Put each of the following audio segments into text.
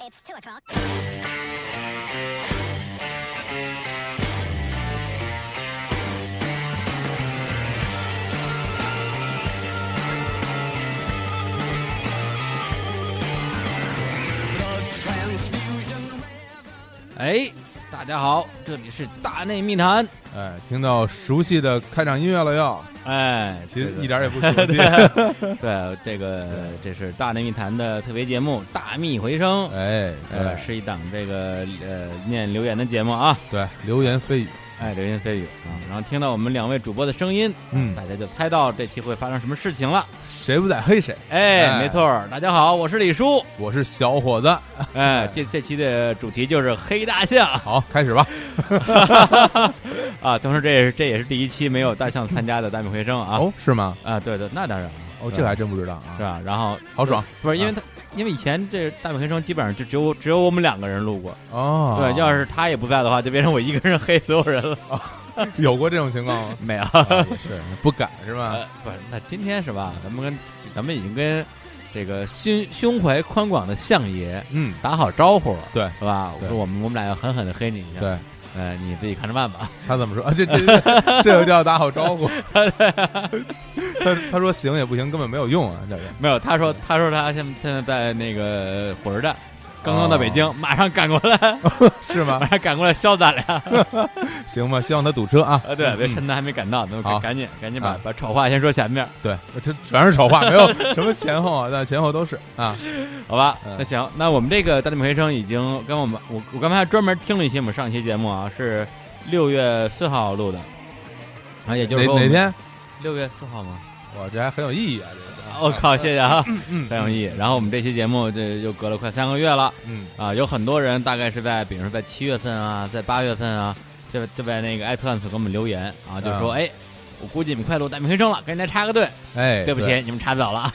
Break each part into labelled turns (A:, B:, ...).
A: It's two o'clock.
B: Transfusion
C: 哎，大家好，这里是大内密谈。
D: 哎，听到熟悉的开场音乐了又，
C: 哎，
D: 其实
C: 这个
D: 一点也不 熟悉。
C: 对这个这是大内密谈的特别节目《大秘回声》。
D: 哎，
C: 呃，
D: 对
C: 是一档这个呃念留言的节目啊，
D: 对，流言蜚语，
C: 哎，流言蜚语啊，然后听到我们两位主播的声音，
D: 嗯
C: 大家就猜到这期会发生什么事情了。
D: 谁不在黑谁？
C: 哎，
D: 哎
C: 没错儿，大家好，我是李叔。
D: 我是小伙子。
C: 哎，这这期的主题就是黑大 象
D: 好，开始吧。
C: 啊，同时这也是这也是第一期没有大象参加的大秘回声啊。
D: 哦，是吗？
C: 啊，对对，那当然了。
D: 哦，
C: 是
D: 这
C: 吧
D: 还真不知道
C: 是
D: 啊。
C: 吧？然后
D: 好爽
C: 不是因为他，因为以前这大本黑生基本上就只有只有我们两个人录过，
D: 哦，
C: 对，要是他也不在的话，就变成我一个人黑所有人了。？
D: 有过这种情况吗
C: 没有，
D: 啊也是不敢是吧？
C: 呃 不是，那今天是吧？咱们跟咱们已经跟这个胸胸怀宽广的相爷
D: 嗯，
C: 打好招呼了，
D: 对
C: 是吧？我
D: 对
C: 说我们我们俩要狠狠的黑你一下，
D: 对，
C: 呃，你自己看着办吧。
D: 他怎么说啊？这这这这就叫打好 招呼。 他他说行也不行，根本没有用啊，这个
C: 没有，他说他说他现现在在那个火车站。刚刚到北京，马上赶过 来，
D: 是 吗
C: 马？上赶过来削咱俩。
D: 行吧，希望他堵车啊。
C: 啊，对，别趁他还没赶到，咱们赶
D: 好
C: 赶紧赶紧把
D: 啊
C: 把丑话先说前面，
D: 对，这全是丑话，没有什么前后啊，但前后都是啊。
C: 好吧？
D: 嗯
C: 那行，那我们这个大内密回声已经跟我们我我刚才还专门听了一期我们上一期节目啊，是六月四号录的，啊，也就是
D: 哪
C: 说
D: 哪天？
C: 六月四号吗？
D: 哇，这还很有意义啊！这个，
C: 我靠，谢谢啊，
D: 嗯
C: 非常有意义。然后我们这期节目这又隔了快三个月了
D: 嗯，
C: 啊，有很多人大概是在，比如说在七月份啊，在八月份啊，就就在那个 iTunes 给我们留言啊，就说
D: 啊
C: 哎。我估计你们快录大明回声了，赶紧来插个队。
D: 哎，
C: 对不起，，你们插早了啊！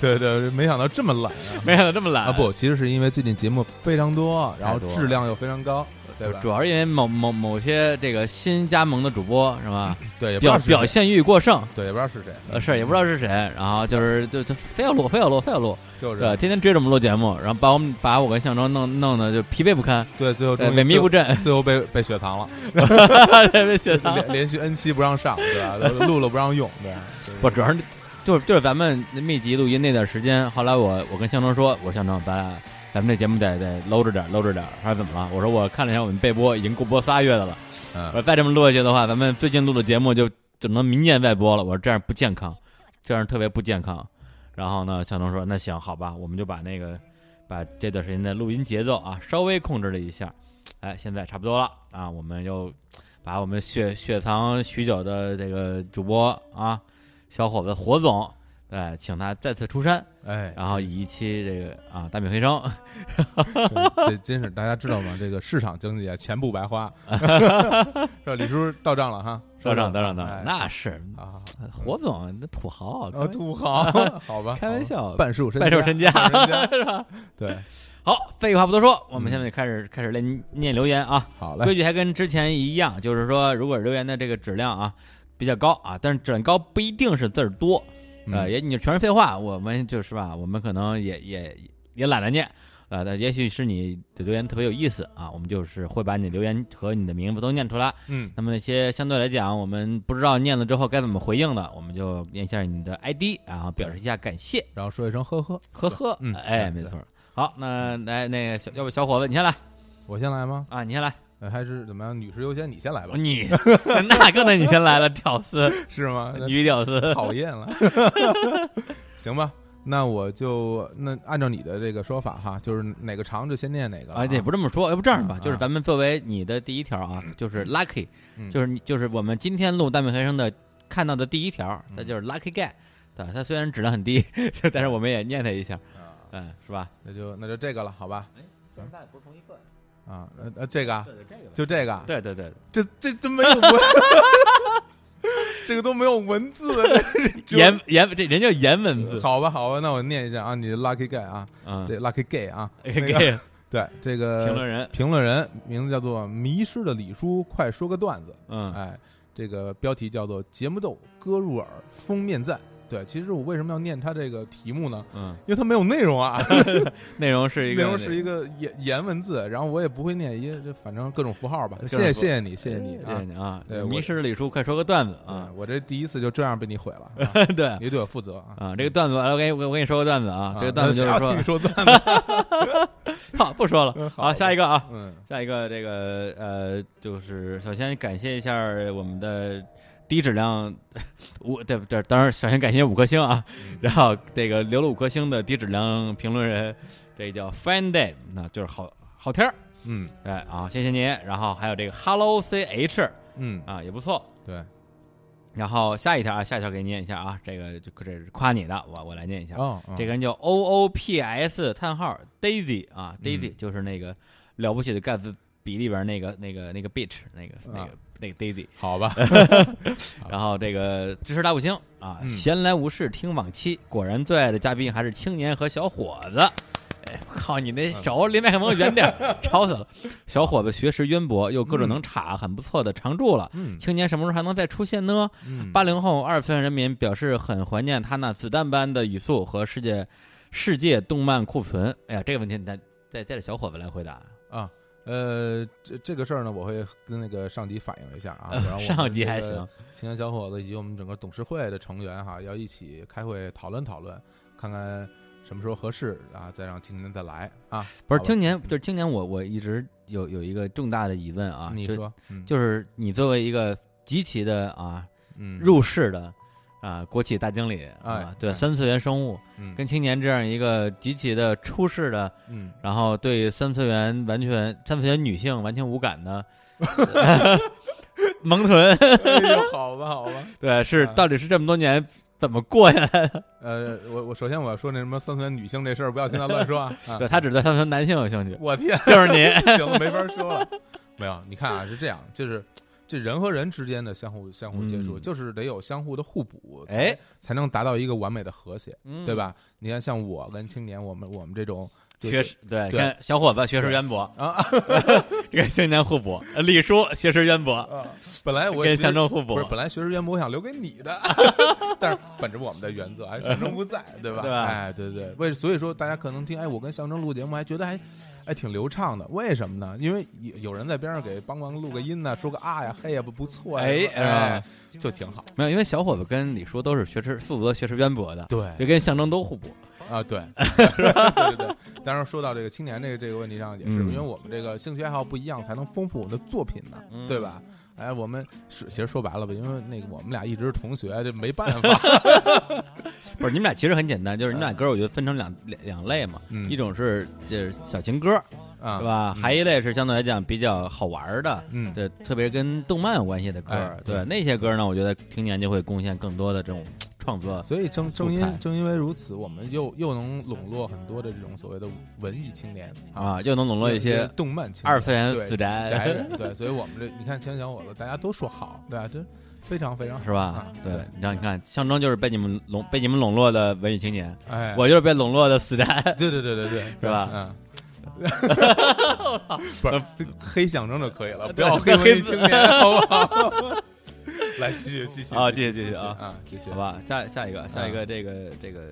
D: 对对，没想到这么懒啊！
C: 没想到这么懒
D: 啊，不，其实是因为最近节目非常多，然后
C: 哎太多了
D: 质量又非常高，对吧
C: 呃主？要是因为某某某些这个新加盟的主播是吧，
D: 对，嗯也不知
C: 表
D: 道是谁
C: 表，现欲过剩，
D: 对，也不知道是谁，
C: 呃，是也不知道是谁，然后就是就就非要录，非要录，非要录，
D: 就是是
C: 吧？天天追着我们录节目，然后把我们把我跟向征弄弄的就疲惫不堪，
D: 对，最后
C: 呃
D: 终于
C: 萎靡不振，
D: 最后被被雪藏了，
C: 被血糖。
D: 连连续 N 期不让上，对吧？录了不让用，对，就是
C: 不，主要是就是就是咱们密集录音那段时间，后来我我跟向征说，我说向征，咱俩咱们这节目得得搂着点儿，搂着点儿。他说怎么了？我说我看了一下我们备播，已经过播仨月的了。
D: 嗯
C: 我说再这么录下去的话，咱们最近录的节目就只能明年再播了。我说这样不健康，这样特别不健康。然后呢，向东说：“那行，好吧，我们就把那个把这段时间的录音节奏啊稍微控制了一下。哎，现在差不多了啊，我们又把我们雪雪藏许久的这个主播啊，小伙子火总，哎，请他再次出山，
D: 哎，
C: 然后以一期这个啊大米回 声，
D: 这真是大家知道吗？这个市场经济啊，钱不白 花，是吧？李叔到账了哈，
C: 道长道长道
D: 哎
C: 长，那是嗯
D: 好好好
C: 火总那土豪，
D: 啊，土豪，好吧，
C: 开玩笑
D: 半数身
C: 半数身家
D: 半数 身家是吧？对，
C: 好，废话不多说，
D: 嗯
C: 我们现在就开始开始来念留言啊。
D: 好
C: 规
D: 嘞，
C: 矩还跟之前一样，就是说，如果留言的这个质量啊比较高啊，但是质量高不一定是字儿多，呃，
D: 嗯
C: 也你全是废话，我们就是吧，我们可能也也也懒得念。呃，但也许是你的留言特别有意思啊，我们就是会把你的留言和你的名字都念出来。
D: 嗯，
C: 那么那些相对来讲我们不知道念了之后该怎么回应的，我们就念一下你的 ID，然后表示一下感谢，
D: 然后说一声呵呵，
C: 呵呵，
D: 嗯
C: 哎，
D: 对
C: 没
D: 对
C: 错。好，那来那个小，要不小伙子你先来
D: 我先来吗？
C: 啊，你先来，
D: 呃还是怎么样？女士优先，你先来吧，
C: 你那更得你先来了，屌 丝。
D: 是吗？那
C: 女屌丝，
D: 讨 厌了，行吧。那我就那按照你的这个说法哈，就是哪个长就先念哪个
C: 啊，也不这么说，要不这样吧，
D: 啊
C: 就是咱们作为你的第一条啊，就是 lucky，
D: 嗯
C: 就是你就是我们今天录大面先生的看到的第一条，
D: 嗯
C: 它就是 lucky guy，对吧，它虽然质量很低， 但是我们也念它一下，
D: 啊
C: 嗯，是吧？
D: 那就那就这个了，好吧？
C: 咱俩不是同一个，
D: 啊，呃呃，这个啊
C: 就这个
D: 就这个啊，
C: 对对对，
D: 这这都没有文， 这个都没有文字， 只有
C: 言言这人叫言文字，
D: 好吧，好吧，那我念一下啊，你的 lucky guy 啊，
C: 嗯，
D: 这 lucky gay 啊，
C: 给
D: 那个呃
C: 给
D: 对这个
C: 评论人，
D: 评论人名字叫做迷失的李叔，快说个段子，
C: 嗯，
D: 哎，这个标题叫做节目豆割入耳，封面赞，对，其实我为什么要念它这个题目呢？
C: 嗯，
D: 因为它没有内容啊，
C: 内容是一 个
D: 内容是一
C: 个，
D: 个言言文字，然后我也不会念，一这反正各种符号吧。
C: 各种
D: 谢谢
C: 符
D: 谢谢你，谢谢你
C: 谢
D: 啊
C: 谢！你啊
D: 对！我
C: 迷失的李叔，快说个段子啊
D: 对！我这第一次就这样被你毁了，啊
C: 对
D: 你对我负责啊！嗯
C: 啊，这个段子，我给我给你说个段子啊，这个段
D: 那
C: 子就
D: 谁
C: 是
D: 要
C: 说
D: 听你， 说段子，
C: 好不说了，
D: 嗯 好
C: 好，下一个啊，
D: 嗯，
C: 下一个这个呃，就是首先感谢一下我们的低质量 五，对对，当然首先感谢五颗星啊，
D: 嗯
C: 然后这个留了五颗星的低质量评论人，这个叫 Fine Day，那就是好好天儿，
D: 嗯
C: 哎啊，谢谢您，然后还有这个 Hello CH
D: 嗯，
C: 啊也不错，
D: 对，
C: 然后下一条啊，下一条给你念一下啊，这个就这是夸你的，我我来念一下，
D: 哦，
C: 这个人叫 O O P S 叹号 Daisy 啊，Daisy
D: 嗯
C: 就是那个了不起的盖茨比里边那个那个那个 bitch 那个那
D: 啊
C: 个那个 Daisy，
D: 好吧，
C: 然后这个支持大五星啊，
D: 嗯
C: 闲来无事听往期，果然最爱的嘉宾还是青年和小伙子。哎，靠！你
D: 嗯
C: 那手离麦克风远点儿， 吵死了。小伙子学识渊博，又各种能查，很不错的常驻了。
D: 嗯
C: 青年什么时候还能再出现呢？
D: 嗯
C: 八零后二次元人民表示很怀念他那子弹般的语速和世界世界动漫库存。哎呀，这个问题你再再再让小伙子来回答。
D: 啊，呃，这这个事儿呢，我会跟那个上级反映一下啊，然后我
C: 嗯
D: 们
C: 上级
D: 这
C: 还
D: 个
C: 行，
D: 青年小伙子以及我们整个董事会的成员哈，要一起开会讨论讨论，看看什么时候合适啊，再让青年再来啊。
C: 不是
D: 好吧
C: 今年，就是今年我我一直有有一个重大的疑问啊，
D: 你
C: 就
D: 说，嗯
C: 就是你作为一个极其的啊
D: 嗯
C: 入世的啊国企大经理啊
D: 哎，
C: 对
D: 哎
C: 三次元生物
D: 嗯
C: 跟青年这样一个极其的出世的，
D: 嗯
C: 然后对三次元完全三次元女性完全无感 的萌臀。
D: 哎呦，好吧好吧，
C: 对，是
D: 啊
C: 到底是这么多年怎么过下来的？
D: 呃，我我首先我要说那什么三次元女性这事儿，不要听他乱说啊。啊
C: 对他只对三次元男性有兴 趣，
D: 我天，
C: 就是你。
D: 行了，没法说了。没有，你看啊，是这样，就是这人和人之间的相互相互接触，
C: 嗯
D: 就是得有相互的互补，才
C: 哎，
D: 才能达到一个完美的和谐，
C: 嗯
D: 对？吧？你看，像我跟青年，我们我们这种就
C: 学识对，
D: 对
C: 看小伙子学识渊博
D: 啊，
C: 这个青年互补，呃李叔学识渊博，
D: 啊，本来
C: 跟
D: 我其实
C: 象征互补
D: 不是，，本来学识渊博我想留给你 的，但是本着我们的原则，还象征不在，对吧？
C: 对吧
D: 哎，对对，为所以说大家可能听，哎，我跟象征录节目还觉得还。哎，挺流畅的，为什么呢？因为有有人在边上给帮忙录个音呢、说个啊呀、嘿呀，不不错呀，
C: 哎
D: 什么哎，就挺好。
C: 没有，因为小伙子跟李叔都是学识负责学识渊博的，
D: 对
C: 就跟象征都互补。
D: 啊， 对，对对对。当然，说到这个青年这个这个问题上，也是、
C: 嗯
D: 因为我们这个兴趣爱好不一样，才能丰富我们的作品呢，
C: 嗯
D: 对吧？哎，我们是其实说白了吧，因为那个我们俩一直是同学，这没办法。
C: 不是，你们俩其实很简单，就是你们俩歌，我觉得分成两两两类嘛，
D: 嗯
C: 一种是就是小情歌，
D: 啊，
C: 是？吧？还一类是相对来讲比较好玩的，
D: 嗯，
C: 对，特别是跟动漫有关系的歌，
D: 哎
C: 对那些歌呢，我觉得青年就会贡献更多的这种创作。
D: 所以正正
C: 素材
D: 因正因为如此，我们又又能笼络很多的这种所谓的文艺青年啊，
C: 啊，又能笼络一些
D: 动漫青年
C: 二次元
D: 对
C: 死宅，
D: 宅人，对， 所以我们这你看青年小伙子，大家都说好，对吧？这非常非常好，
C: 是吧？
D: 啊
C: 对
D: 对，
C: 你让你看，象征就是被你们笼被你们笼络的文艺青年，
D: 哎，
C: 我就是被笼络的死宅。
D: 对对对对对，是
C: 吧？
D: 嗯。不是黑象征就可以了，不要
C: 对
D: 黑
C: 黑
D: 文艺青年，好不好？ 来，继续继续
C: 啊
D: 继续
C: 继续
D: 继续
C: 啊
D: 啊，继续
C: 好。吧，下下一个，下一个，
D: 嗯
C: 这个这个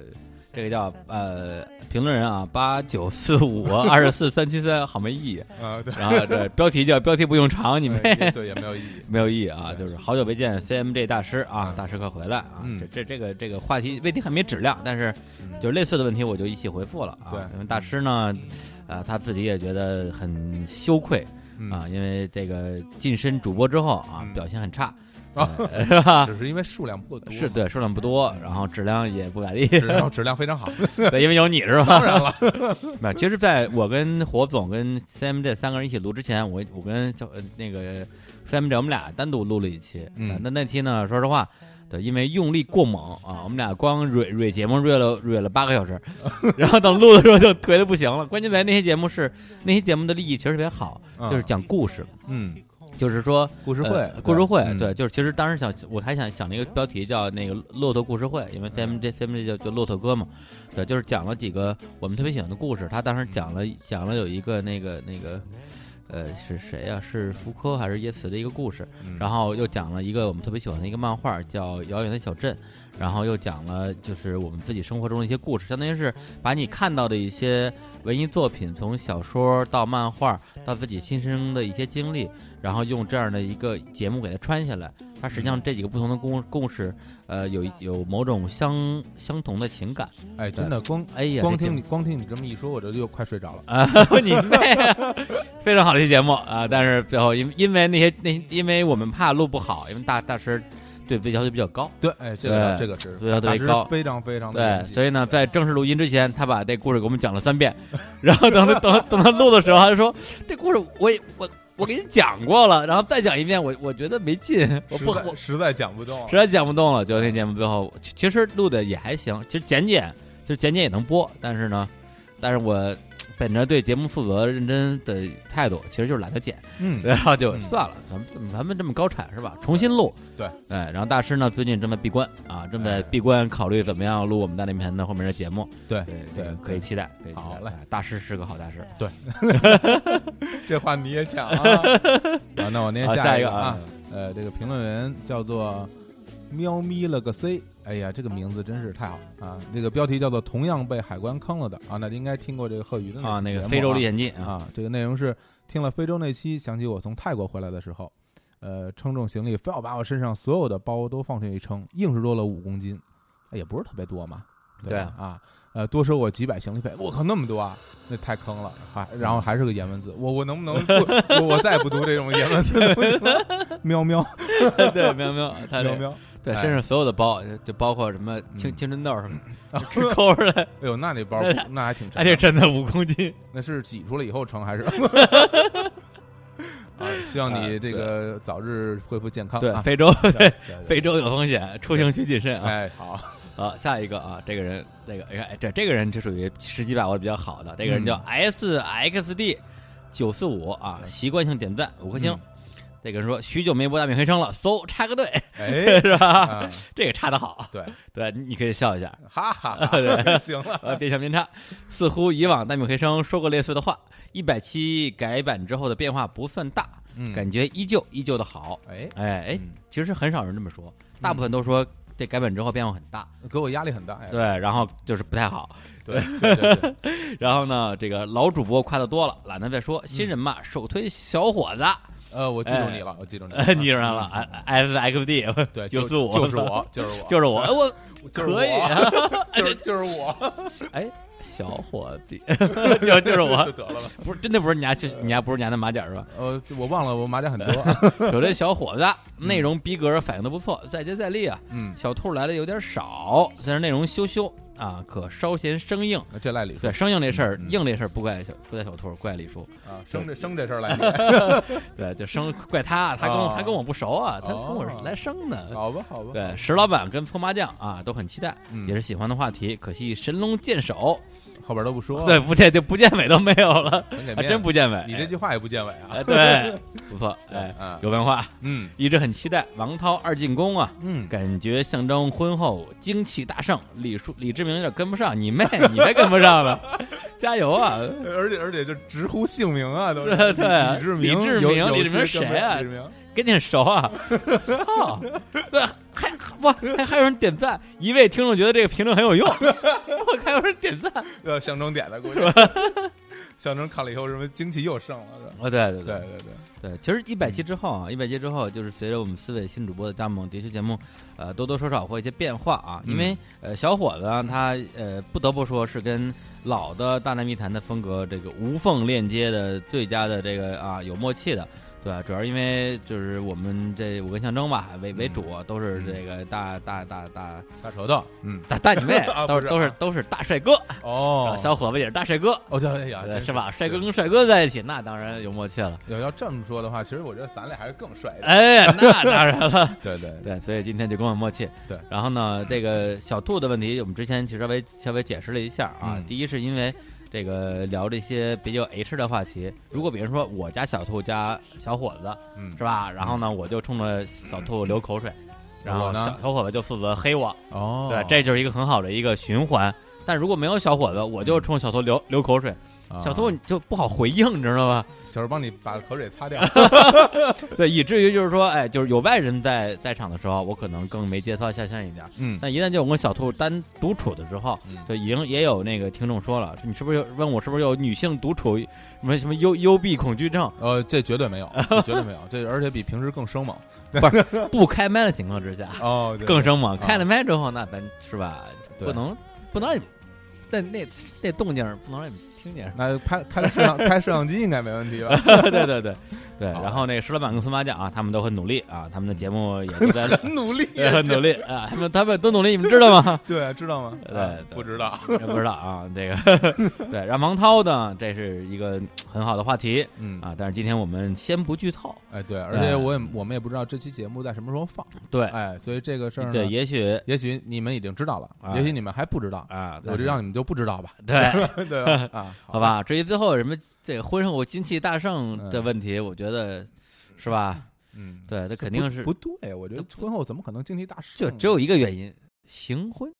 C: 这个叫呃评论人啊，八九四五二十四三七三，好没意义。
D: 啊，对，
C: 然后这标题叫标题不用长，你们
D: 哎也对也没有意义。
C: 没有意义啊，
D: 对
C: 就是好久没见 CMJ 大师啊，
D: 嗯
C: 大师快回来啊！
D: 嗯
C: 这这这个这个话题问题还没质量，但是
D: 嗯
C: 就是类似的问题我就一起回复了啊。
D: 对
C: 因为大师呢，呃，他自己也觉得很羞愧
D: 嗯
C: 啊，因为这个晋升主播之后啊
D: 嗯，
C: 表现很差，
D: 啊
C: 呃是吧？
D: 只是因为数量不够多，
C: 是，对，数量不多，然后质量也不咋地，
D: 质量质量非 常好。
C: 对，因为有你是吧？
D: 当然了，
C: 没有，其实在我跟火总跟 CM 这三个人一起录之前，我我跟小呃那个 CM 这我们俩单独录了一期。
D: 嗯
C: 呃那那期呢，说实话，对，因为用力过猛啊，我们俩光蕊蕊节目蕊了蕊了八个小 时，然后等录的时候就颓的不行了。关键在于那些节目是那些节目的立意其实特别好，就是讲故事，
D: 啊嗯，
C: 就是说。
D: 故事
C: 呃
D: 会，
C: 故事会，
D: 嗯
C: 对，，就是其实当时想，我还想想了一个标题叫那个骆驼故事会，因为 CM 这 CM 这叫叫骆驼哥嘛，对，就是讲了几个我们特别喜欢的故事。他当时讲了讲了有一个那个那个呃是谁呀、是福柯还是耶茨的一个故事，
D: 嗯
C: 然后又讲了一个我们特别喜欢的一个漫画叫《遥远的小镇》，然后又讲了就是我们自己生活中的一些故事，相当于是把你看到的一些文艺作品，从小说到漫画到自己亲身的一些经历，然后用这样的一个节目给它穿下来。它实际上这几个不同的故故事，呃，有一有某种相相同的情感。
D: 哎，真的光
C: 哎呀，
D: 光
C: 这节目
D: 听你光听你这么一说，我这就快睡着了。
C: 啊，你妹啊，非常好的一期节目啊！但是最后因因为那些那因为我们怕录不好，因为大大师对自己要求比较高，
D: 对，哎，这个
C: 对
D: 这个是
C: 所以要特
D: 大
C: 别
D: 师
C: 高
D: 非常非常 的
C: 对，
D: 严谨
C: 所以呢，在正式录音之前，他把这故事给我们讲了三遍，然后等他等他等他录的时候，他就说这故事我也我我给你讲过了，然后再讲一遍，我我觉得没劲，我不
D: 实在
C: 我
D: 实在讲不动了
C: 实。在讲不动了。就那节目最后，其其实录的也还行，其实剪剪，其实剪剪也能播，但是呢，但是我本着对节目负责认真的态度，其实就是懒得剪。
D: 嗯，
C: 然后就
D: 嗯
C: 算了，咱们咱们这么高产是吧？重新录，
D: 对，
C: 哎，然后大师呢最近正在闭关啊，正在
D: 哎
C: 闭关考虑怎么样录我们大内密谈的后面的节目，
D: 对
C: 对
D: 对
C: 这个可以期待，可以期待
D: 好嘞，
C: 哎大师是个好大师，
D: 这话你也抢 啊？啊，那我念
C: 好
D: 下
C: 下一个
D: 啊，，呃，这个评论员叫做喵咪了个 C，哎呀，这个名字真是太好了啊！这个标题叫做“同样被海关坑了的”啊，那应该听过这个贺宇的
C: 啊，那
D: 嗯期节
C: 个
D: 目
C: 非洲历险记 啊，
D: 啊，这个内容是听了非洲那期，想起我从泰国回来的时候，呃，称重行李，非要把我身上所有的包都放进去称，硬是多了五公斤，哎也不是特别多嘛，
C: 对
D: 吧啊，呃，多收我几百行李费，我靠，那么多啊，那太坑了，还然后还是个颜文字，我我能不能不，我我再也不读这种颜文字了，喵喵
C: 对，喵喵，他
D: 喵
C: 这
D: 喵，
C: 对
D: 哎
C: 身上所有的包，就包括什么青
D: 嗯
C: 青春痘什 么， 吃抠出来，
D: 哎呦，那这包那还 挺沉
C: 而
D: 的
C: 且，真的五公斤，
D: 那是挤出来以后称 还是？啊，希望你这个早日恢复健康
C: 对，
D: 啊！
C: 非洲 对。
D: 对对对
C: 非洲有风险，出行需谨慎啊！
D: 哎，好，
C: 好，下一个啊，这个人，这个哎，这这个人就属于时机把握比较好的，这个人
D: 嗯
C: 叫 S X D 九四五啊，习惯性点赞五颗星
D: 嗯。
C: 这个人说许久没播大明黑生了，搜插个 队
D: 哎，
C: 是吧？
D: 啊，
C: 这个插的好，
D: 对，
C: 对，你可以笑一下，
D: 哈哈 哈，行了，
C: 呃，变相偏差。似乎以往大明黑生说过类似的话，一百期改版之后的变化不算大，
D: 嗯，
C: 感觉依旧依旧的好。
D: 哎，
C: 哎哎
D: 嗯，
C: 其实很少人这么说，大部分都说这改版之后变化很大，
D: 给我压力很大呀，
C: 对，然后就是不太好。
D: 对对对对，
C: 然后呢，这个老主播夸的多了，懒得再说。新人嘛，首推小伙子，
D: 呃，我记住你了，我记住你了，嗯
C: 呃 你上了，S X D
D: 对，
C: 九
D: 就
C: 四五，
D: 就是，我，就是我，嗯
C: 就是我，哎我
D: 就是
C: 可以
D: 我，
C: 啊，
D: 就是就是我，
C: 哎，小伙子，就就是
D: 就
C: 我，
D: 得了吧，
C: 不是真的不是你家，你家不是你家那马甲是吧？
D: 呃，我忘了，我马甲很多，啊
C: 有这小伙子，内容逼格反应的不错，再接再厉啊。
D: 嗯，
C: 小兔来的有点少，虽然内容羞羞啊，可稍嫌生硬。
D: 这赖李叔
C: 对，生硬这事儿
D: 嗯，嗯
C: 硬这事儿不怪小不怪小兔，怪李叔。
D: 啊，生这生这事儿赖你，
C: 对，就生怪他，他跟我
D: 哦
C: 他跟我不熟啊，他
D: 哦
C: 跟我是来生的。
D: 好吧好吧，
C: 对，石老板跟搓麻将啊都很期待，
D: 嗯
C: 也是喜欢的话题。可惜神龙见首，
D: 后边都不说，
C: 对，，不见就不见尾都没有了，
D: 很给
C: 还
D: 哦面
C: 真
D: 子，
C: 不见尾。
D: 你这句话也不见尾啊，
C: 哎对，不错，哎，
D: 啊，
C: 有文化，
D: 嗯
C: 一直很期待王涛二进宫啊。
D: 嗯，
C: 感觉象征婚后精气大盛，李叔李志明有点跟不上，你妹，你才跟不上呢， 加油啊！
D: 而且而且就直呼姓名啊，都是
C: 对对
D: 李志明，
C: 李志
D: 有
C: 明
D: 有
C: 李志
D: 些
C: 明谁
D: 根本
C: 啊
D: 李志明，
C: 跟你很熟 啊？哦，对，还哇，还还有人点赞，一位听众觉得这个评论很有 用，我看有人点赞。
D: 呃，象征点的估计，象征看了以后，什么精气又盛了，是吧
C: 哦，对对
D: 对对对，
C: 对，其实一百期之后啊，一百期之后，就是随着我们四位新主播的加盟，的确节目，呃，多多少少会有一些变化啊。因为、呃，小伙子啊，他呃，不得不说是跟老的《大内密谈》的风格这个无缝链接的最佳的这个啊有默契的。对啊吧，主要因为就是我们这五个象征吧，为为主啊都是这个大大大大
D: 大舌头，嗯，
C: 大大你 妹
D: 啊，
C: 都
D: 不是
C: 是都是
D: 啊
C: 都是大帅哥，
D: 哦
C: 啊，小伙子也是大帅哥，
D: 哦，对，哎呀，真
C: 啊是吧？帅哥
D: 对
C: 跟帅哥在一起，那当然有默契了。
D: 要要这么说的话，其实我觉得咱俩还是更帅的，
C: 哎，那当然了。
D: 对对
C: 对，所以今天就跟我默契。
D: 对
C: 然后呢，这个小兔的问题，我们之前其实稍微稍微解释了一下啊。
D: 嗯
C: 第一是因为这个聊这些比较 H 的话题，如果比如说我家小兔加小伙子
D: 嗯
C: 是，吧，然后呢我就冲着小兔流口水，然后
D: 我
C: 小
D: 呢，
C: 小伙子就负责黑我，嗯
D: 哦，
C: 对，这就是一个很好的一个循环。但如果没有小伙子，我就冲小兔流流口水，
D: 啊
C: 小偷你就不好回应，你知道吧？
D: 小时帮你把口水 擦掉。
C: 对，以至于就是说，哎，就是有外人在在场的时候，我可能更没节操下线一点儿。
D: 嗯
C: 但一旦就我跟小兔单独处的时候，
D: 嗯
C: 就已经也有那个听众说了，你是不是有问我是不是有女性独处什么什么幽幽闭恐惧 症？
D: 呃，这绝对没有，绝对没有，这而且比平时更生猛
C: 不开麦的情况之下
D: 哦，对
C: 更生猛，
D: 啊
C: 开了麦之后那咱是吧，
D: 对
C: 不能不能让你那那那动静儿不能让你听 见。
D: 那拍开摄像拍摄像机应该没问题 吧？
C: 对对对对，
D: 好
C: 然后那个石老板跟孙八酱啊，他们都很努力啊，他们的节目也都 在
D: 很努力，
C: 也很努力啊，他们他们都努力，你们知道 吗？
D: 对，知道吗？
C: 对
D: 啊
C: 对
D: 不知道。
C: 也不知道啊，这个 对，让王涛呢，这是一个很好的话题
D: 嗯，
C: 啊，但是今天我们先不剧透，
D: 哎，对，而且我也我们也不知道这期节目在什么时候放，
C: 对
D: 哎，所以这个事儿呢
C: 对，，也许
D: 也许你们已经知道了，
C: 哎
D: 也许你们还不知道，
C: 啊，
D: 我就让你们就不知道吧，
C: 对，
D: 对吧？啊，
C: 好，吧，至于最后什么这个婚后精气大盛的问
D: 哎
C: 题，我觉得是吧？
D: 嗯，
C: 对，这肯
D: 不
C: 定是
D: 不嗯对，我觉得婚后怎么可能经济大事？
C: 就只有一个原因，行婚，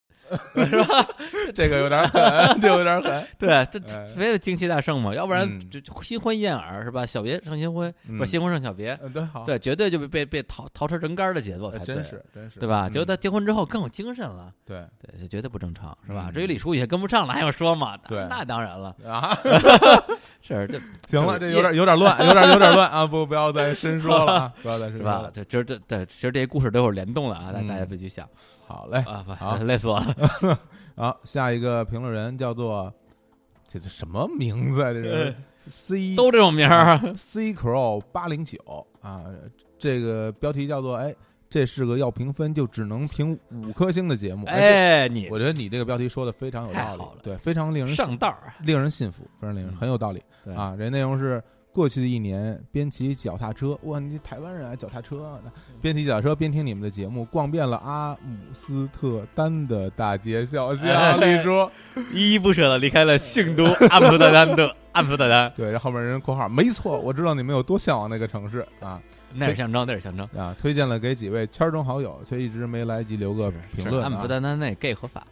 D: 这个有点狠，这有点狠，
C: 对，这
D: 哎
C: 非得精气大盛嘛，要不然
D: 嗯
C: 这新婚燕尔是吧？小别胜新婚， 不
D: 嗯
C: 是新婚胜小别，
D: 嗯，对，好，
C: 对，绝对就被被被淘淘车人干儿的节奏才
D: 哎，
C: 对
D: 真是真是，
C: 对吧？
D: 嗯
C: 觉得他结婚之后更有精神了。
D: 对
C: 对，这绝对不正常，是吧？
D: 嗯
C: 至于李叔也跟不上了，还用说吗？
D: 对
C: 那当然了，
D: 啊，
C: 是这
D: 行了，
C: 是
D: 这有点有点乱，有点有点乱啊！不，不要再深说了，啊，不要再深
C: 是
D: 说
C: 吧
D: 了。？
C: 这这这这，其实这些故事都有联动的啊，大
D: 嗯
C: 大家别去想
D: 好嘞，
C: 啊，
D: 好
C: 不 累死我了。
D: 好，下一个评论人叫做这这什么名字啊？这是 C
C: 呃都这种名
D: 啊
C: 儿，
D: C Crow 八零九啊，这个标题叫做哎，这是个要评分就只能评五颗星的节目。哎，
C: 哎，
D: 这
C: 你
D: 我觉得你这个标题说的非常有
C: 太
D: 道
C: 好了
D: 理，对，非常令人信
C: 上道 儿
D: 令人信服，非常令人很有道理。
C: 对
D: 啊，这内容是过去的一年，边骑脚踏车，哇，你台湾人啊，脚踏车啊，
C: 嗯
D: 边骑脚踏车边听你们的节目，逛遍了阿姆斯特丹的大街小巷。
C: 哎
D: 李叔，
C: 依依不舍的离开了性都阿姆斯特丹的阿姆斯特丹，
D: 对，然后后面人括号，没错，我知道你们有多向往那个城市啊
C: 那是象征，那是象征。
D: 啊，推荐了给几位圈中好友，却一直没来及留个评
C: 是
D: 论、啊。
C: 阿姆斯特丹那 gay 合法，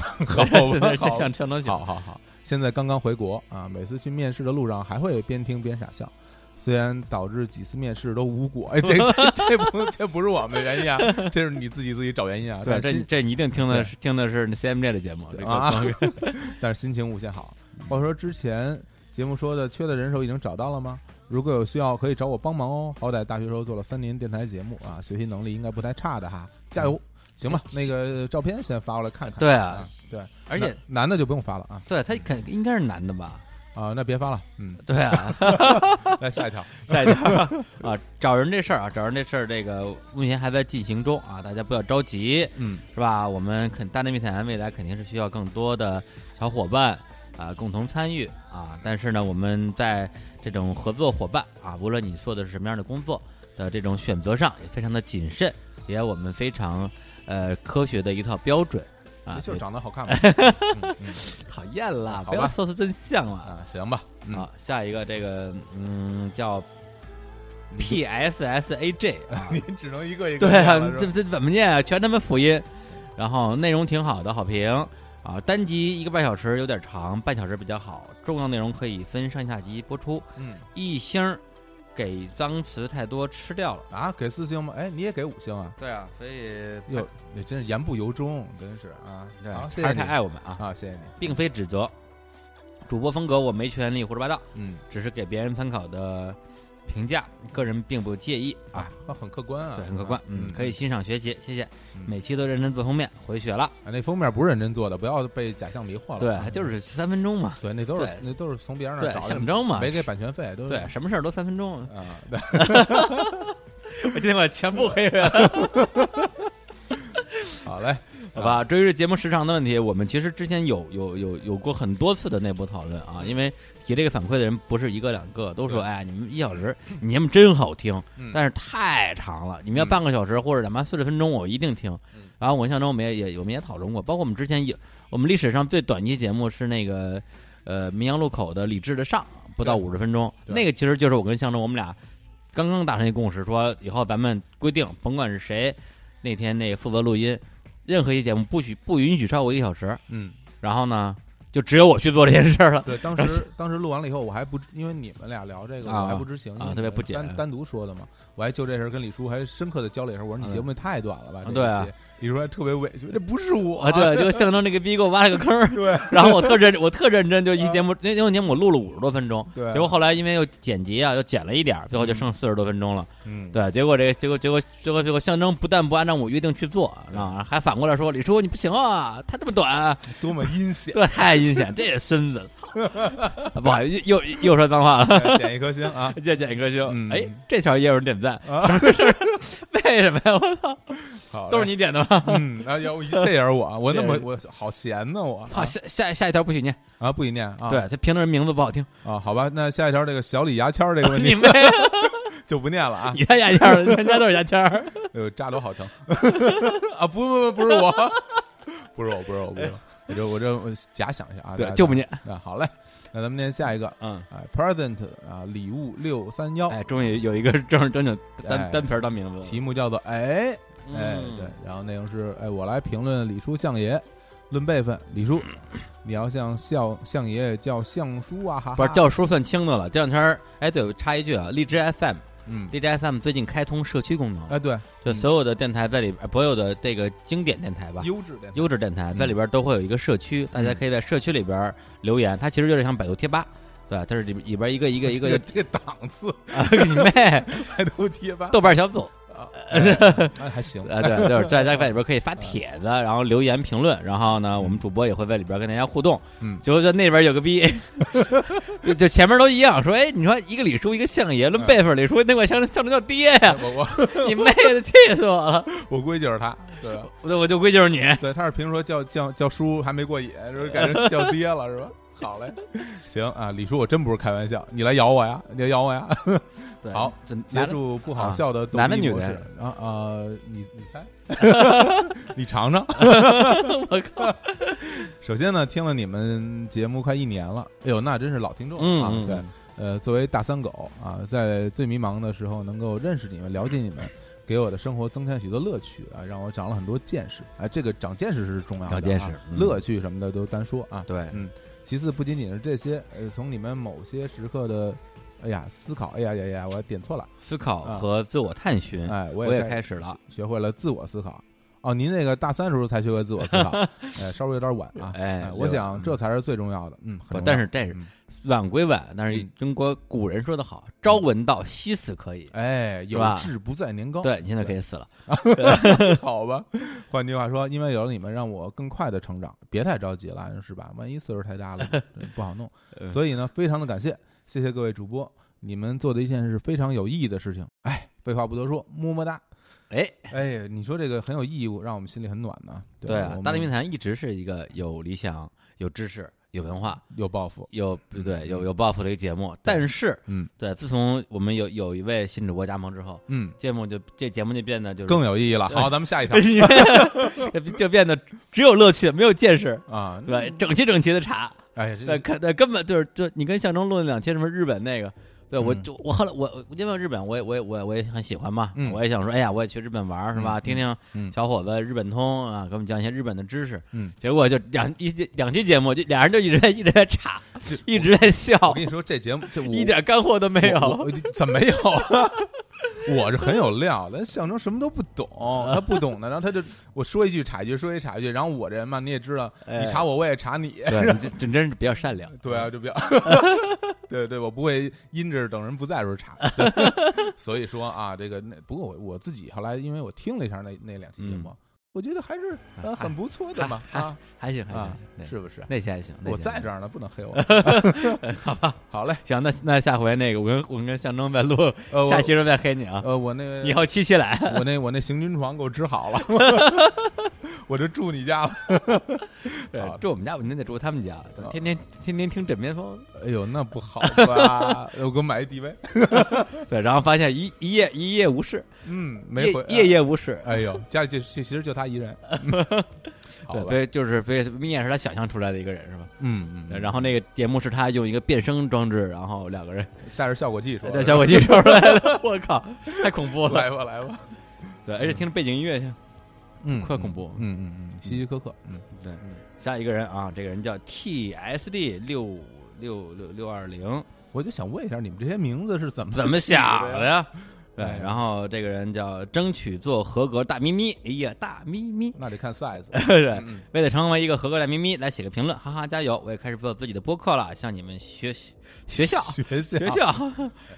D: 好
C: 现在
D: 吧，
C: 是
D: 好吧
C: 象象征性
D: 好好好，现在刚刚回国啊，每次去面试的路上还会边听边傻笑，虽然导致几次面试都无果。哎，这 这这不这不是我们的原因啊，这是你自己自己找原因啊。
C: 对，
D: 但
C: 这
D: 是
C: 你
D: 心
C: 这你一定听的是听的是 CMJ 的节目这个
D: 啊
C: 广告
D: 但是心情无限好。话说之前节目说的缺的人手已经找到了吗？如果有需要可以找我帮忙哦。好歹大学时候做了三年电台节目啊，学习能力应该不太差的哈，加油！行吧，那个照片先发过来看看。
C: 对啊
D: 啊，对，
C: 而且
D: 男男的就不用发了啊
C: 对他肯应该是男的吧？
D: 啊，那别发了， 嗯，
C: 对啊，
D: 来下一条，
C: 下一条啊，找人这事儿啊，找人这事儿，这个目前还在进行中啊，大家不要着急，
D: 嗯，
C: 是吧？我们肯大内密谈未来肯定是需要更多的小伙伴啊共同参与啊，但是呢，我们在这种合作伙伴啊，无论你做的是什么样的工作的这种选择上，也非常的谨慎，也有我们非常呃科学的一套标准啊，
D: 就是
C: 也
D: 长得好看 嘛。嗯嗯
C: 讨厌啦，
D: 好吧
C: 不要说出真相了。
D: 啊，行吧， 嗯
C: 好，下一个这个嗯叫
D: 你
C: P S S A J 啊，
D: 你只能一个一个
C: 对
D: 念
C: 啊
D: 了，是
C: 这
D: 吧
C: 这怎么念啊？全他妈辅音。然后内容挺好的，好评啊，单集一个半小时有点长，半小时比较好。重要内容可以分上下集播出。
D: 嗯
C: 一星儿给脏词太多吃掉了。
D: 啊，给四星吗？哎，你也给五星啊？
C: 对啊，所以
D: 哟，你真是言不由衷，真是啊。
C: 对，
D: 好，
C: 还
D: 谢
C: 是太
D: 谢你
C: 爱我们啊，
D: 啊，谢谢你。
C: 并非指责。主播风格我没权利胡说八道，
D: 嗯
C: 只是给别人参考的评价，个人并不介意嗯啊。
D: 啊，那很客观啊，
C: 对，很客观，嗯，可以欣赏学习，谢谢。
D: 嗯
C: 每期都认真做封面，回血了。
D: 啊。那封面不是认真做的，不要被假象迷惑了。
C: 对
D: 啊，
C: 就是三分钟嘛，
D: 对，那都是
C: 对
D: 那都是从别人那
C: 对
D: 儿找，的，
C: 象征嘛
D: 没。给版权费，都是
C: 对，什么事儿都三分钟。
D: 啊，对
C: 我今天把全部黑了，
D: 好嘞，
C: 好
D: 啊
C: 吧？至于是节目时长的问题，我们其实之前有有有有过很多次的内部讨论啊，因为提这个反馈的人不是一个两个，都说
D: 嗯对
C: 哎，你们一小时，你们节目真好听
D: 嗯，
C: 但是太长了，你们要半个小时或者哪怕四十分钟，我一定听
D: 嗯。
C: 然后我印象中我们也也我们也讨论过，包括我们之前有我们历史上最短期节目是那个呃民阳路口的李志的上，不到
D: 对
C: 五十分钟，
D: 对
C: 那个其实就是我跟向征我们俩刚刚达成一共识，说以后咱们规定，甭管是谁那天那负责录音，任何一节目不许不允许超过一个小时。
D: 嗯
C: 然后呢，就只有我去做这件事 儿了。
D: 对，当时当时录完了以后，我还不因为你们俩聊这个，
C: 啊
D: 我还不知情，
C: 啊
D: 因为
C: 特别不解
D: 单单独说的嘛，我还就这事儿跟李叔还深刻的交流一下，我说你
C: 嗯
D: 节目也太短了吧，这
C: 对
D: 一
C: 啊
D: 期，李叔还特别委屈，这不是我，
C: 啊，对，就象征这个逼给我挖了个坑儿，
D: 对啊
C: 然后我特认，我特认真，就一节目，那那期节目我录了五十多分钟，
D: 对，
C: 结果后来因为又剪辑啊，又剪了一点儿，最后就剩四十多分钟了。
D: 嗯，
C: 对，结果这个结果结果结果结果象征不但不按照我约定去做，
D: 对
C: 啊，还反过来说李叔你不行啊，他这么短，
D: 多么 阴险，
C: 这太阴险，这身子， 操！不好意思，又又又说脏话了，
D: 对点一颗星啊，
C: 再减一颗
D: 嗯
C: 星。哎，这条也有人点赞，
D: 啊，
C: 为什么呀？我操，
D: 好，
C: 都是你点的吗？
D: 你，嗯，啊，要不这也是我，我那么
C: 对
D: 我好闲呢，我
C: 好，下下下一条不许念，
D: 啊，不许念啊，
C: 对他评论人名字不好听，
D: 啊，好吧，那下一条这个小李牙签儿这个问
C: 你
D: 题
C: 没
D: 就不念了啊，
C: 你太牙签儿了，全家都是牙签儿。
D: 哎呦，扎的我好疼 啊！不不不，不是我， 不是我，不是我，不是我，我就我就我假想一下啊，大
C: 对
D: 家，
C: 就不念。
D: 啊。好嘞，那咱们念下一个，
C: 嗯，
D: 哎，present 啊，礼物六三幺，
C: 哎，终于有一个正儿正经
D: 哎
C: 单单皮儿当名字了。
D: 题目叫做哎哎
C: 嗯
D: 对，然后内容是哎，我来评论李叔相爷，论辈分，李 叔，你要向相相爷叫相叔啊，哈哈，
C: 不是叫叔算轻的了。这两天儿，哎，对，我插一句啊，荔枝 FM，
D: 嗯，
C: 荔枝 FM 最近开通社区功能，
D: 哎对，
C: 就所有的电台在里边，呃所有的这个经典电台吧，
D: 优质点，
C: 优质电
D: 嗯
C: 台在里边都会有一个社区，大家可以在社区里边留言。它其实有点像百度贴吧，对吧？它是里里边一个一个一
D: 这
C: 个
D: 个，这个档次
C: 啊，你 妹，
D: 还都贴吧，
C: 豆瓣小组
D: 啊哎哎还行，
C: 啊，对，就是大家在里边可以发帖子，然后留言评论，然后呢，我们主播也会在里边跟大家互动。
D: 嗯
C: 结果就那边有个逼， 就就前面都一样，说，哎，你说一个李叔，一个相爷，
D: 嗯
C: 论辈分，李叔那管相相声叫爹呀，
D: 我我
C: 你妹的，气死我了！
D: 我估计就 是他，对啊吧？
C: 我就我就归就是你，
D: 对，他是平时说叫叫叫叔还没过瘾，就是改成叫爹 了，是吧？好嘞，行啊，李叔，我真不是开玩笑，你来咬 我呀，你来咬我呀！
C: 对
D: 好，
C: 这
D: 结束不好笑的
C: 啊男的
D: 逗逼
C: 女
D: 模
C: 的
D: 式啊呃，你你猜， 你尝尝。
C: 我
D: 嗯
C: 靠，
D: 首先呢，听了你们节目快一年了，哎呦，那真是老听众
C: 嗯
D: 了啊！
C: 嗯
D: 对，呃，作为大三狗啊，在最迷茫的时候能够认识你们、了解你们，给我的生活增添许多乐趣啊，让我长了很多见识。哎，这个长见识是重要的啊，
C: 长见识嗯
D: 乐趣什么的都单说啊。
C: 对，
D: 其次，不仅仅是这些，呃，从你们某些时刻的，哎呀，思考，哎呀呀呀，我点错了，
C: 思考
D: 嗯
C: 和自我探寻，
D: 哎，
C: 嗯
D: 我
C: 我
D: 也
C: 也开始了，
D: 学会了自我思考。哦，您那个大三时候才学会自我思 考，哎，稍微有点晚啊。
C: 哎
D: 我
C: 有
D: 想这才是最重要的，嗯，
C: 不
D: 很重要
C: 但是这是
D: 嗯
C: 晚归晚，但是
D: 嗯
C: 中国古人说的好，朝闻道，夕死可矣。
D: 哎，有
C: 吧
D: 志不在年高，
C: 对，你现在可以死了。
D: 好吧。换句话说，因为有了你们，让我更快的成长，别太着急了，是吧？万一岁数太 大了，真不好弄。
C: 嗯
D: 所以呢，非常的感谢，谢谢各位主播，你们做的一件是非常有意义的事情。哎，废话不多说，么么哒。
C: 哎，
D: 哎，你说这个很有意义，让我们心里很暖呢。
C: 对
D: 吧
C: 啊
D: 我，
C: 大内密
D: 们
C: 谈一直是一个有理想、有知识、有文化、
D: 有抱负，
C: 有不对、有有抱负的一个节目。但是，
D: 嗯
C: 对，自从我们有有一位新主播加盟之后，
D: 嗯，
C: 节目就这节目就变得就是 哎
D: 更有意义了。好，咱们下一条
C: 就就变得只有乐趣，没有见识。
D: 啊，
C: 对吧，整齐整齐的查，
D: 哎，
C: 对，
D: 这
C: 根对根本就是就你跟象征录那两期什么日本那个，对我
D: 嗯
C: 就我后来我我因为日本我也我也我也我也很喜欢嘛，
D: 嗯
C: 我也想说，哎呀，我也去日本玩儿是吧？
D: 嗯
C: 听
D: 嗯
C: 听小伙子日本通啊，给我们讲一些日本的知识。
D: 嗯，
C: 结果就两一两期节目，就俩人就一直在一直在查
D: 这，
C: 一直在笑
D: 我，跟你说，这节目这我
C: 一点干货都没
D: 我
C: 有。
D: 我怎么没有啊？我是很有料，但象征什么都不懂，他不懂的，然后他就我说一句插一句，说一句插一句，然后我这人嘛，你也知道，
C: 哎
D: 你查我，我也查你，
C: 对，你这这真是比较善良。
D: 对 啊，就比较，对对，我不会阴着等人不在的时 候查，所以说啊，这个那不过我我自己后来因为我听了一下那那两期节
C: 嗯
D: 目，我觉得还是呃
C: 还
D: 很不错的
C: 还
D: 嘛
C: 还
D: 啊
C: 还行还行
D: 啊，，
C: 哎对
D: 是不是？
C: 那期还行。那
D: 我
C: 期
D: 在
C: 还
D: 这
C: 行
D: 儿呢，不能 黑我。好嘞，
C: 行，那那下回那个我跟我跟象征再录
D: 呃，我
C: 下期时候再黑你啊，
D: 呃我那个
C: 以后七七 来。
D: 我那我那行军床给我支 好了，我就住你家了。
C: 对
D: 啊，
C: 住我们家，我您得住他们家，对
D: 哦
C: 天天天天听枕边风，
D: 哎呦，那不好吧？ 我给我买一 DV，
C: 对，然后发现一一夜一夜无事，
D: 嗯，没
C: 夜
D: 回
C: 夜。夜无事，
D: 哎呦，家里就其实就他一 人，嗯好
C: 对，
D: 吧
C: 所？以就是所以明眼是他想象出来的一个人是吧？
D: 嗯
C: 对
D: 嗯，
C: 然后那个节目是他用一个变声装置，然后两个人
D: 带着效果技术，
C: 在小火鸡 抽出来的，我靠，太恐怖了，
D: 来吧来吧，
C: 对，而且听着背景音乐，
D: 嗯，
C: 快恐怖
D: 嗯嗯嗯，希希柯克，嗯，
C: 对
D: 嗯，
C: 下一个人啊，这个人叫 TSD 六六六六二零，
D: 我就想问一下，你们这些名字是怎么
C: 怎么
D: 起的
C: 想
D: 呀
C: 的呀？对，
D: 哎呀
C: 然后这个人叫争取做合格大咪咪，哎呀，大咪咪，
D: 那得看 size，
C: 对，
D: 嗯
C: 为了成为一个合格大咪咪，来写个评论，哈哈，加油！我也开始做自己的播客了，向你们学学学校
D: 学校
C: 学校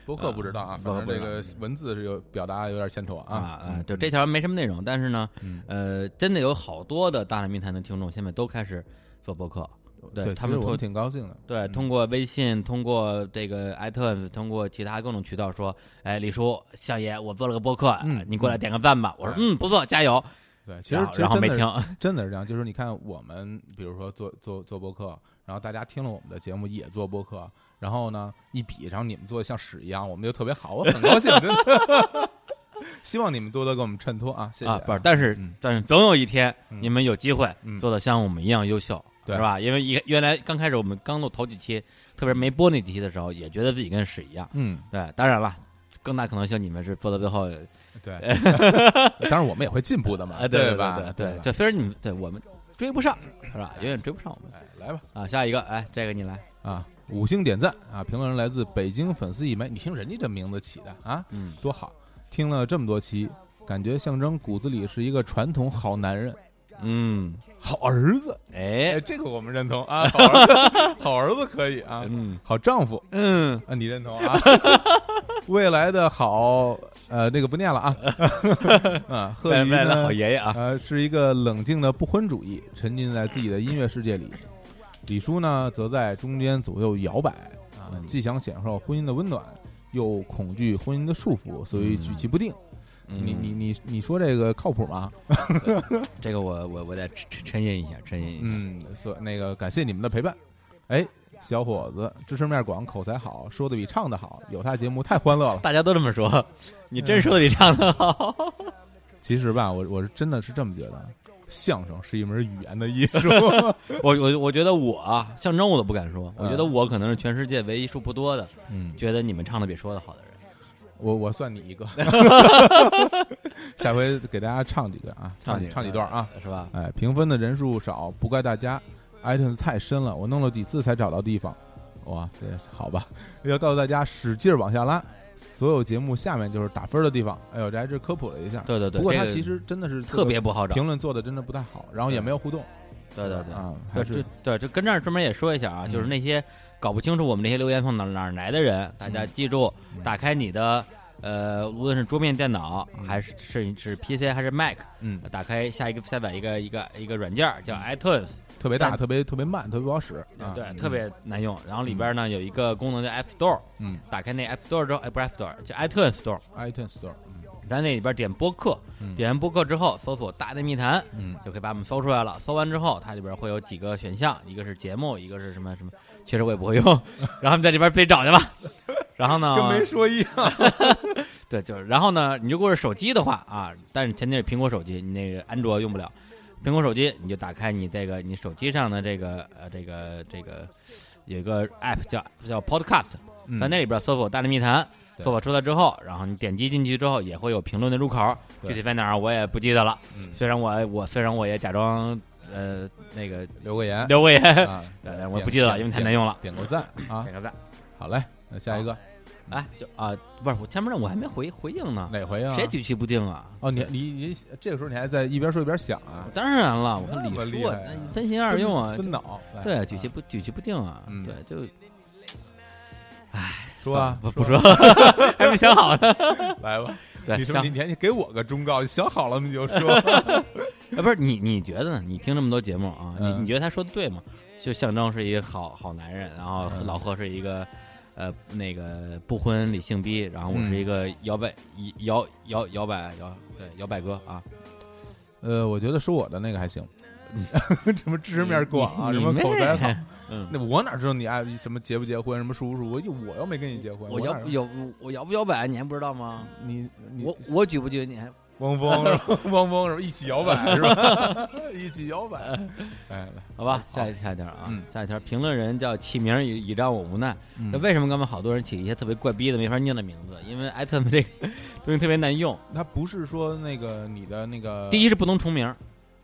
D: 博客不知道啊，
C: 博
D: 反
C: 客
D: 正
C: 呃不知道嗯
D: 这个文字是有表达有点欠妥
C: 啊
D: 啊，
C: 啊！就这条没什么内容，但是呢，
D: 嗯
C: 呃，真的有好多的大内密谈的听众现在都开始做播客，对
D: 对
C: 他们
D: 其实我
C: 说
D: 们挺高兴的，
C: 对，通过微信，通过这个 iTunes，通过其他各种渠道说，哎，李叔、相爷，我做了个播客，
D: 嗯
C: 你过来点个赞吧。我说，
D: 对
C: 嗯，不错，加油。
D: 对，其实
C: 然后
D: 其实
C: 然后
D: 真
C: 没
D: 的是
C: 听，
D: 真的是这样，就是你看我们，比如说做做做播客，然后大家听了我们的节目也做播客，然后呢一比，然后你们做的像屎一样，我们就特别好，我很高兴，真的。 希望你们多多给我们衬托啊，谢谢。
C: 啊，不是，但是、
D: 嗯
C: 但是总有一天、
D: 嗯
C: 你们有机会
D: 嗯
C: 做的像我们一样优秀，
D: 对
C: 是吧？因为一原来刚开始我们刚录头几期，特别是没播那几期的时候，也觉得自己跟屎一样。
D: 嗯，
C: 对，当然了。更大可能性，你们是做到最后，
D: 对。 当然我们也会进步的嘛，
C: 哎，对
D: 吧？
C: 对
D: 对
C: 对
D: 吧，
C: 这虽然你们对我们追不上，是吧？永远追不上我们
D: 哎，来吧
C: 啊！下一个，哎，这个你来，
D: 啊，五星点赞啊！评论人来自北京粉丝一枚，你听人家这名字起的啊，
C: 嗯，
D: 多好！听了这么多期，感觉象征骨子里是一个传统好男人、
C: 嗯，
D: 好儿子。
C: 哎
D: 哎，，这个我们认 同啊，好儿子，好儿子可以啊，
C: 嗯
D: 好 丈夫
C: 嗯，
D: 啊，你认同啊？未来的好，呃，那个不念 了啊。啊，贺
C: 外
D: 鱼
C: 外的
D: 呢
C: 好？爷爷啊，
D: 呃，是一个冷静的不婚主义，沉浸在自己的音乐世界里。李叔呢，则在中间左右摇摆啊，
C: 嗯
D: 既想享受婚姻的温暖，又恐惧婚姻的束缚，所以举棋不定。你你你你说这个靠谱吗？
C: 这个我我我得沉沉沉吟一下，沉吟一下，
D: 嗯，所那个感谢你们的陪伴。哎，小伙子，知识面广，口才好，说的比唱的好，有他节目太欢乐了。
C: 大家都这么 说，你真说的比唱的好，
D: 其实吧，我我是真的是这么觉得，相声是一门语言的艺术。
C: 我我我觉得我啊，象征我都不敢说，我觉得我可能是全世界唯一数不多的
D: 嗯，
C: 觉得你们唱的比说的好的人，
D: 我我算你 一个，下回给大家唱几个啊，唱
C: 几
D: 几唱几段啊。，
C: 是吧？
D: 哎，评分的人数少，不怪大家，iTunes 太深了，我弄了几次才找到地方。哇，这好吧，要告诉大家，使劲儿往下拉，所有节目下面就是打分的地方。哎呦，这还是科普了一下。
C: 对对对，
D: 不过
C: 这
D: 他
C: 个
D: 其实真的是
C: 特别不好找，
D: 评论做的真的不太好，然后也没有互动。
C: 对对对。
D: 啊，还
C: 对
D: 是
C: 对对，就跟这儿专门也说一下啊，
D: 嗯
C: 就是那些搞不清楚我们这些留言从哪哪儿来的人，大家记住，
D: 嗯
C: 打开你的呃，无论是桌面电脑
D: 嗯
C: 还是是是 PC 还是 Mac，
D: 嗯
C: 打开下一个下载一个一个一个软件儿叫 iTunes，
D: 特别大，
C: 但
D: 特别特别慢，特别不好使。嗯啊
C: 对，特别难用。然后里边呢有一个功能叫 App Store，
D: 嗯
C: 打开那 App Store 之后，哎不是 App Store，叫 iTunes Store，
D: iTunes Store，嗯
C: 在那里边点播客，
D: 嗯
C: 点完播客之后搜索“大内密谈”，
D: 嗯
C: 就可以把我们搜出来了。搜完之后，它里边会有几个选项，一个是节目，一个是什么什么，其实我也不会用， 然后你在这边自己找去吧。然后呢，
D: 跟没说一样。
C: 对，就是然后呢，你如果是手机的话啊，但是前提是苹果手机，你那个安卓用不了。苹果手机你就打开你这个你手机上的这个呃这个这个有一个 app 叫叫 Podcast，在
D: 嗯
C: 那里边搜索“大内密谈”，
D: 对
C: 搜索出来之后，然后你点击进去之后也会有评论的入口，
D: 对
C: 具体在哪儿我也不记得了。
D: 嗯
C: 虽然我我虽然我也假装呃那个
D: 留个言，
C: 留个言，对
D: 啊，
C: 但哎是我也不记得了，因为太难用了。哎
D: 点个赞啊！
C: 点个赞，
D: 好嘞，那下一个
C: 哎，就啊，不是我前面我还没回回应呢，
D: 哪回啊？
C: 谁举棋不定啊？
D: 哦，你你你，这个时候你还在一边说一边想啊？
C: 当然了，我
D: 那么
C: 看李
D: 厉
C: 硕
D: 害啊
C: 那分心二用啊，
D: 分
C: 就
D: 分脑。来
C: 对，举棋不举棋不定啊，
D: 嗯
C: 对，就
D: 说啊，
C: 不不说， 还没想好 呢。
D: 来吧。
C: 对，
D: 你说
C: 想
D: 你你你给我个忠告，想好了你就说。
C: 啊，不是你你觉得呢？你听这么多节目啊，你
D: 嗯
C: 你觉得他说的对吗？就象征是一个好好男人，然后
D: 嗯
C: 老贺是一个。呃，那个不婚理性逼，然后我
D: 嗯
C: 是一个摇摆摇摇摇摆摇对摇摆哥啊，
D: 呃，我觉得说我的那个还行， 什么知识面广啊，
C: 嗯你
D: 什
C: 你
D: 么口 才好
C: 妹。嗯，
D: 那我哪知道你爱什么结不结婚，什么舒不舒服？又我又没跟你结婚，
C: 我
D: 哪
C: 摇啊
D: 知道
C: 有我摇不摇摆，你还不知道吗？
D: 你你
C: 我我举不举你还
D: 汪峰是吧？ 汪峰是吧？一起摇摆是吧？ 一起摇 摆，哎，来
C: 好吧，下一下一条啊，
D: 嗯
C: 下一条评论人叫起名已已让我无奈。那、
D: 嗯
C: 为什么刚才好多人起一些特别怪逼的没法念的名字？因为艾特这个东西特别难用。
D: 他不是说那个你的那个
C: 第一是不能重名，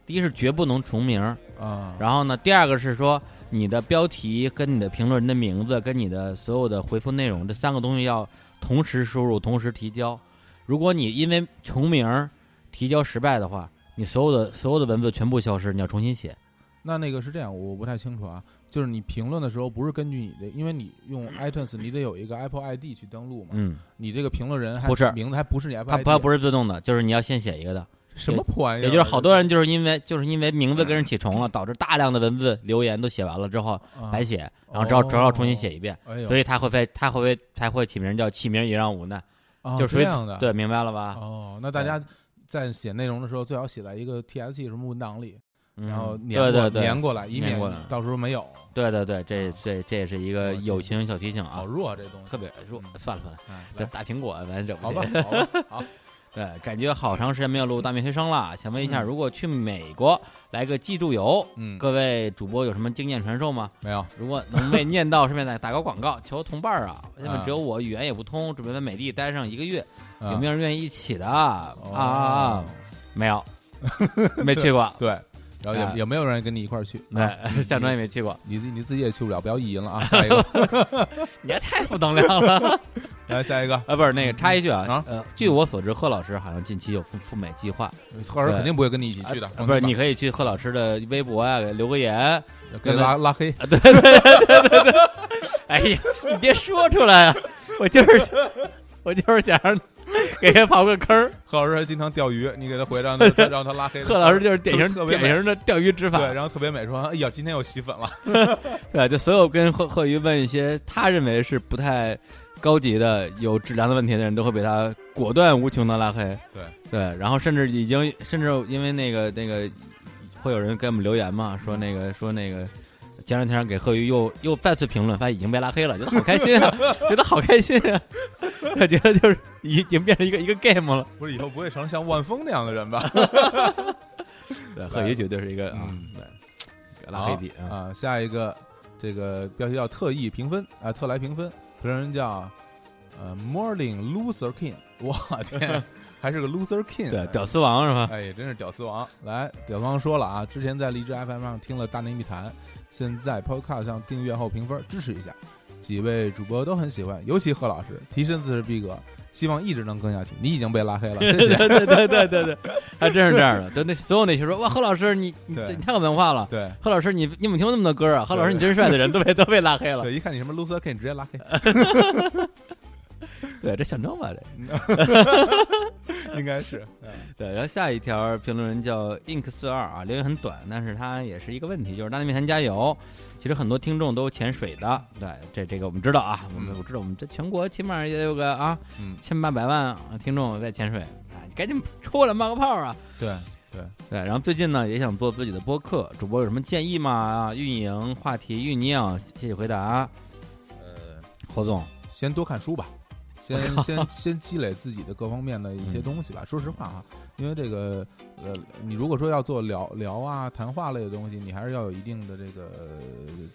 C: 第一是绝不能重名。
D: 啊，
C: 然后呢，第二个是说你的标题跟你的评论人的名字跟你的所有的回复内容这三个东西要同时输入、同时提交。如果你因为重名儿提交失败的话，你所有的所有的文字全部消失，你要重新写。
D: 那那个是这样，我不太清楚啊。就是你评论的时候，不是根据你的，因为你用 iTunes，你得有一个 Apple ID 去登录嘛。
C: 嗯，
D: 你这个评论人还
C: 不是
D: 名字还不是你 Apple
C: 它
D: ID，
C: 它不是自动的，就是你要先写一个的。
D: 什么破玩意儿，
C: 也就是好多人就是因为就是因为名字跟人起重了，导致大量的文字留言都写完了之后
D: 嗯啊
C: 白写，然后只好只好重新写一遍，
D: 哎呦，
C: 所以他会被他会被才会起名叫起名也让无奈，
D: 啊
C: 就是
D: 这样的
C: 对，明白了吧？
D: 哦，那大家在写内容的时候，最好写在一个 TST 什么文档里，
C: 嗯
D: 然后粘
C: 对
D: 过
C: 对对
D: 粘过来，以免
C: 粘过来
D: 到时候没有。
C: 对对对，这这这也是一
D: 我
C: 个
D: 天
C: 友情小提醒啊
D: 好，弱啊这东西，
C: 特别弱，
D: 嗯
C: 算了算了，
D: 哎
C: 这
D: 来
C: 大苹果咱整
D: 好
C: 不
D: 吧
C: 起。，
D: 好吧，好，
C: 对，感觉好长时间没有录大明黑声了，想问一下，
D: 嗯
C: 如果去美国来个寄住游，
D: 嗯，
C: 各位主播有什么经验传授吗？
D: 没有，
C: 如果能被念到，顺便再打个广告，求同伴儿啊！现在
D: 啊
C: 只有我语言也不通，准备在美的待上一个月，有没有
D: 有
C: 人愿意一起的啊？
D: 哦
C: 啊啊！没 有，没去过，
D: 对，然后
C: 啊哎
D: 也也没有人跟你一块儿去， 啊
C: 对，夏庄也没去过，
D: 你自你自己也去不了，不要意淫了啊！下 一个，
C: 你还太负能量 了
D: 来下一个，
C: 啊！不是那个插一句啊
D: 啊，
C: 呃，据我所知，贺老师好像近期有赴赴美计划，
D: 赫尔肯定不会跟你一起去的，
C: 啊
D: 放
C: 不是？
D: 心
C: 你可以去贺老师的微博啊，给留个言。
D: 吧给拉拉黑，
C: 哎呀，你别说出来啊， 我就是我就是想让 给他刨个坑儿。
D: 贺老师还经常钓鱼，你给他回 让他让他拉黑，
C: 贺老师就是典
D: 特
C: 型
D: 别
C: 典
D: 美
C: 型的钓鱼执法，
D: 对，然后特别美说，哎呀，今天有洗粉了，
C: 对，就所有跟贺贺鱼问一些他认为是不太高级的、有质量的问题的人，都会被他果断无情的拉黑。
D: 对
C: 对，然后甚至已经，甚至因为那个那个，会有人给我们留言嘛，说那个说那个。前两天给贺鱼又又再次评论，发现已经被拉黑了，觉得好开心啊， 觉得好开心啊， 他觉得就是已经变成一个一个 game 了。
D: 不是以后不会成像万峰那样的人吧？
C: 对，贺鱼绝对是一个啊
D: 嗯，
C: 对，拉黑底啊，
D: 啊，下一个这个标题叫特意评分啊，特来评分，评论人叫呃 Morning Loser King，我 天，还是个 Loser King，
C: 对
D: 哎，
C: 屌丝王是 吧？
D: 哎，真是屌丝王！来，屌丝王说了啊，之前在荔枝 FM 上听了《大内密谈》，现在 Podcast 上订阅后评分，支持一下。几位主播都很喜欢，尤其贺老师，提升自持逼格，希望一直能更下去。你已经被拉黑了，谢谢。
C: 对对对对对对，还真是这样的。 对，那所有那些说哇，贺老师你你
D: 对
C: 你太有文化了，
D: 对
C: 贺老师你你怎么听过那么多歌啊？贺老师
D: 对
C: 你 真帅的人都 被都被拉黑了。
D: 对，一看你什么 loser King，直接拉黑。
C: 对，这象征吧这。
D: 应该是，嗯
C: 对，然后下一条评论人叫 ink 四二啊，留言很短，但是他也是一个问题，就是大内密谈加油。其实很多听众都潜水的，对，这这个我们知道啊，我们
D: 嗯
C: 我知道我们这全国起码也有个啊
D: 嗯，
C: 千八百万听众在潜水，啊，你赶紧出来冒个泡啊！
D: 对，
C: 对，然后最近呢也想做自己的播客，主播有什么建议吗？啊，运营话题酝酿，谢谢回答，
D: 呃，
C: 侯总。
D: 先多看书 吧，先先先积累自己的各方面的
C: 嗯
D: 一些东西吧。说实话啊，因为这个呃，你如果说要做聊聊啊、谈话类的东西，你还是要有一定的这个呃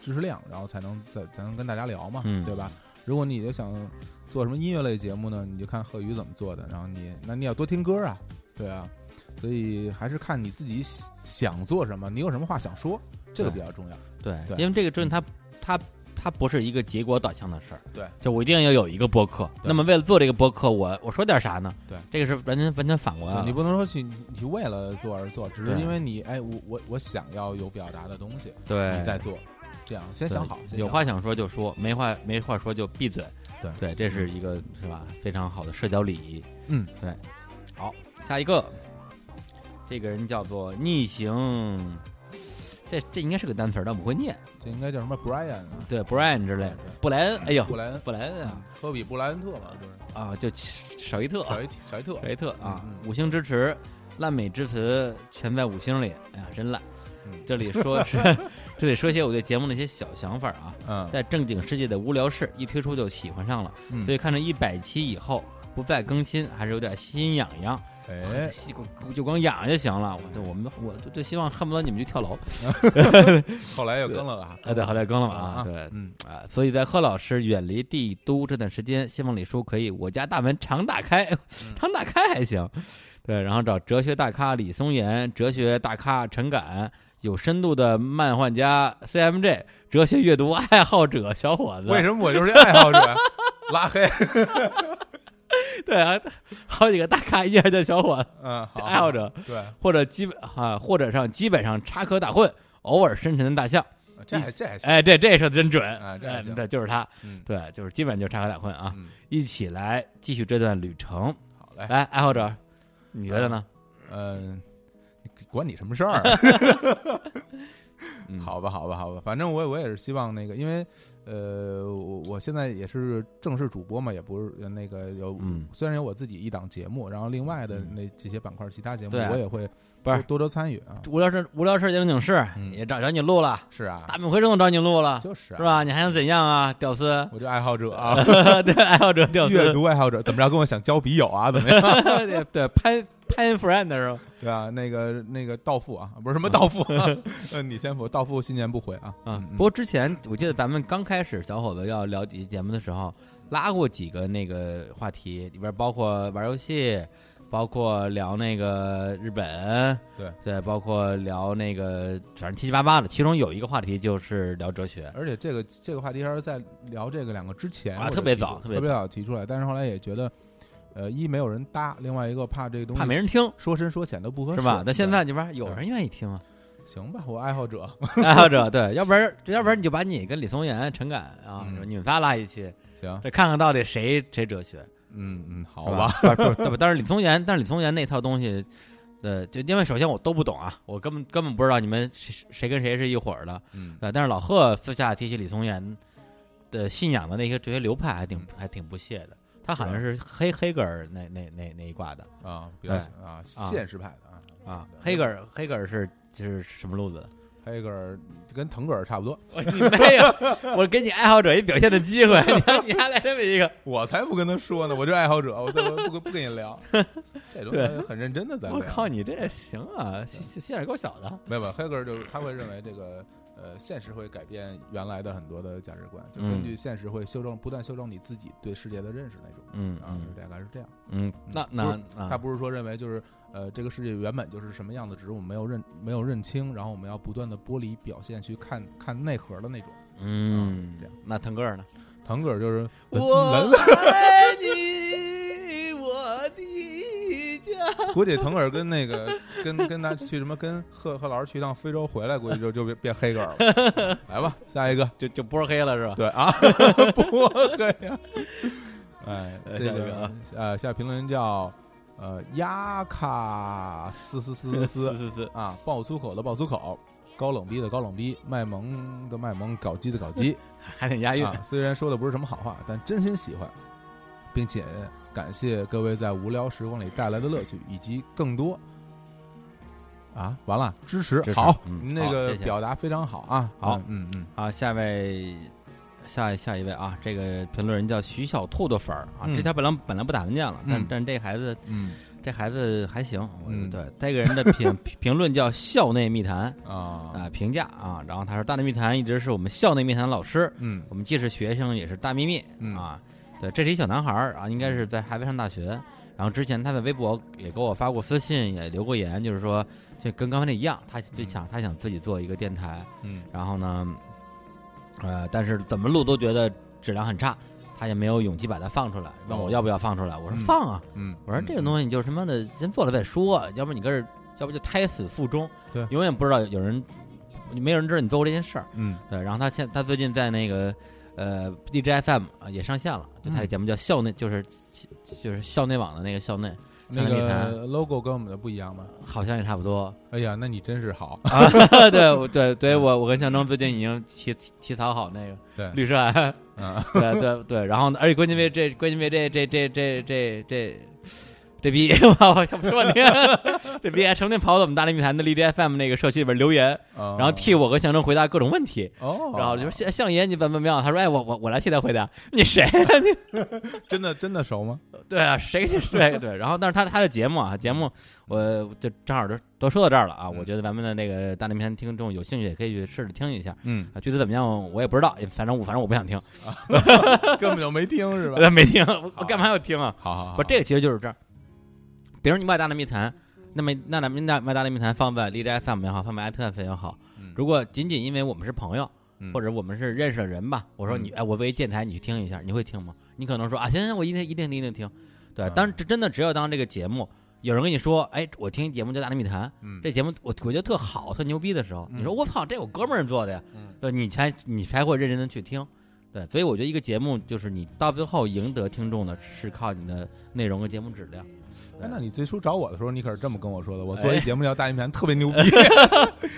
D: 知识量，然后才能再才能跟大家聊嘛，
C: 嗯
D: 对吧？如果你就想做什么音乐类节目呢，你就看贺宇怎么做的，然后你那你要多听歌啊，对啊，所以还是看你自己喜想做什么，你有什么话想说，这个比较重要。
C: 对，
D: 对嗯
C: 因为这个东西它它它不是一个结果导向的事儿。
D: 对，
C: 就我一定要有一个播客。
D: 对
C: 那么为了做这个播客，我我说点啥呢？
D: 对，
C: 这个是完全完全反过来
D: 对
C: 了。
D: 你不能说去你去为了做而做，只是
C: 啊对
D: 因为你哎，我我我想要有表达的东西，
C: 对
D: 你在做，这样先
C: 对
D: 想好，先
C: 有
D: 想
C: 话
D: 好
C: 想说就说，没话没话说就闭嘴。
D: 对
C: 对，这是一个是吧？非常好的社交礼仪。
D: 嗯，
C: 对。好，下一个，这个人叫做逆行，这这应该是个单词儿，但我不会念。
D: 这应该叫什么 Brian 啊，
C: 对，Brian 之类的
D: 对，
C: 布莱恩，哎呦，
D: 布莱恩，
C: 布莱恩啊
D: 嗯科比布莱恩特嘛，就是
C: 啊，就少一特，
D: 小一小一特，
C: 少一特啊
D: 嗯，嗯
C: 五星支持，烂美之词全在五星里，哎呀，真烂。
D: 嗯
C: 这里 说是，这里说些我对节目的一些小想法啊，
D: 嗯
C: 在正经世界的无聊事一推出就喜欢上了，
D: 嗯
C: 所以看着一百期以后，不再更新，还是有点心痒痒。
D: 哎，
C: 就光就光痒就行了。我对我们我就就希望恨不得你们去跳楼。
D: 后来又更了 啊，
C: 哎，对，后来更了嘛
D: 啊
C: 啊，对
D: 嗯，
C: 啊，所以在贺老师远离帝都这段时间，希望李叔可以我家大门常打开，
D: 嗯
C: 常打开还行。对，然后找哲学大咖李松岩、哲学大咖陈敢、有深度的漫画家 CMJ、哲学阅读爱好者小伙子。
D: 为什么我就是这爱好者？ 拉黑，
C: 对啊，好几个大咖一人叫小伙子
D: 嗯，好
C: 爱好，者，
D: 对，
C: 或者基本啊，或者上基本上插科打诨，偶尔深沉的大笑。
D: 这还这还行，
C: 哎，这这说的真准
D: 啊这还
C: 哎
D: 行
C: 对，就是他，
D: 嗯
C: 对，就是基本上就是插科打诨啊。
D: 嗯，
C: 一起来继续这段旅程。
D: 好嘞，
C: 来，爱好者，你觉得呢？
D: 嗯，管你什么事儿？啊
C: 嗯，
D: 好吧，好吧，好吧，反正我我也是希望那个，因为呃，我我现在也是正式主播嘛，也不是呃那个有，
C: 嗯
D: 虽然有我自己一档节目，然后另外的
C: 嗯
D: 那这些板块其他节目
C: 对啊
D: 我也会
C: 不是
D: 多多多参与啊，
C: 无聊事无聊事儿正经事儿
D: 嗯
C: 也找找你录了，
D: 是啊，
C: 大本回声都找你录了，
D: 就是啊，？
C: 是？吧？你还想怎样啊，屌丝
D: 我就爱好者啊，
C: 对，爱好者屌丝，
D: 阅读爱好者，怎么着跟我想交笔友啊？怎么样？
C: 对对，潘潘 friend 是吧？
D: 对啊，那个那个道父啊，不是什么
C: 嗯
D: 道父、啊， 呃，你先否，道父新年不回啊，
C: 啊
D: 嗯，
C: 不过之前我记得咱们刚开始小伙子要聊节节目的时候，拉过几个那个话题，里边包括玩游戏，包括聊那个日本，
D: 对
C: 对，包括聊那个反正七七八八的。其中有一个话题就是聊哲学，
D: 而且这个这个话题还是在聊这个两个之前
C: 啊
D: 我就
C: 特别
D: 提出
C: 早特
D: 特
C: 别
D: 别早提出来，但是后来也觉得，呃，一没有人搭，另外一个怕这个东西
C: 怕没人听
D: 说深说浅都不合适，
C: 是吧？但现在
D: 对
C: 你边有人愿意 听啊，
D: 行吧，我爱好者
C: 爱好者对，啊要不然要不然你就把你跟李松岩、陈敢啊，
D: 嗯
C: 你们仨拉一起，
D: 行，
C: 再看看到底谁谁哲学。
D: 嗯嗯，好
C: 好
D: 吧，，
C: 不是对吧？但是李宗岩，但是李宗岩那套东西，呃，就因为首先我都不懂啊，我根本根本不知道你们谁谁跟谁是一伙儿的，
D: 嗯
C: 对吧。但是老贺私下提起李宗岩的信仰的那些哲学流派，还挺还挺不屑的。他好像是黑黑格尔那那那那一挂的
D: 啊，比较
C: 对
D: 啊现实派的啊，
C: 啊，
D: 对
C: 黑格尔黑格尔是就是什么路子的？
D: 黑格尔跟腾格尔差不多，
C: 我你没有， 我给你爱好者一表现的机会，你还你还来这么一个，
D: 我才不跟他说呢，我就爱好者，我才不不跟不跟你聊， 这东
C: 对
D: 西很认真的在聊，
C: 我靠，你这行啊，心心心眼儿够小的。
D: 没有，没有，黑格尔就是他会认为这个呃，现实会改变原来的很多的价值观，就根据现实会修正，不断修正你自己对世界的认识那种。
C: 嗯
D: 啊，
C: 嗯
D: 就大概是这样。
C: 嗯，那那啊
D: 他不是说认为就是呃，这个世界原本就是什么样子，只是我们没有认没有认清，然后我们要不断的剥离表现去看看内核的那种。
C: 嗯
D: 嗯这样，
C: 那腾格尔呢？
D: 腾格尔就是
C: 我爱你，我的家。
D: 估计腾格尔跟那个跟跟他去什么跟贺贺老师去一趟非洲回来，估计就就变变黑格尔了。来吧，下一个。
C: 就就波黑了是吧？
D: 对啊， 不会呀。 哎，
C: 呃
D: 这
C: 下一个
D: 个
C: 啊
D: 呃，下评论叫呃亚卡斯斯斯斯
C: 是是，
D: 啊，爆粗口的爆粗口，高冷逼的高冷逼，卖萌的卖萌，搞基的搞 基
C: 还得押韵。
D: 啊。虽然说的不是什么好话，但真心喜欢，并且感谢各位在无聊时光里带来的乐趣，以及更多。啊，完了，支持
C: 支持
D: 好，
C: 嗯
D: 您那
C: 好
D: 个
C: 谢谢
D: 表达非常好啊，
C: 好
D: 嗯，嗯嗯，
C: 好，下位，下下一位啊，这个评论人叫徐小兔的粉儿啊，
D: 嗯
C: 这他本来本来不打算念了，但
D: 嗯
C: 但这孩子
D: 嗯
C: 这孩子还行，我
D: 嗯
C: 对。这个人的 评评论叫校内密谈
D: 啊，
C: 啊，评价啊，然后他说大内密谈一直是我们校内密谈老师，
D: 嗯
C: 我们既是学生也是大秘密、
D: 嗯
C: 啊。对，这是一小男孩儿啊，应该是在还未上大学。然后之前他在微博也给我发过私信，也留过言，就是说，就跟刚才那一样，他就想他想自己做一个电台，
D: 嗯
C: 然后呢，呃，但是怎么录都觉得质量很差，他也没有勇气把它放出来。问我
D: 哦
C: 要不要放出来，我说
D: 嗯
C: 放啊，
D: 嗯，
C: 我说这个
D: 嗯
C: 东西你就什么的先做了再说，要不你跟这儿，要不就胎死腹中，
D: 对
C: 永远不知道有人，没有人知道你做过这件事儿。
D: 嗯
C: 对，然后他现他最近在那个呃 DJ FM 啊也上线了，就他的
D: 嗯
C: 节目叫校内，就是就是校内网的那个校内，
D: 那
C: 那你看
D: 个 logo 跟我们的不一样吗？
C: 好像也差不 多。
D: 哎呀，那你真是 好，
C: 啊、对我对对，我我跟向征最近已经起起起草好那个
D: 嗯对
C: 律师 函，
D: 啊，
C: 对对对，然后呢而且关键为这关键为这这这这这这这逼， 我我想说你，这逼还成天跑我们大内密谈的荔枝 FM 那个社区里边留言，
D: 然
C: 然后替我和向征回答各种问题。
D: 哦，
C: 然后就说向向爷你怎么怎么样？他说哎我我我来替他回答，你谁呀、你
D: 真的真的熟吗？
C: 对啊， 谁跟你对对。然后，但是他他的节目啊，节目我就正好就都说到这儿了啊。
D: 嗯
C: 我觉得咱们的那个大内密谈听众有兴趣也可以去试着听一下
D: 嗯，
C: 啊。具体怎么样我也不知道，也反正我反正我不想听，
D: 根本就没听是吧？
C: 我没听，我我干嘛要听啊？
D: 好好好，
C: 不，这个其实就是这儿。比如你把《大内密谈》，那么那那那把《大内密谈》放在荔枝 FM 也好，放在 iTunes 也好，
D: 嗯
C: 如果仅仅因为我们是朋友，
D: 嗯
C: 或者我们是认识的人吧，我说你，哎，我为电台你去听一下，你会听吗？你可能说啊，行行，我一定一定一定听。对，
D: 嗯
C: 当这真的只有当这个节目有人跟你说，哎，我听节目叫《大内密谈》，
D: 嗯
C: 这节目我我觉得特好，特牛逼的时候，
D: 嗯
C: 你说我操，这我哥们儿做的呀，
D: 嗯
C: 对，你才你才会认真的去听。对，所以我觉得一个节目就是你到最后赢得听众的是靠你的内容和节目质量。
D: 哎，那你最初找我的时候，你可是这么跟我说的，我做
C: 哎
D: 一节目叫《大硬盘》，特别牛 逼。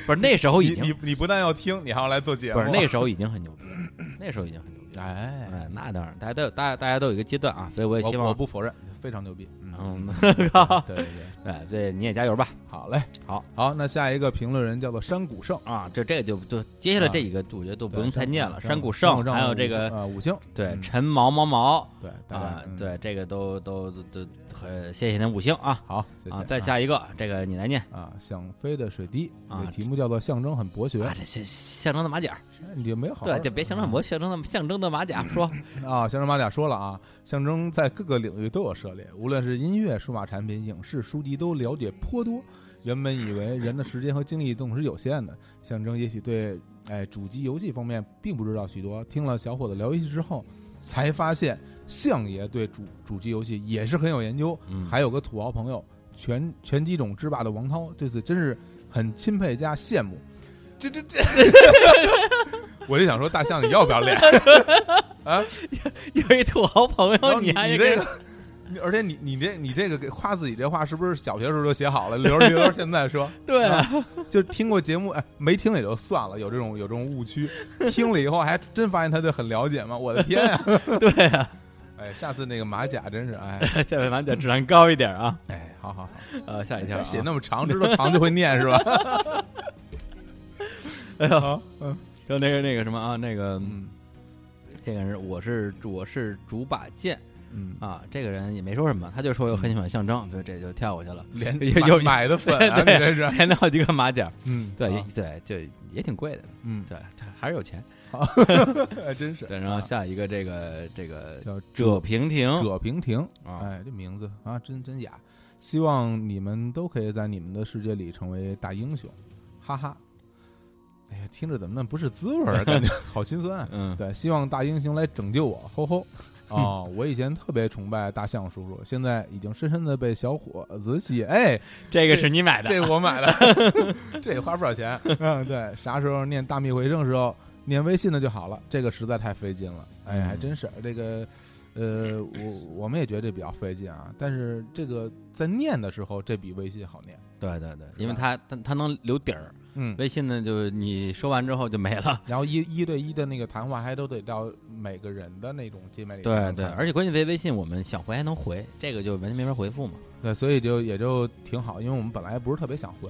C: 不是那时候已
D: 你
C: 经
D: 你你不但要听，你还要来做节目。
C: 不是那时候已经很牛逼了，那时候已经很牛逼了。
D: 哎，
C: 哎，那当然，大家都有大家大家都有一个阶段啊，所以我也
D: 我
C: 希
D: 我
C: 望，
D: 不否认，非常牛逼。
C: 嗯，
D: 对对对，
C: 哎，对，你也加油吧。
D: 好嘞，
C: 好
D: 好，那下一个评论人叫做山谷胜，
C: 啊，这这个就就接下来
D: 啊
C: 这几个，我觉得都不用
D: 对
C: 太念了。
D: 山
C: 山
D: 谷
C: 谷
D: 胜
C: 胜，还有这个
D: 呃五星，
C: 对
D: 嗯
C: 陈毛毛毛
D: 对，大
C: 啊
D: 概，嗯，
C: 对这个都都都都很谢谢您五星啊
D: 好，谢
C: 啊
D: 谢。！
C: 再下一个，这个你来念
D: 啊，想飞的水滴，
C: 啊
D: 这题目叫做象征很博学
C: 啊，，这象象征的马甲，
D: 你就没有好好嗯
C: 对，就别象征我象征的象征的马甲说
D: 啊，象征马甲说了啊，象征在各个领域都有涉猎，无论是音乐、数码产品、影视、书籍都了解颇多。原本以为人的时间和精力总是有限的，象征也许对哎主机游戏方面并不知道许多。听了小伙子聊游戏之后，才发现相爷对主主机游戏也是很有研究，
C: 嗯
D: 还有个土豪朋友拳拳击种之霸的王涛，这次真是很钦佩加羡慕。这这这， 我就想说大象你要不要脸？
C: 有一土豪朋
D: 然后
C: 友，
D: 你
C: 还
D: 哦你这个，你而且你你这你这个给夸自己这话是不是小学时候就写好了，留着留着现在说？
C: 对啊，
D: 就听过节目，哎，没听也就算了，有这种有这种误区，听了以后还真发现他对很了解吗？我的天呀、
C: 对啊，
D: 哎，下次那个马甲真是，哎
C: 这位马甲质量高一点啊，
D: 哎，好好好，
C: 呃，吓一跳
D: 别
C: 啊，
D: 写那么长，知道长就会念是吧？
C: 哎呦
D: 好，嗯
C: 就那个那个什么啊，那个
D: 嗯
C: 这个人是我是我是竹把剑。
D: 嗯，
C: 啊，这个人也没说什么，他就说我很喜欢象征，所以这就跳过去了，
D: 连
C: 有有
D: 买买的粉啊，你
C: 对
D: 这是，
C: 连到几个马甲，
D: 嗯，
C: 对、
D: 啊
C: 对，就也挺贵的，
D: 嗯，
C: 对，他还是有钱。
D: 哎，真是
C: 对，然后下一个这个这嗯个
D: 叫
C: 者平亭
D: 者平亭，
C: 啊，
D: 哎，这名字啊，真真雅。希望你们都可以在你们的世界里成为大英雄，哈哈。哎呀，听着怎么那不是滋味儿，感觉好心酸啊。
C: 嗯，
D: 对，希望大英雄来拯救我，吼吼！哦，我以前特别崇拜大象叔叔，现在已经深深的被小伙子吸引。哎，
C: 这个
D: 这
C: 是你买的，
D: 这我买的， 这也花不少钱。嗯，对，啥时候念大密回声时候念微信的就好了，这个实在太费劲了。哎，还真是这个，呃，我我们也觉得这比较费劲啊。但是这个在念的时候，这比微信好念。
C: 对对对，因为他他他能留底儿，
D: 啊嗯，
C: 微信呢就你说完之后就没了，
D: 然后一一对一的那个谈话还都得到每个人的那种界面里才
C: 对
D: 能
C: 对，
D: 看。
C: 而且关键微微信我们想回还能回，这个就完全没法回复嘛。
D: 对，所以就也就挺好，因为我们本来不是特别想回。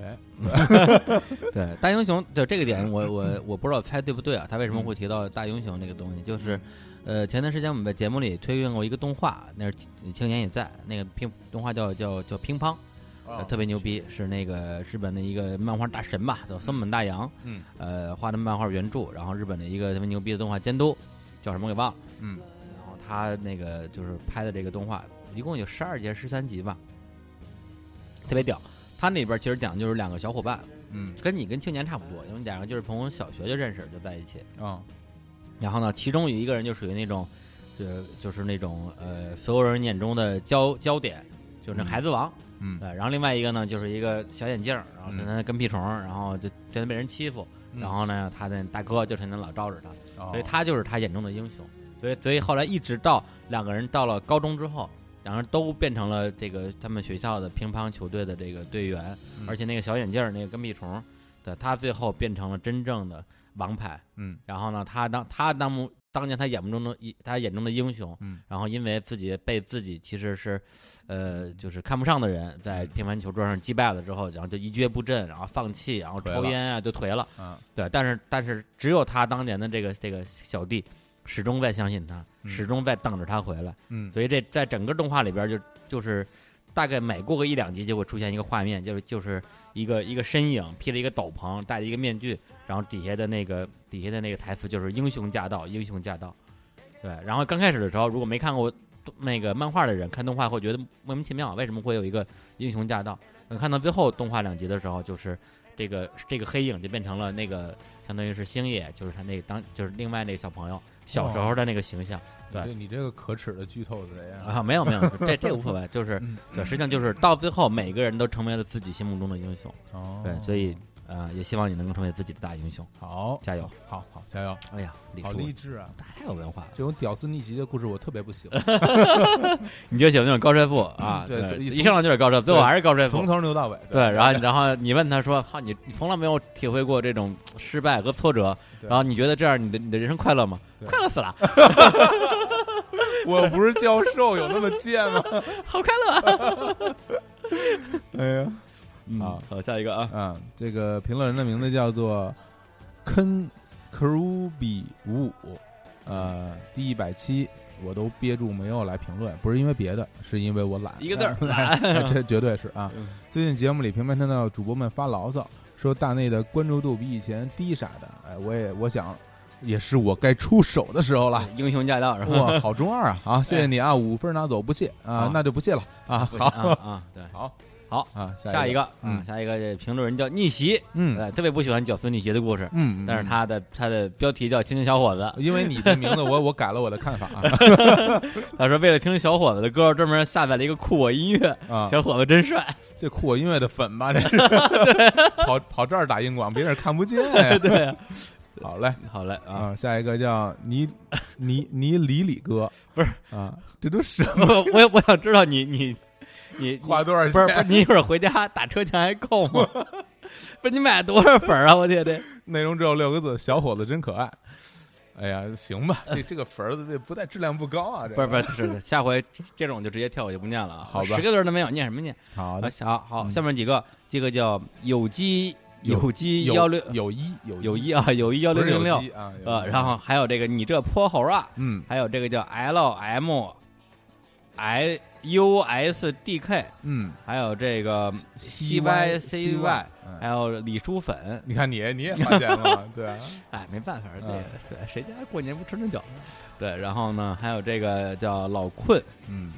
C: 对，大英雄就这个点我，我我不知道猜对不对啊？他为什么会提到大英雄这个东西？就是，呃，前段时间我们在节目里推荐过一个动画，那是青年也在那个乒动画叫叫叫乒乓，呃
D: 啊哦
C: 特别牛逼，是那个日本的一个漫画大神吧，叫松本大洋，
D: 嗯，
C: 呃，画的漫画原著，然后日本的一个特别牛逼的动画监督，叫什么给忘了，
D: 嗯
C: 然后他那个就是拍的这个动画，一共有十二集、十三集吧，特别屌。他那里边其实讲就是两个小伙伴，
D: 嗯
C: 跟你跟青年差不多，因为两个就是从小学就认识，就在一起。
D: 啊
C: 然后呢，其中有一个人就属于那种，呃，就是那种呃，所有人眼中的焦焦点，就是那孩子王。
D: 嗯
C: 对，然后另外一个呢，就是一个小眼镜儿，然后
D: 嗯
C: 天天跟屁虫，然后就天天被人欺负。
D: 嗯
C: 然后呢，他那大哥就天天老招惹他，
D: 哦
C: 所以他就是他眼中的英雄。所以，所以后来一直到两个人到了高中之后，两个人都变成了这个他们学校的乒乓球队的这个队员，
D: 嗯
C: 而且那个小眼镜儿那个跟屁虫，对他最后变成了真正的王牌，
D: 嗯
C: 然后呢，他当他当目当年他眼目中的一他眼中的英雄，
D: 嗯，
C: 然后因为自己被自己其实是，呃，就是看不上的人
D: 嗯
C: 在乒乓球桌上击败了之后，然后就一蹶不振，然后放弃，然后
D: 颓
C: 抽
D: 了
C: 烟啊，就颓了。
D: 啊，
C: 对，但是但是只有他当年的这个这个小弟，始终在相信他，
D: 嗯
C: 始终在等着他回来。
D: 嗯，
C: 所以这在整个动画里边就就是大概每过个一两集就会出现一个画面，就是就是一个一个身影披了一个斗篷，戴了一个面具，然后底下的那个底下的那个台词就是“英雄驾到，英雄驾到”。对，然后刚开始的时候，如果没看过那个漫画的人，看动画会觉得莫名其妙，为什么会有一个英雄驾到？等看到最后动画两集的时候，就是这个这个黑影就变成了那个相当于是星野，就是他那个当就是另外那个小朋友小时候的那个形象。
D: 你
C: 对
D: 这你这个可耻的剧透贼啊！
C: 啊，没有没有，这这无所谓，就是
D: 嗯
C: 对，实际上就是到最后，每个人都成为了自己心目中的英雄。
D: 哦，
C: 对，所以呃，也希望你能够成为自己的大英雄，
D: 好，
C: 加油！
D: 好好加油，
C: 哎呀，李
D: 好
C: 叔
D: 励志啊！
C: 太有文化了，
D: 这种屌丝逆袭的故事我特别不喜 欢，
C: 你就喜欢那种高帅富啊？
D: 对从
C: 一上来就是高帅，最后
D: 对
C: 还是高帅
D: 从
C: 富。
D: 头牛到尾。
C: 对，然后然后你问他说：“哈，你你从来没有体会过这种失败和挫折，
D: 对
C: 然后你觉得这样你的你的人生快乐吗？
D: 对
C: 快乐死了，
D: 我不是教授，有那么贱 吗？
C: 好快乐啊
D: 哎呀，！”
C: 嗯
D: 好
C: 好，下一个啊，
D: 啊，这个评论人的名字叫做 Ken Kruby 五五，呃，第一百期我都憋住没有来评论，不是因为别的，是因为我懒，
C: 一个字儿
D: 懒，这绝对是啊
C: 嗯。
D: 最近节目里频繁听到主播们发牢骚，说大内的关注度比以前低啥的，哎，我也我想，也是我该出手的时 候了。
C: 英雄驾到，然后
D: 哇，好中二 啊！好，谢谢你啊，五分拿走，不谢啊
C: 好，
D: 那就不谢了啊。好
C: 啊啊，对，
D: 好
C: 好
D: 啊，
C: 下一
D: 个，
C: 个啊
D: 嗯，
C: 下一个这评论人叫逆袭，
D: 嗯
C: 呃，特别不喜欢屌丝逆袭的故事，
D: 嗯，嗯
C: 但是他的他的标题叫《听听小伙子
D: 因为你这名字我， 我改了我的看法 啊》，
C: 他说为了听小伙子的歌，专门下载了一个酷我音乐，
D: 啊！
C: 小伙子真帅，
D: 这酷我音乐的粉吧，这 是跑跑这儿打硬广，别人看不见呀。
C: 对啊，
D: 好嘞，
C: 好嘞啊，
D: 啊，下一个叫 尼尼尼里里哥，
C: 不是
D: 啊，这都什么？
C: 我我我想知道你你你你
D: 花多少
C: 不是不是
D: 钱？
C: 你一会儿回家打车钱还够吗？ 不是你买多少粉儿啊？我天这
D: 内容只有六个字：小伙子真可爱。哎呀，行吧，这这个粉儿这不但质量不高啊，这
C: 不是不是是下回这种就直接跳过就不念了啊，
D: 好吧
C: 十个字儿都没有，念什么念？
D: 好
C: 啊，
D: 的，
C: 好好，
D: 嗯
C: 下面几个这个叫有机有机
D: 有
C: 幺六
D: 有一有
C: 有一啊有一幺
D: 不
C: 六
D: 是有
C: 零六
D: 机啊，有
C: 呃，
D: 一
C: 然后还有这个你这泼猴啊，
D: 嗯
C: 还有这个叫 L M I U S D K，
D: 嗯
C: 还有这个 C Y C Y，还有李叔粉，
D: 你看你你也发现 了，对啊，
C: 哎，没办法，这
D: 嗯
C: 个对谁家过年不吃顿饺子？对，然后呢，还有这个叫老困，
D: 嗯。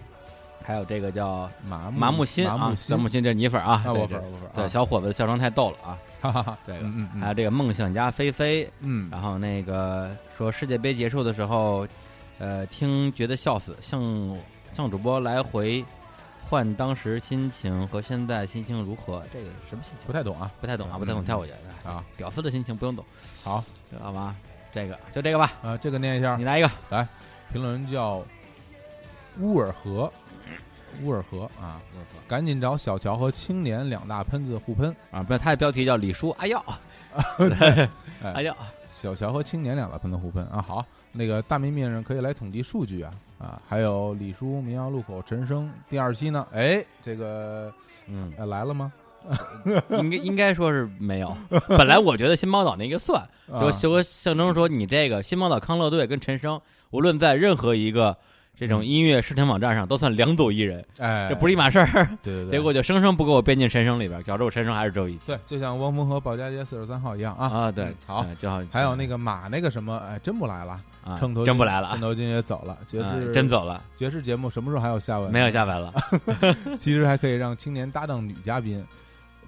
C: 还有这个叫
D: 麻
C: 麻木心
D: 嗯麻
C: 啊
D: 木，
C: 麻木 心这是你粉啊，
D: 啊，
C: 对这
D: 我粉我粉，
C: 对，小伙子的笑声太逗了啊！
D: 哈哈哈，
C: 这个
D: 嗯
C: 还
D: 嗯
C: 有这个梦想家菲菲，
D: 嗯，
C: 然后那个说世界杯结束的时候，呃，听觉得笑死，向向主播来回换当时心情和现在心情如何，这个什么心情？
D: 不太懂啊，
C: 不太懂啊，
D: 嗯
C: 不太懂，
D: 嗯
C: 跳过去。哎
D: 好
C: 屌丝的心情不用懂，
D: 好
C: 知道吧？这个就这个吧，
D: 啊，这个念一下
C: 你，来一个。
D: 评论人叫乌尔和，乌尔和啊，赶紧找小乔和青年两大喷子互喷，
C: 啊，不是，他的标题叫李叔阿耀，
D: 啊 哎
C: 阿耀，
D: 小乔和青年两大喷子互喷啊，好，那个大明面上可以来统计数据啊啊，还有李叔、民谣路口、陈升第二期呢，哎，这个
C: 嗯，
D: 呃来了吗？
C: 应该应该说是没有。本来我觉得新宝岛那个算，
D: 啊
C: 就就象征说你这个新宝岛康乐队跟陈升，无论在任何一个这种音乐视听网站上，都算两组艺人，
D: 嗯哎，
C: 这不是一码事儿。
D: 对对对，
C: 结果就生生不给我编进陈升里边，搞得我陈升还是周一
D: 对，就像汪峰和保家街四十三号一样啊
C: 啊。对
D: 嗯，好。
C: 嗯，就好。
D: 还有那个马那个什么，哎，真不来了，
C: 啊
D: 秤头
C: 真
D: 君
C: 不来了
D: 秤
C: 啊，
D: 头君也走了，爵士、
C: 嗯真走了，
D: 爵士节目什么时候还有下文？
C: 没有。下 文了。
D: 其实还可以让青年搭档女嘉宾，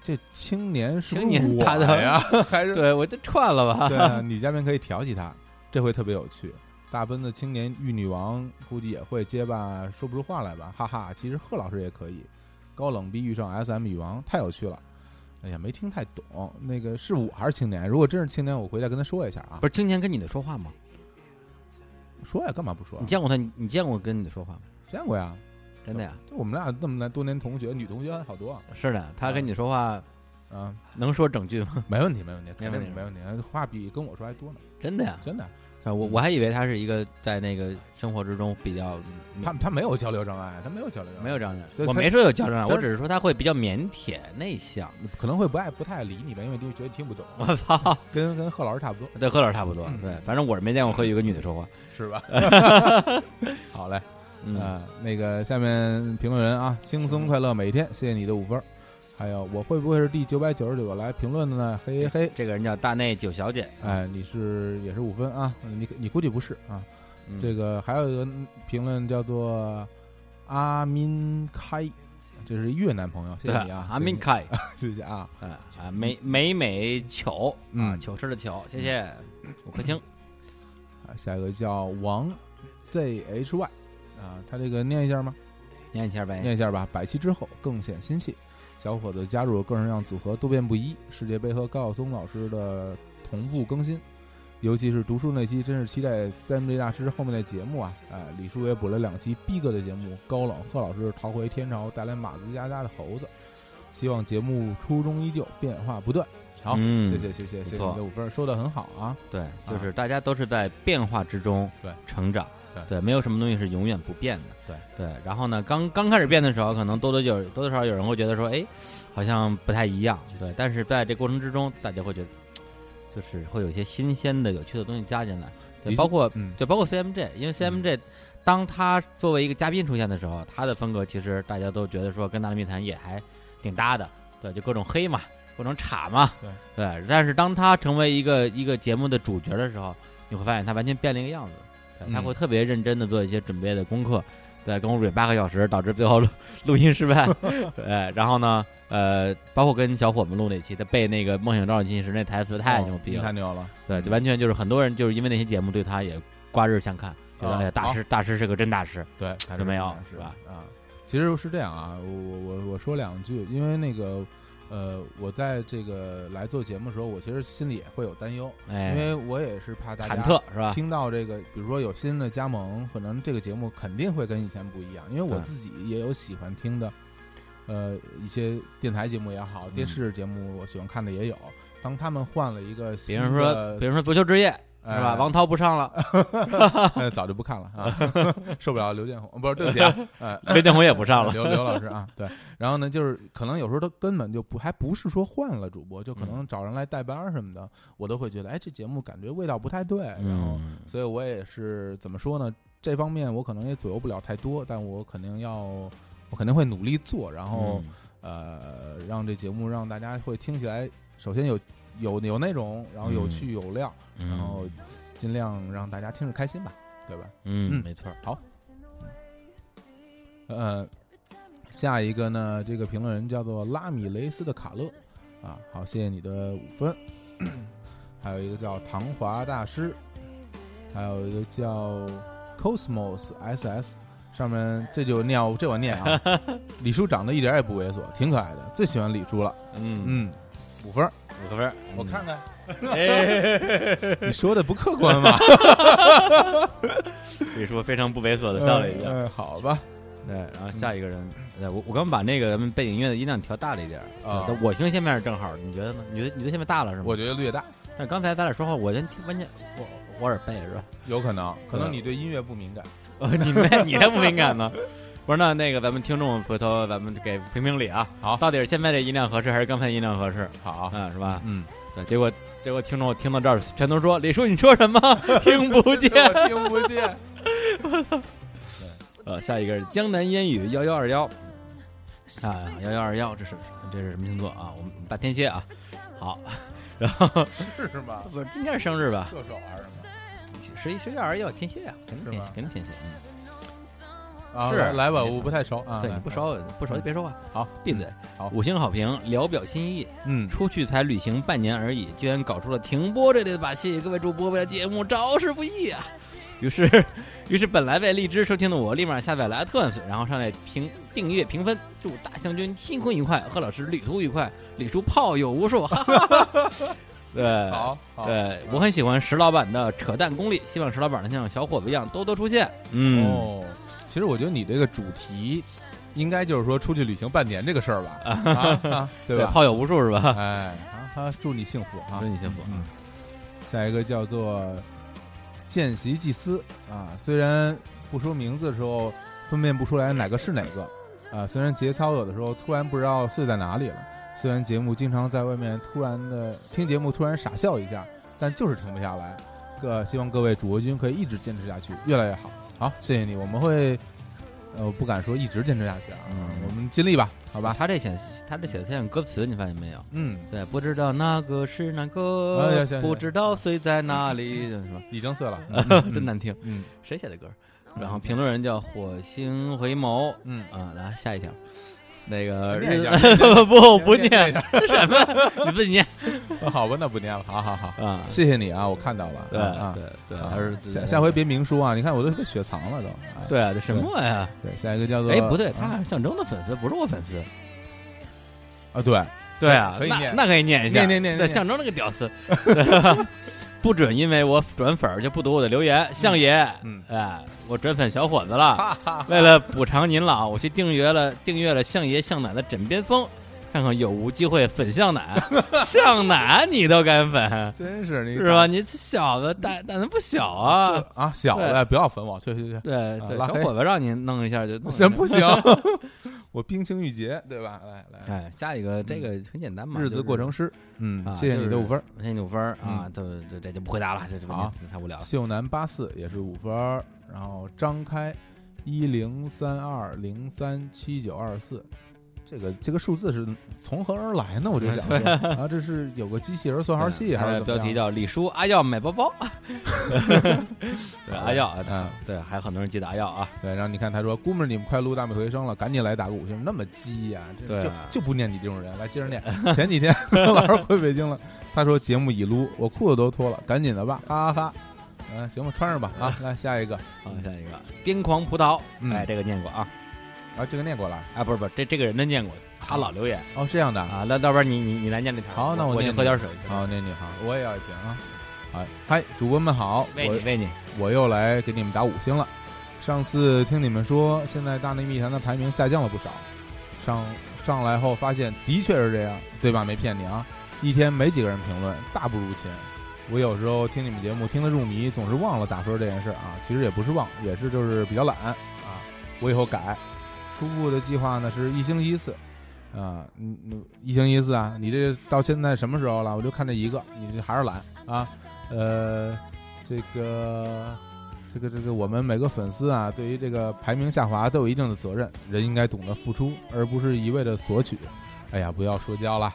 D: 这青年是不是
C: 青年
D: 我
C: 搭档
D: 呀？ 还是
C: 对我这串了吧？
D: 对啊女嘉宾可以调戏他，这回特别有趣。大奔的青年玉女王估计也会结巴说不出话来吧，哈哈。其实贺老师也可以，高冷逼遇上 S M 女王太有趣了。哎呀，没听太懂，那个是我还是青年？如果真是青年，我回来跟他说一下啊。
C: 不是青年跟你的说话吗？
D: 说呀，干嘛不说啊
C: 你？见过他？你你见过跟你的说话吗？
D: 见过呀，
C: 真的呀？
D: 就我们俩那么多年同学，女同学还好多啊。
C: 是的，他跟你说话，
D: 啊，
C: 能说整句吗？
D: 没问题，没问题，肯
C: 没
D: 定
C: 问题
D: 没问题，话比跟我说还多呢，
C: 真的呀，
D: 真的。
C: 啊我我还以为他是一个在那个生活之中比较
D: 他他没有交流障碍，他没有交流障碍，
C: 嗯没有这样的
D: 对，
C: 我
D: 他
C: 没说有矫正啊，
D: 但是嗯
C: 我只是说他会比较腼腆内向。
D: 可能会不爱不太理你吧，因为你觉得听不懂，
C: 我操，
D: 跟跟贺老师差不多，
C: 对，贺老师差不多
D: 嗯，
C: 对，反正我是没见过和有一个女的说话。
D: 是吧？ 好嘞，
C: 嗯，
D: 呃，那个下面评论人啊，轻松快乐每一天，谢谢你的五分儿。还有我会不会是第九百九十九个来评论的呢？嘿嘿嘿，
C: 这个人叫大内九小姐，
D: 哎，你是也是五分啊？你你估计不是啊？
C: 嗯
D: 这个还有一个评论叫做阿min 开，这是越南朋友，谢
C: 对
D: 谢你啊，
C: 阿
D: 谢谢
C: 明
D: 你，
C: 凯，
D: 谢谢啊，
C: 哎啊，美美美球啊，
D: 嗯
C: 球吃的球，谢谢五颗星。
D: 啊下一个叫王 zhy 啊，他这个念一下吗？
C: 念一下呗
D: 念，一下吧。百期之后更显新气，小伙子加入更是让组合多变不一。世界杯和高晓松老师的同步更新，尤其是读书那期，真是期待三 G 大师后面的节目啊！哎，李叔也补了两期逼哥的节目，高冷贺老师逃回天朝，带来马子家家的猴子。希望节目初衷依旧，变化不断。好，
C: 嗯
D: 谢谢谢谢谢谢
C: 不错
D: 你的五分，说的很好啊。
C: 对，就是大家都是在变化之中
D: 对
C: 成长，
D: 对
C: 没有什么东西是永远不变的，
D: 对
C: 对。然后呢，刚刚开始变的时候，可能多多有多多少少有人会觉得说，哎，好像不太一样，对。但是在这过程之中，大家会觉得，就是会有一些新鲜的、有趣的东西加进来，
D: 的确
C: 对，包括
D: 嗯，
C: 就包括 CMJ，因为 CMJ 当他作为一个嘉宾出现的时候，他的风格其实大家都觉得说跟《大内密谈》也还挺搭的，对，就各种黑嘛，各种叉嘛，
D: 对
C: 但是当他成为一个一个节目的主角的时候，你会发现他完全变了一个样子，对，他
D: 嗯
C: 会特别认真的做一些准备的功课，对，跟我蕊八个小时，导致最后录录音失 败，对，然后呢，呃，包括跟小伙伴录那期，他背那个《梦醒照进行时》那台词太
D: 哦
C: 牛逼了
D: 太，牛了，
C: 对，
D: 嗯
C: 就完全就是很多人就是因为那些节目对他也刮日相看，觉得
D: 啊
C: 哎呀，大
D: 好
C: 师大师是个真大师，
D: 对，还是
C: 没有
D: 是
C: 是吧？
D: 啊，其实是这样啊，我我我我说两句，因为那个呃，我在这个来做节目的时候，我其实心里也会有担忧，因
C: 哎，
D: 为我也是怕大
C: 忐
D: 家
C: 忑是吧？
D: 听到这个，比如说有新的加盟，可能这个节目肯定会跟以前不一样，因为我
C: 对
D: 自己也有喜欢听的，呃，一些电台节目也好，
C: 嗯
D: 电视节目我喜欢看的也有。当他们换了一个
C: 比
D: 新的，
C: 如说，比如说足球之夜是吧？
D: 哎
C: 王涛不上 了，
D: 哎早就不看了 啊，受不了刘建宏，不是对不起啊，哎，
C: 魏建宏也不上了，
D: 刘刘老 师啊，对。然后呢，就是可能有时候他根本就不还不是说换了主播，就
C: 嗯
D: 可能找人来代班儿什么的，我都会觉得，哎，这节目感觉味道不太对。然后，
C: 嗯，
D: 所以我也是怎么说呢？这方面我可能也左右不了太多，但我肯定要，我肯定会努力做，然后、呃，
C: 嗯
D: 让这节目让大家会听起来，首先有有有内容，然后有
C: 嗯
D: 趣有料，
C: 嗯，
D: 然后尽量让大家听着开心吧，对吧？
C: 嗯，
D: 嗯
C: 没错，
D: 呃，下一个呢，这个评论人叫做拉米雷斯的卡勒，啊，好，谢谢你的五分。 还有一个叫唐华大师，还有一个叫 Cosmos SS，上面这就念我这我念 啊，李叔长得一点也不猥琐，挺可爱的，最喜欢李叔了，
C: 嗯，
D: 嗯，五分儿，
C: 五个分儿，
D: 我看看，
C: 嗯，哎，
D: 你说的不客观吧？
C: 李叔非常不猥琐的 笑了一下，
D: 嗯，嗯好吧，
C: 对，然后下一个人，对我我刚把那个咱们背景音乐的音量调大了一点儿，
D: 啊
C: 对但我听下面正好，你觉得呢？你觉得你对下面大了是吗？
D: 我觉得略大，
C: 但刚才咱俩说话，我先听完全我我耳背是吧？
D: 有可能，可能
C: 对
D: 你对音乐不敏感，
C: 呃， 你那你才不敏感呢。不是，那那个咱们听众回头咱们给评评理啊。
D: 好
C: 到底是现在这音量合适还是刚才音量合适？
D: 好，
C: 嗯，是吧？
D: 嗯。
C: 对，结果结果听众听到这儿全都说：“李叔，你说什么？ 听不见。
D: 我听不见。”
C: 呃，下一个是江南烟雨幺幺二幺啊，幺幺二幺，这是这是什么星座啊？我们大天蝎啊。好，然后
D: 是吗？
C: 不是今天是生日吧？
D: 射手还是什么？
C: 十一十一二要天蝎啊，肯
D: 是
C: 定天蝎
D: 吗，
C: 肯定天蝎。嗯
D: 啊，
C: 是
D: 来来吧，
C: 没错
D: 我不太熟啊，
C: 对，
D: 来
C: 你不，熟不熟就别说话，
D: 好，
C: 闭嘴。
D: 好
C: 五嗯星好评，聊表心意。
D: 嗯，
C: 出去才旅行半年而已，居然搞出了停播这类的把戏，各位主播为了节目着实不易啊！于是， 于是本来在荔枝收听的我，立马下载了 i t u n e 然后上来评订阅评分。祝大将军新婚愉快，贺老师旅途愉快，李叔炮友无数， 哈哈哈哈！对，
D: 好，好，
C: 嗯对，我很喜欢石老板的扯淡功力，希
D: 哦
C: 望石老板能像小伙子一样多多出现。嗯，
D: 哦，其实我觉得你这个主题应该就是说出去旅行半年这个事儿吧，啊，啊对吧？
C: 炮友无数是吧？
D: 哎，啊，啊祝你幸福啊！
C: 祝你幸福
D: 嗯，下一个叫做见习祭司啊，虽然不说名字的时候分辨不出来哪个是哪个啊，虽然节操有的时候突然不知道碎在哪里了，虽然节目经常在外面突然的听节目突然傻笑一下，但就是停不下来。呃，希望各位主播君可以一直坚持下去，越来越好。好，谢谢你，我们会。呃，我不敢说一直坚持下去啊，
C: 嗯
D: 我们尽力吧，好吧？
C: 他这写他这写的像歌词，你发现没有？
D: 嗯，
C: 对，不知道哪个是哪
D: 哎
C: 个
D: 呀行，
C: 不知道谁在哪里，是吧？
D: 已经碎了，
C: 真难听，
D: 嗯
C: 谁写的歌？然后评论人叫火星回眸
D: 嗯，
C: 啊，来下一条，那个
D: 念一下
C: 日 不不
D: 念
C: 念 什么，你自 己念
D: 好吧，那不念了，好好好，
C: 啊。
D: 谢谢你啊，我看到了，
C: 对
D: 啊，
C: 对对，
D: 啊
C: 还是自己
D: 下下回别明说啊，你看我都被雪藏了都，啊
C: 对啊，这什么呀？
D: 对，下一个叫做
C: 哎，不对，他
D: 啊
C: 是象征的粉丝，不是我粉丝。
D: 啊，对，
C: 对啊，
D: 可以
C: 那
D: 念
C: 那可以念一下，
D: 念念念
C: 对
D: 念
C: 象征那个屌丝， 不准因为我转粉儿就不读我的留言，相爷，
D: 嗯
C: 哎，我转粉小伙子了，为了补偿您老，我去订阅了订阅了相爷向奶的枕边风，看看有无机会粉向 奶，向奶你都敢粉
D: 真是你
C: 是吧？？你这小子胆胆子不小啊
D: 嗯这，啊，小的不要粉我，去去去，
C: 对对，
D: 拉
C: 小
D: 黑
C: 伙子让你弄一下就弄一下
D: 行 不行？我冰清玉洁，对吧？来来，
C: 哎，下一个这个很简单嘛，
D: 嗯日子过成
C: 就是
D: 诗，嗯
C: 啊，
D: 谢谢你的五分儿。嗯
C: 谢谢你五分儿啊，就就这就不回答了，这这
D: 好
C: 太无聊了。
D: 秀男八四也是五分儿，然后张开一零三二零三七九二四，这个这个数字是从何而来呢？我就想说， 啊，这是有个机器人算号器还是
C: 对
D: 怎么
C: 呃标题
D: 样？
C: 叫李叔阿耀买包 包，对阿耀啊，
D: 嗯
C: 对，还有很多人记得阿耀啊，
D: 对，然后你看他说：“姑们儿，你们快录大美回声了，赶紧来打个五星，那么鸡呀、这
C: 对
D: 就
C: 啊
D: 就不念你这种人。”来接着念，前几天 老师回北京了，他说节目已撸，我裤子都脱了，赶紧的吧，哈哈哈。嗯、行吧，穿上吧啊，来下一个
C: 好，下一个癫狂葡萄，
D: 嗯
C: 哎，这个念过啊，
D: 啊，这个念过了
C: 啊，不是不是，这这个人的念过，他老留言
D: 哦，这样的啊，
C: 啊，那要不然你你你来念这条，
D: 好那
C: 我
D: 我
C: 去
D: 念
C: 喝点水，
D: 好，那你好，我也要一瓶啊。好，嗨，主播们好，
C: 喂你
D: 我
C: 喂你，
D: 我又来给你们打五星了。上次听你们说，现在大内密谈的排名下降了不少，上上来后发现的确是这样，对吧？没骗你啊，一天没几个人评论，大不如前。我有时候听你们节目听得入迷，总是忘了打分这件事啊。其实也不是忘，也是就是比较懒啊。我以后改。初步的计划呢是一星期一次，啊，嗯，嗯一星期一次啊。你这到现在什么时候了？我就看这一个，你这还是懒啊。呃，这个这个这个，我们每个粉丝啊，对于这个排名下滑都有一定的责任，人应该懂得付出，而不是一味的索取。哎呀，不要说教啦！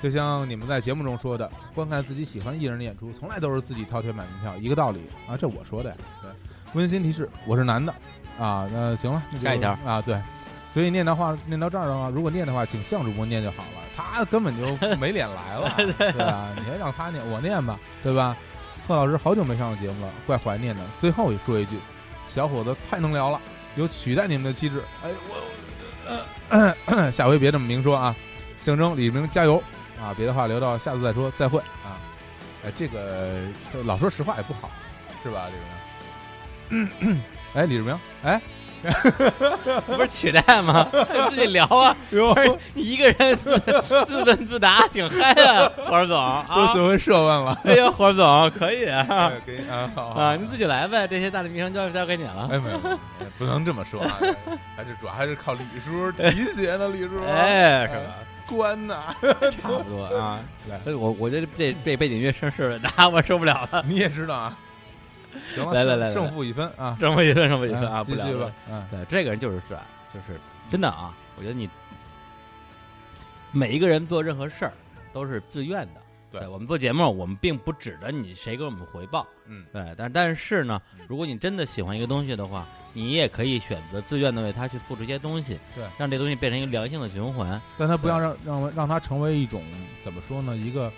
D: 就像你们在节目中说的，观看自己喜欢艺人的演出，从来都是自己掏钱买门票，一个道理啊。这我说的呀。对，温馨提示，我是男的啊。那行了，那就
C: 下一条
D: 啊，对。所以念到话念到这儿的话，如果念的话，请向主播念就好了。他根本就没脸来 了，对啊，你还让他念，我念吧，对吧？贺老师好久没上过节目了，怪怀念的。最后也说一句，小伙子太能聊了，有取代你们的气质。哎，我、呃、 下回别这么明说啊。象征李明加油啊！别的话留到下次再说，再会啊！哎，这个这老说实话也不好，是吧，李志明？哎，李志明， 哎，
C: 不是取代吗？自己聊啊，
D: 哟
C: 不是你一个人自自问自答，挺嗨啊， 火总
D: 都
C: 啊
D: 学，会设 问了。
C: 哎呀，火总可以 啊
D: 哎，给你啊，好好
C: 啊，你自己来呗，这些大力名声交交给你了。
D: 哎，没有，没有哎不能这么说啊！还是主要还是靠李叔提携呢，李叔，啊
C: 哎，是吧？
D: 关呐，
C: 差不多 啊。
D: 来
C: 所以我我觉得这这背景音乐声势的大，我受不了了。
D: 你也知道啊。行了，
C: 来来
D: 胜
C: 来
D: 胜负已分啊，
C: 这么一顿，这么一顿啊，
D: 哎
C: 不
D: 继
C: 聊
D: 续吧
C: 了。，
D: 嗯
C: 对，这个人就是帅，就是真的啊。我觉得你每一个人做任何事儿都是自愿的。
D: 对
C: 我们做节目，我们并不指着你谁给我们回报。
D: 嗯，
C: 对，但但是呢，如果你真的喜欢一个东西的话，你也可以选择自愿的为它去付出一些东西，
D: 对，
C: 让这东西变成一个良性的循环。
D: 但他不要让让让他成为一种怎么说呢？一个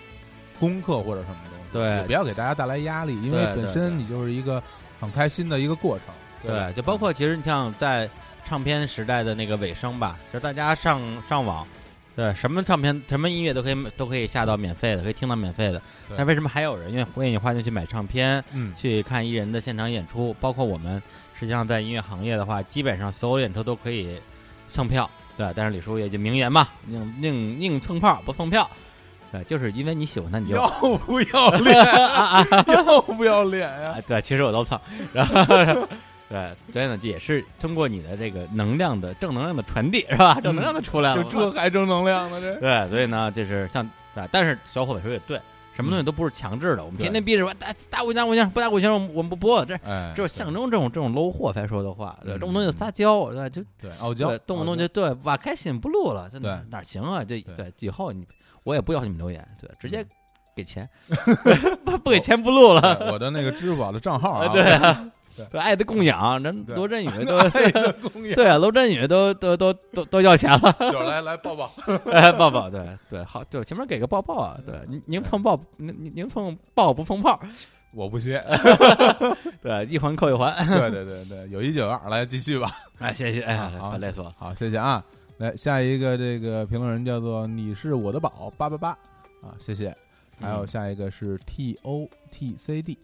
D: 功课或者什么东西，
C: 对
D: 也不要给大家带来压力，因
C: 对
D: 为
C: 对
D: 本
C: 对
D: 身你就是一个很开心的一个过程。吧
C: 对，就包括其实你像在唱片时代的那个尾声吧，就是大家上上网，对什么唱片、什么音乐都可以都可以下到免费的，可以听到免费的。
D: 对
C: 那为什么还有人愿愿意花钱去买唱片、
D: 嗯，
C: 去看艺人的现场演出？包括我们实际上在音乐行业的话，基本上所有演出都可以蹭票，对。但是李叔也就名言嘛，宁宁宁蹭炮不蹭票，对，就是因为你喜欢他，你就
D: 要啊不要脸？ 要不要脸呀、
C: 啊，对，其实我都蹭，然后对，所以呢，也是通过你的这个能量的正能量的传递，是吧？正能量的出来了
D: 嗯就
C: 嘛，
D: 这还正能量呢？这
C: 对，所以呢，这是像对，但是小伙伴说也对，什么东西都不是强制的，我们
D: 对
C: 天天逼着说打打五枪五枪，不打五枪我们我们不播，这
D: 哎，
C: 只有象征这种这种 low 货才说的话，对，这
D: 嗯
C: 种东西撒娇，对，就
D: 对对傲娇
C: 对，，动不动
D: 傲娇
C: 就对挖开心不录了，这哪哪行啊？这
D: 对
C: 对以后你我也不要你们留言，对，直接
D: 嗯
C: 给钱， 不不给钱不录了，
D: 对我的那个支付宝的账号啊，
C: 对啊
D: 对，
C: 对爱的供养，人
D: 对
C: 罗振宇 都
D: 哎，这 公益
C: 对啊，罗振宇都都都都都要钱了，
D: 就是来来抱抱，
C: 哎，抱抱，对对，好，对，前面给个抱抱啊，对，您您碰抱，您您您碰抱不碰炮，
D: 我不接，
C: 对，一环扣一环，
D: 对对对对，有一就有二，来继续吧。
C: 哎，谢谢，哎呀，
D: 好
C: 累累死我了，
D: 好，谢谢啊。来下一个这个评论人叫做你是我的宝八八八啊，谢谢。
C: 嗯
D: 还有下一个是 T O T C D，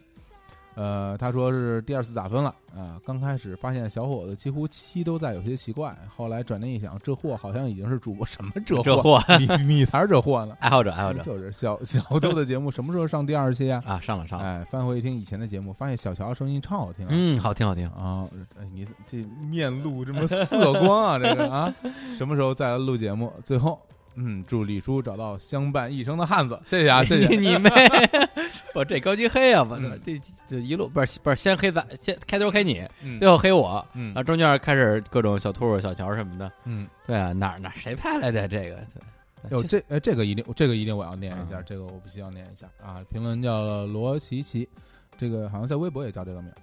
D: 呃，他说是第二次打分了啊。刚开始发现小伙子几乎七都在，有些奇怪。后来转念一想，这货好像已经是主播什么这货，嗯
C: 这货
D: 你你才是这货 呢。
C: 爱好者爱好者
D: 就是小小豆的节目什么时候上第二期 呀、
C: 啊，上了上了，
D: 哎，翻回一听以前的节目，发现小乔声音超好听啊。
C: 嗯，好听好听，
D: 啊、哎，你这面露这么色光啊，这 个啊，什么时候再来录节目？最后，嗯，祝李叔找到相伴一生的汉 子，谢谢啊，谢谢。
C: 你 妹！我这高级黑啊！我这
D: 嗯
C: 这这一路不是不是先黑咱先开头黑你，
D: 嗯
C: 最后黑我，
D: 嗯
C: 啊，中间开始各种小兔、小乔什么的。
D: 嗯，
C: 对啊，哪儿哪儿谁派来的这个？对
D: 哟，
C: 哎这
D: 这呃这个一定这个一定我要念一下，
C: 嗯
D: 这个我必须要念一下啊。评论叫罗琪琪，这个好像在微博也叫这个名儿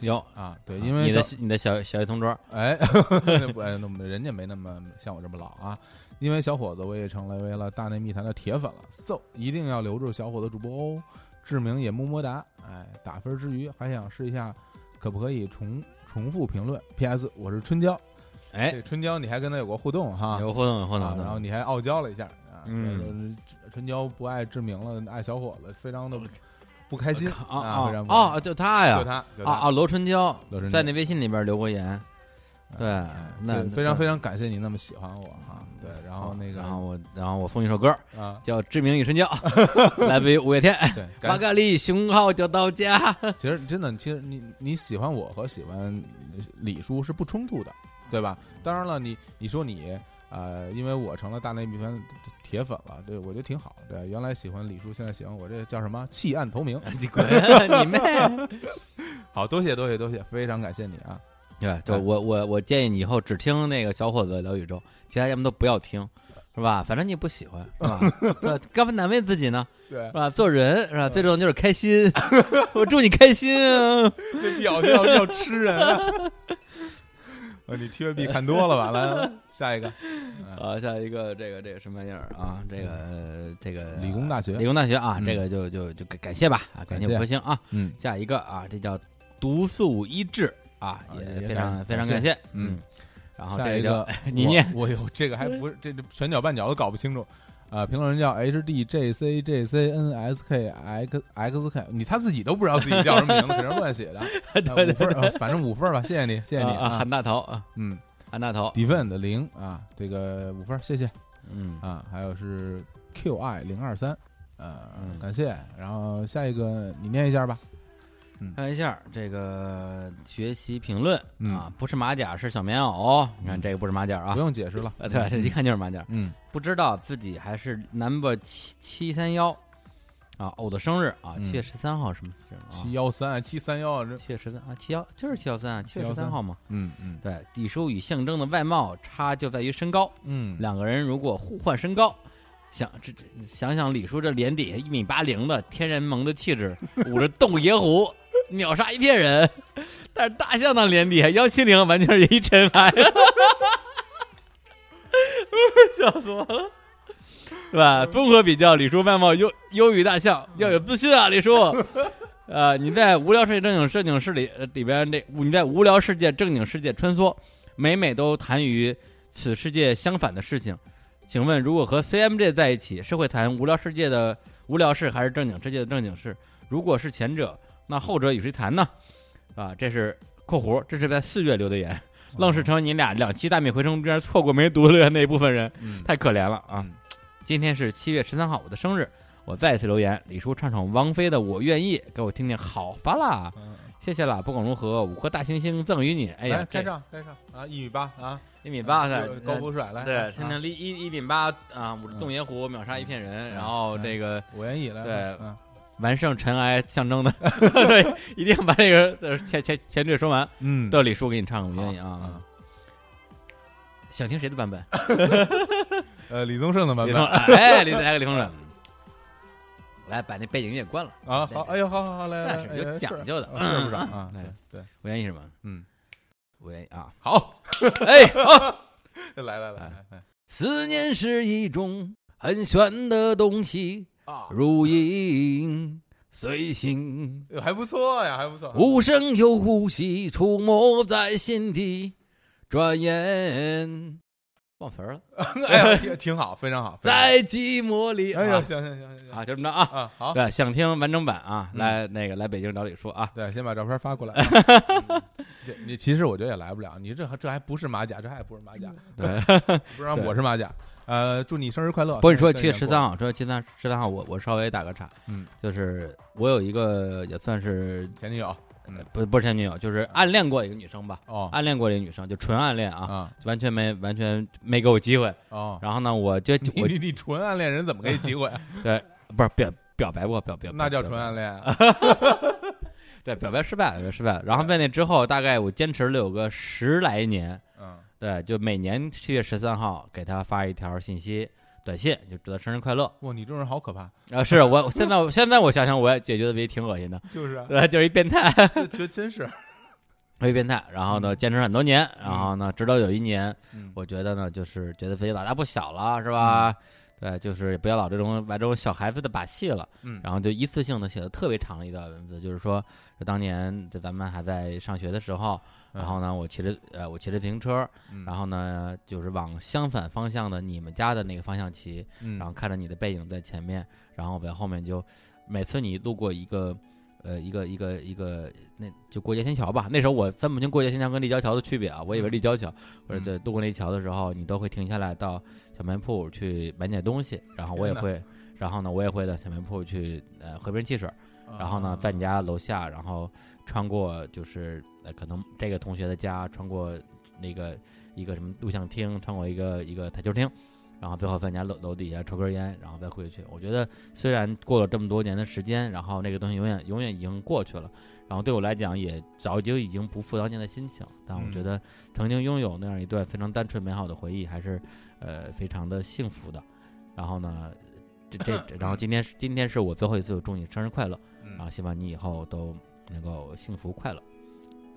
C: 有，
D: 啊，对，因为
C: 你的
D: 小
C: 你的小小学同桌，
D: 哎， 不，哎那么人家没那么像我这么老啊。因为小伙子，我也成为了大内密谈的铁粉了，so 一定要留住小伙子主播哦。志明也么么哒，哎，打分之余还想试一下，可不可以重重复评论？P.S. 我是春娇，
C: 哎，
D: 这春娇你还跟他有过互动哈，
C: 有互动有互
D: 啊
C: 动
D: 然后
C: 的。
D: 你还傲娇了一下啊，
C: 嗯
D: 说春娇不爱志明了，爱小伙子，非常的不开心
C: 啊
D: 啊，非
C: 啊
D: 常不
C: 啊！
D: 开心
C: 就他呀
D: 就，他就
C: 啊
D: 他嗯
C: 啊！罗春娇
D: 罗春娇
C: 在那微信里边留过言，
D: 嗯
C: 对，啊那
D: 哎那非常非
C: 常
D: 常感谢你那么喜欢我哈，对，然后那个
C: 然后我然后我送一首歌
D: 啊，
C: 叫《知名与春娇》， 来自于五月天。
D: 对，
C: 巴
D: 感谢。
C: 嘎利熊浩就到 家。
D: 其实真的，其实你你喜欢我和喜欢李叔是不冲突的，对吧？当然了，你你说你呃，因为我成了大内密团铁粉了，对我觉得挺好。对，原来喜欢李叔，现在喜欢我，这叫什么？弃暗投明。
C: 你滚，你 妹！
D: 好，多谢多谢多谢，非常感谢你啊！
C: 对，对我我我建议你以后只听那个小伙子聊宇宙，其他节目都不要听，是吧？反正你也不喜欢，是 吧？对，干嘛难为自己呢？
D: 对
C: 是，吧？做人是
D: 嗯
C: 吧？最重要就是开心。我祝你开心啊！
D: 那表情要要吃人啊！ 呃你 TVB 看多了吧？来来，来下一个，嗯
C: 啊，下一个这个这个什么玩意儿啊？这个这个
D: 嗯理工大学
C: 理工大学啊，
D: 嗯
C: 这个就就就感感谢吧啊，感谢五颗星啊。
D: 嗯，
C: 下一个啊，这叫毒素医治啊，
D: 啊
C: 也
D: 也
C: 非
D: 感
C: 常非常
D: 感
C: 感谢，
D: 嗯
C: 嗯。然后
D: 下
C: 这
D: 一
C: 叫
D: 个
C: 你
D: 我
C: 念，
D: 我有这个还不是这这拳脚绊脚都搞不清楚。啊、评论人叫 H D J C J C N S K X X K，你他自己都不知道自己叫什么名字，给人乱写 的。啊五分儿、呃反正五分儿吧，谢谢你，谢谢你
C: 啊啊，韩大头啊，
D: 嗯
C: 韩大头，
D: ，Defend 零啊，这个五分儿，谢谢
C: 嗯，
D: 啊。还有是 Q I 零二三，呃，
C: 嗯
D: 感谢。然后下一个你念一下吧。
C: 看一下这个学习评论
D: 嗯
C: 啊，不是马甲是小棉袄，你看
D: 嗯
C: 这个不是马甲啊
D: 不，用解释了。
C: 啊对，这一看就是马甲，
D: 嗯，
C: 不知道自己还是 number 七七三幺啊，偶的生日啊，
D: 嗯
C: 七月十三号什么什么啊？
D: 七幺三七三幺这，
C: 七月十三啊，七幺就是七幺三啊，七月十
D: 713
C: 三号嘛。
D: 嗯嗯
C: 对，底叔与象征的外貌差就在于身高，
D: 嗯，
C: 两个人如果互换身高，想这这想想李叔这脸底下一米八零的天然萌的气质，捂着洞爷湖秒杀一片人，但是大象的脸底下幺七零完全是一尘埃， 笑死我了。是吧？综合比较，李叔外貌优优于大象，要有自信啊，李叔。呃，你在无聊世界正经正经事里呃里边那，你在无聊世界正经世界穿梭，每每都谈与此世界相反的事情。请问，如果和 CMJ 在一起，是会谈无聊世界的无聊事，还是正经世界的正经事？如果是前者，那后者与谁谈呢？啊，这是（括弧）这是在四月留的言。愣是成了你俩两期大米回声中间错过没读的那一部分人，
A: 嗯，
C: 太可怜了啊！
A: 嗯
C: 今天是七月十三号，我的生日，我再次留言，李叔唱唱王菲的《我愿意》，给我听听，好发啦！
D: 嗯，
C: 谢谢啦，不管如何，五颗大星星赠与你。哎
D: 哎
C: 呀，
D: 该
C: 这
D: 上该上啊，一米八啊，
C: 一米八的
D: 高富帅来，
C: 对，
D: 啊
C: 现在一一一米八啊，五洞爷湖秒杀一片
D: 嗯
C: 人，然后这个
D: 我愿意来，
C: 对
D: 嗯
C: 完胜尘埃象征的， 对，一定要把这个呃前前前缀说完。
D: 嗯，
C: 到李叔给你唱个我愿意
D: 好
C: 啊
D: 嗯，
C: 想听谁的版本？
D: 呃，李宗盛的版
C: 李
D: 本嗯
C: 峰，哎，李来个李峰准，来把那背景音乐关了，
D: 啊，好，哎呦，好好好，来来，
C: 那是有
D: 哎
C: 讲究的
D: 哎是啊是不是啊？
C: 嗯
D: 对对，
C: 我愿意是吗？
D: 嗯，
C: 我愿意啊，
D: 好，
C: 哎，好。
D: 来来来，哎
C: 思念是一种很玄的东西，
D: 啊，
C: 如影随形。
D: 哎还不错呀，还不错，
C: 无声又无息，出没在心底。转眼忘词儿了，
D: 哎呀，挺挺好，非常好，非常好
C: 在寂寞里。
D: 哎
C: 啊
D: 呦，行行行行行
C: 啊，就这么着啊。
D: 啊，好，
C: 对，想听完整版啊，
D: 嗯
C: 来那个来北京找李叔 啊。
D: 对，先把照片 发过来。这你其实我觉得也来不了，你这还这还不是马甲，这还不是马甲，
C: 对，
D: 不让
C: 嗯对
D: 我是马甲。呃，祝你生日快乐！
C: 不是说
D: 生
C: 七月
D: 日
C: 十
D: 生日
C: 三 号，说七三十三号，我我稍微打个岔，
D: 嗯，
C: 就是我有一个也算是
D: 前女友
C: 呃
D: 嗯
C: 不不是前女友，就是暗恋过一个女生吧，
D: 哦
C: 暗恋过一个女生，就纯暗恋啊，
D: 啊
C: 完全没完全没给我机会。
D: 哦，
C: 然后呢，我就
D: 你
C: 我
D: 你你纯暗恋人怎么给你 机会？啊
C: 不是表表白过，表表
D: 那叫
C: 表
D: 纯暗恋啊
C: 对，表白失败，表白失败了。然后在那之后，大概我坚持了有个十来年，
D: 嗯
C: 对，就每年七月十三号给他发一条信息短信，就祝他生日快乐。
D: 哇，你这种人好可怕，
C: 啊，是我我现在我现在我想想，我也觉得也挺恶心的，
D: 就是啊，
C: 对，就是一变态，
D: 这这真是，
C: 一变态。然后呢，坚持很多年，然后呢，直到有一年，
D: 嗯
C: 我觉得呢，就是觉得自己老大不小了，是吧？对，就是不要老这种玩这种小孩子的把戏了。
D: 嗯
C: 然后就一次性的写了特别长的一段文字，就是说，就当年就咱们还在上学的时候，然后呢，我骑着呃我骑着自行车，
D: 嗯
C: 然后呢就是往相反方向的你们家的那个方向骑，
D: 嗯
C: 然后看着你的背影在前面，然后我在后面就，每次你路过一个。呃，一个一个一个，那就过街天桥吧。那时候我分不清过街天桥跟立交桥的区别啊，我以为立交桥，或者
D: 嗯
C: 对路过那桥的时候，你都会停下来到小卖铺去买点东西，然后我也
D: 天哪
C: 会，然后呢，我也会到小卖铺去呃喝瓶汽水，
D: 啊
C: 然后呢，在你家楼下，然后穿过就是呃，可能这个同学的家，穿过那个一个什么录像厅，穿过一个一个台球厅，然后最后在你家楼楼底下抽根烟，然后再回去。我觉得虽然过了这么多年的时间，然后那个东西永远永远已经过去了，然后对我来讲也早就已经不复当年的心情，但我觉
D: 嗯
C: 得曾经拥有那样一段非常单纯美好的回忆，还是呃非常的幸福的。然后呢，这这，这然后今天是今天是我最后一次祝你生日快乐。
D: 嗯
C: 啊，希望你以后都能够幸福快乐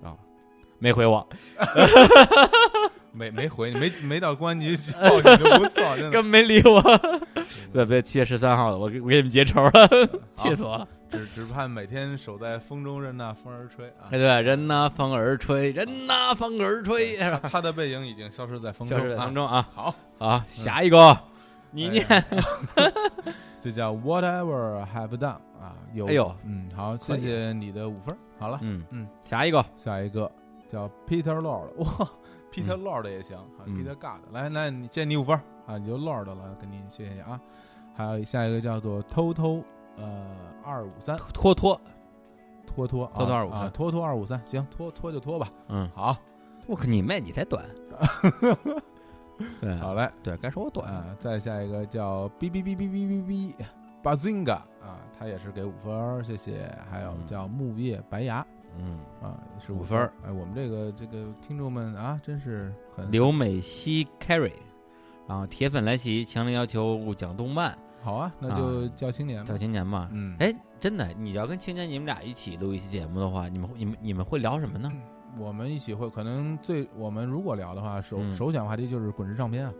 C: 啊。没回我，
D: 没没回你，没没到公安局去报警就不错，
C: 根
D: 真的
C: 本没理我。 对对，七月十三号了，我给我给你们结仇了，
D: 好
C: 气死我了。
D: 只只盼每天守在风中任那风儿吹啊
C: 哎，。对，人呐风儿吹，人呐风儿吹，是
D: 他
C: 吧
D: 他的背影已经消失在风中
C: 消失在
D: 啊
C: 风。中啊。
D: 好，
C: 好，下一个，你
D: 哎
C: 念
D: 呀。这叫 Whatever Have Done 啊，有
C: 哎呦
D: 嗯，好，谢谢你的五分儿。好了，
C: 嗯
D: 嗯，
C: 下一个，
D: 下一个叫 Peter Lord，哇，Peter Lord 也行、啊
C: 嗯
D: ，Peter God，来来，你谢谢你五分儿啊，你就 Lord 了，给你谢谢啊。还有下一个叫做偷偷呃二五三
C: 托托，
D: 拖拖啊
C: 拖拖253
D: 啊拖拖二五三，行，拖拖就拖吧。
C: 嗯，
D: 好，
C: 我靠，你妹，你才 短。对
D: 好嘞，
C: 对，该说我短了。
D: 啊，再下一个叫哔哔哔哔哔哔哔 Bazinga 啊，他也是给五分儿，谢谢。还有
C: 嗯
D: 叫木叶白牙。
C: 嗯，
D: 啊，是
C: 五
D: 五
C: 分
D: 分
C: 儿
D: 儿。哎，我们这个这个听众们啊，真是很
C: 刘美熙 carry，然后铁粉来袭，强烈要求讲动漫，
D: 好啊，那
C: 啊
D: 就叫青年吧
C: 叫。青年嘛。
D: 嗯，
C: 哎，真的，你要跟青年你们俩一起录一期节目的话，你们会你们你们会聊什么 呢？
D: 我们一起会，可能最我们如果聊的话，首
C: 嗯
D: 首选话题就是滚石唱片啊。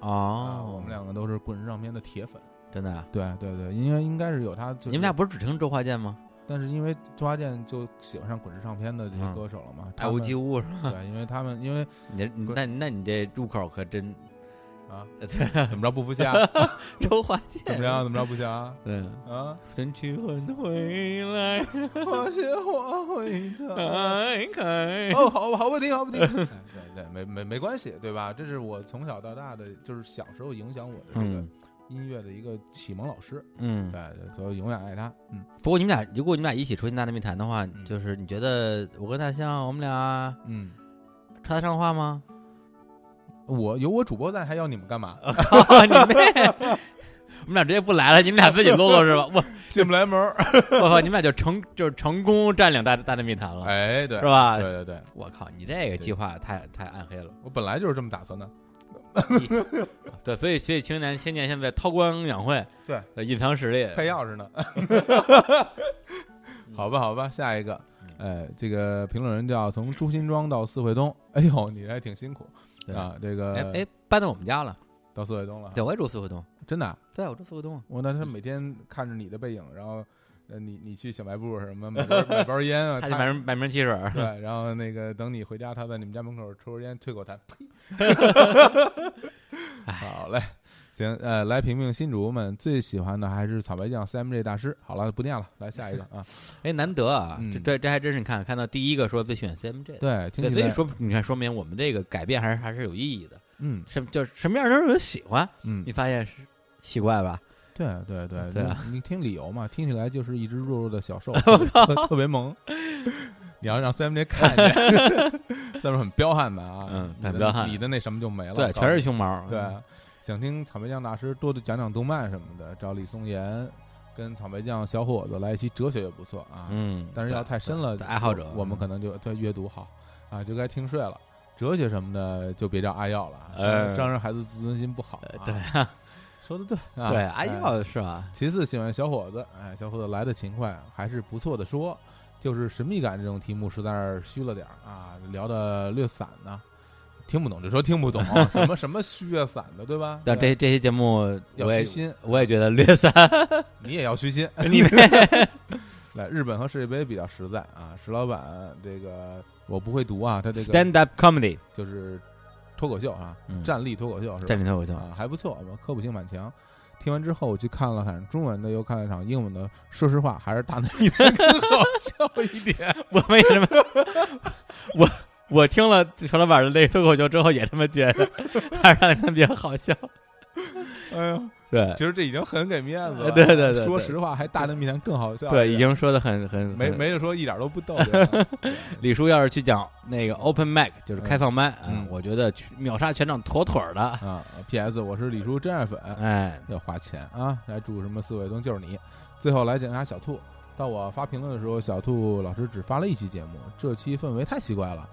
D: 啊，
C: 哦，
D: 我们两个都是滚石唱片的铁粉。
C: 真的啊，
D: 对对对，应该应该是有他，
C: 你们俩，不是只听周华健吗？
D: 但是因为周华健就喜欢上滚石唱片的这些
C: 嗯
D: 歌手了嘛，
C: 爱
D: 他
C: 屋
D: 们
C: 及乌是吧？
D: 对，因为他们因为
C: 你这你那那你这入口可真
D: 啊，
C: 对，
D: 怎么着不服 气啊？
C: 周华
D: 怎
C: 健
D: 么，着？怎么着不行啊？
C: 对，
D: 啊！
C: 春去换回 来，
D: 我学我会 唱。
C: 开开。
D: 哦，好，好不听，好不 听。哎对对，没没没关系，对吧？这是我从小到大的，就是小时候影响我的这个
C: 嗯
D: 音乐的一个启蒙老师。
C: 嗯，
D: 对，所以永远爱他。嗯
C: 不过你们俩，如果你们俩一起出现大内密谈的话，
D: 嗯
C: 就是你觉得我跟大象，我们俩
D: 嗯，
C: 插得上话 吗？
D: 我有我主播在，还要你们干嘛？
C: 靠你妹！ 我们俩直接不来了，你们俩自己录了是吧？我
D: 进不来门
C: 啊
D: 儿。
C: 我靠，你们俩就成就是成功占领大大内密谈了，
D: 哎，对，
C: 是吧？
D: 对对对，
C: 我靠，你这个计划太太暗黑了。
D: 我本来就是这么打算的。
C: 对，所以所以青年青年现在韬光养晦，呃
D: 对，
C: 隐藏实力。哎
D: 配钥匙呢。 好吧，好吧，下一个，
C: 嗯
D: 哎，这个评论人叫从朱辛庄到四惠东，哎呦，你还挺辛苦
C: 对
D: 啊，这
C: 哎
D: 个
C: 哎，搬到我们家了。
D: 到四惠东了，
C: 对，我也住四惠东。
D: 真的啊，
C: 对，我住四惠东。
D: 我那他每天看着你的背影，然后，呃，你你去小卖部什么买包买包烟 啊，
C: 他
D: 他
C: 去买瓶买瓶汽水儿。
D: 对，然后那个等你回家，他在你们家门口抽根烟，啐口痰，呸！
C: 哎
D: 好嘞，行，呃，来评评新主播们最喜欢的还是草莓酱 CMJ 大师。好了，不念了，来下一个 啊。
C: 哎，难得啊，
D: 嗯
C: 这这这还真是你看看到第一个说最喜欢 CMJ 的。
D: 对，听
C: 对，
D: 起
C: 所以
D: 来，
C: 说你看，说明我们这个改变还是还是有意义的。
D: 嗯
C: 什么就是什么样的人有喜欢？
D: 嗯
C: 你，发现是奇怪吧？
D: 对对对
C: 对啊
D: 你你听理由嘛，听起来就是一只弱弱的 小兽，特特特别萌。你要让 CMJ 看见，下面很彪悍的啊，
C: 嗯
D: 你
C: 很
D: 的
C: 彪悍
D: 你的那什么就没了，
C: 对，
D: 我告
C: 全
D: 诉
C: 是啊
D: 你
C: 胸毛。
D: 哎对，啊想听草莓酱大师多讲讲动漫什么的，找李松岩跟草莓酱小伙子来一期哲学也不错啊。
C: 嗯，
D: 但是要
C: 对
D: 太深了
C: 对，爱好者嗯
D: 我们可能就对阅读好啊，就该听睡了。哲学什么的就别叫阿耀了啊，伤人
C: 呃
D: 伤人孩子自尊心不好、啊。
C: 对，
D: 说的对啊，
C: 对，阿
D: 哎
C: 耀是吧？
D: 其次喜欢小伙子，哎，小伙子来的勤快，还是不错的说。就是神秘感这种题目实在是虚了点儿啊，聊的略散呢、听不懂就说 听不懂，什么什么虚啊散的，对吧？
C: 但
D: 对
C: 这这期节目，
D: 要
C: 我也
D: 虚心，
C: 我也觉得略散。
D: 你也要虚心。
C: 你 们
D: 来，日本和世界杯比较实在啊，石老板这个我不会读啊，他这个
C: stand up comedy
D: 就是脱口秀啊，
C: 嗯
D: 站立脱口秀是吧？
C: 站立脱口秀，
D: 啊，还不错，我科普性蛮强。听完之后，我去看了看中文的，又看了场英文的。说实话，还是大内密探更好笑一点。
C: 我为什么 我我听了陈老板的那个脱口秀之后，也这么觉得， 还是让他们比较好笑。
D: 哎呀，
C: 对
D: 其实这已经很给面子了。
C: 对对对对
D: 说实话，还大内密谈更好笑。
C: 对，已经说的很很
D: 没。
C: 很
D: 没得说，一点都不逗。对 吧
C: 李叔要是去讲那个 open mic，就是开放麦，
D: 嗯
C: 嗯，我觉得去秒杀全场妥妥的。
D: 啊，P.S. 我是李叔真爱粉，
C: 哎，
D: 要花钱啊！来祝什么四卫东就是你。最后来讲一下小兔，到我发评论的时候，小兔老师只发了一期节目，这期氛围太奇怪了，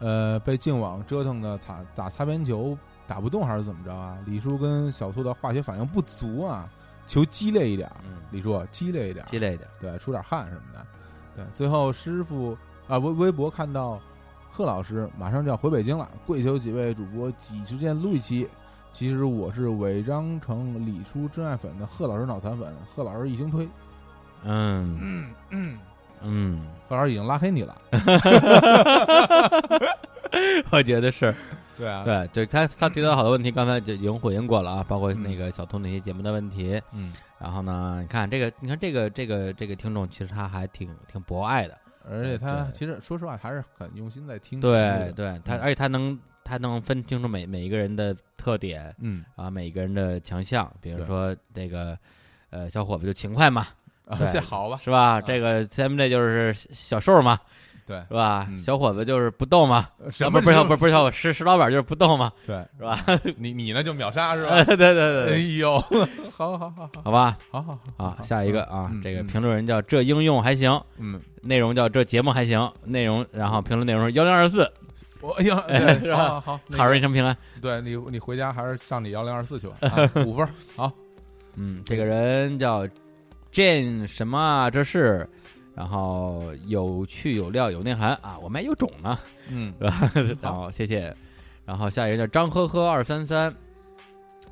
D: 呃，被净网折腾的擦打擦边球打不动还是怎么着啊？李叔跟小兔的化学反应不足啊，求激烈一点儿，
C: 嗯，
D: 李叔激烈一点儿，
C: 激烈一点，
D: 对，出点汗什么的。对，最后师傅啊微微博看到贺老师马上就要回北京了，跪求几位主播挤时间录一期。其实我是违章成李叔真爱粉的贺老师脑残粉，贺老师一星推，
C: 嗯嗯，
D: 贺老师已经拉黑你了。
C: 我觉得是
D: 对啊，
C: 对，就他他提到好多问题，刚才就已经回应过了啊，包括那个小兔那些节目的问题，
D: 嗯，
C: 然后呢，你看这个，你看这个，这个，这个听众其实他还挺挺博爱的，
D: 而且他
C: 对
D: 其实说实话还是很用心在听节目
C: 对
D: 的。
C: 对，他
D: 嗯
C: 而且他能他能分清楚每每一个人的特点
D: 嗯
C: 啊，每一个人的强项，比如
D: 对
C: 说这个呃小伙子就勤快嘛，
D: 啊，
C: 对
D: 这好吧，
C: 是吧？这个 CMJ 就是小瘦嘛，
D: 对
C: 是吧
D: 嗯？
C: 小伙子就是不动嘛，
D: 什
C: 啊不
D: 么
C: 不是
D: 什
C: 不是
D: 么
C: 不是小伙石石老板就是不动嘛，
D: 对
C: 是吧？ 呃
D: 你你呢就秒杀是 吧？
C: 对对对
D: 哎
C: 对，
D: 呦， 好好好好
C: 好吧，
D: 好好
C: 好，下一个啊
D: 嗯，
C: 这个
D: 嗯
C: 评论人叫这应用还行，
D: 嗯，
C: 内容叫这节目还行，内容然后评论内容是幺零二四，
D: 我哎 呀，
C: 哎
D: 对
C: 是
D: 好
C: 吧
D: 好好，那
C: 好
D: 个
C: 人一生平安。
D: 对你，你回家还是上你幺零二四去 吧，啊五分儿。好，
C: 嗯，这个人叫 Jane 什么啊？这是，然后有趣有料有内涵啊，我们还有种呢，
D: 嗯
C: 对吧？然后谢谢，然后下一个人叫张呵呵二三三。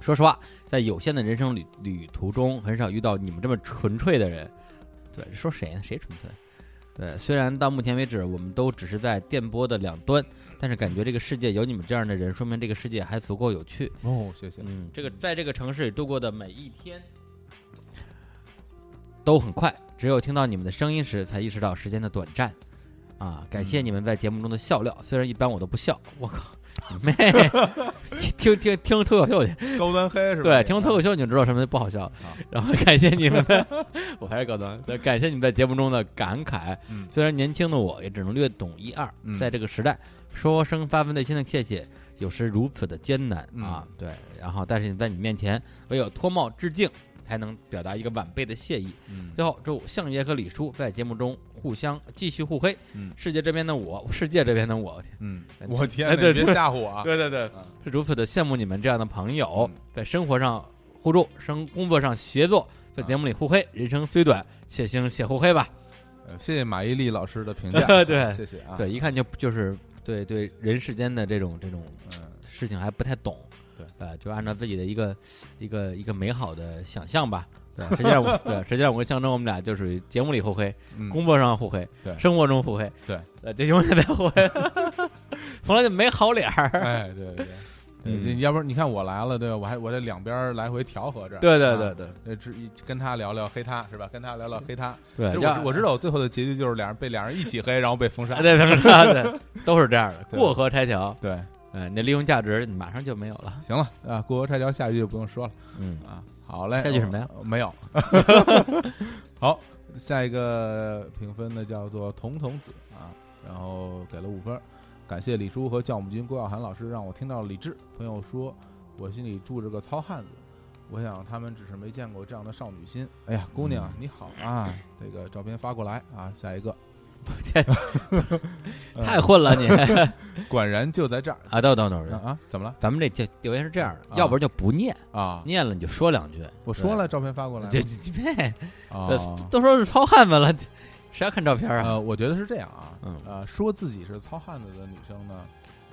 C: 说实话，在有限的人生旅旅途中，很少遇到你们这么纯粹的人。对，说谁呢？谁纯粹？对，虽然到目前为止，我们都只是在电波的两端，但是感觉这个世界有你们这样的人，说明这个世界还足够有趣。
D: 哦，谢谢。
C: 嗯，这个在这个城市里度过的每一天都很快，只有听到你们的声音时，才意识到时间的短暂。啊，感
D: 嗯
C: 谢你们在节目中的笑料，虽然一般我都不笑。我靠，你 妹！听听听脱口秀去，
D: 高端黑是吧？
C: 对，听脱口秀你就知道什么不好笑。然后感谢你们的，我还是高端。对感谢你们在节目中的感慨，
D: 嗯
C: 虽然年轻的我也只能略懂一二，
D: 嗯
C: 在这个时代，说声发自内心的谢谢，有时如此的艰难啊。
D: 嗯
C: 对，然后但是你在你面前，唯有脱帽致敬，才能表达一个晚辈的谢意。
D: 嗯
C: 最后，祝相爷和李叔在节目中互相继续互黑。
D: 嗯
C: 世界这边的我，世界这边的我，
D: 嗯，
C: 嗯
D: 我天
C: 哎
D: 哪，
C: 对
D: 你别吓唬我啊！
C: 对对对
D: 嗯
C: 是如此的羡慕你们这样的朋友
D: 嗯，
C: 在生活上互助，生工作上协作，在节目里互黑。人生虽短，且行且互黑吧。，
D: 呃谢谢马伊琍老师的评价
C: 对
D: 谢谢啊。
C: 对，一看就就是对对人世间的这种这种呃
D: 嗯，
C: 事情还不太懂，
D: 对，
C: 呃，就按照自己的一个一个一个美好的想象吧。对， 实际上我对，实际上我跟象征我们俩就属于节目里互黑，
D: 嗯
C: 工作上互黑，
D: 对
C: 生活中互黑，
D: 对，
C: 呃，这永远在互黑， 从来就没好脸 儿。
D: 哎，对对对，
C: 嗯
D: 对要不然你看我来了，对吧？我还我这两边儿来回调和着，
C: 对对
D: 啊
C: 对对
D: 呃，只跟他聊聊黑他是吧？跟他聊聊黑他。
C: 对
D: 其，实
C: 要
D: 我我知道我最后的结局就是俩人被俩人一起黑，然后被封 杀
C: 啊。对对对，对都是这样的，
D: 对
C: 过河拆桥，
D: 对，
C: 嗯、你的利用价值马上就没有了。
D: 行了啊，过河拆桥，下一句就不用说了
C: 嗯，
D: 啊。好嘞，
C: 下一句什么呀
D: 呃？没有。 好，下一个评分的叫做童童子啊，然后给了五分儿，感谢李叔和教母君郭晓涵老师让我听到了理智。朋友说，我心里住着个糙汉子。我想他们只是没见过这样的少女心。哎呀，姑娘你好啊，
C: 嗯
D: 这个照片发过来啊，下 一个
C: 这
D: 嗯
C: 太混了你
D: 管然就在这儿
C: 啊！等等等
D: 啊
C: 等，
D: 啊，怎么了
C: 咱们这这留言是这样的，
D: 啊
C: 要不然就不念，
D: 啊？
C: 念了你就说两句。
D: 我说了，照片发过来
C: 对，
D: 了
C: 这这这。
D: 啊
C: 这都说是糙汉子了，谁要看照片啊？
D: 呃，我觉得是这样啊，
C: 嗯
D: 呃，说自己是糙汉子的女生呢，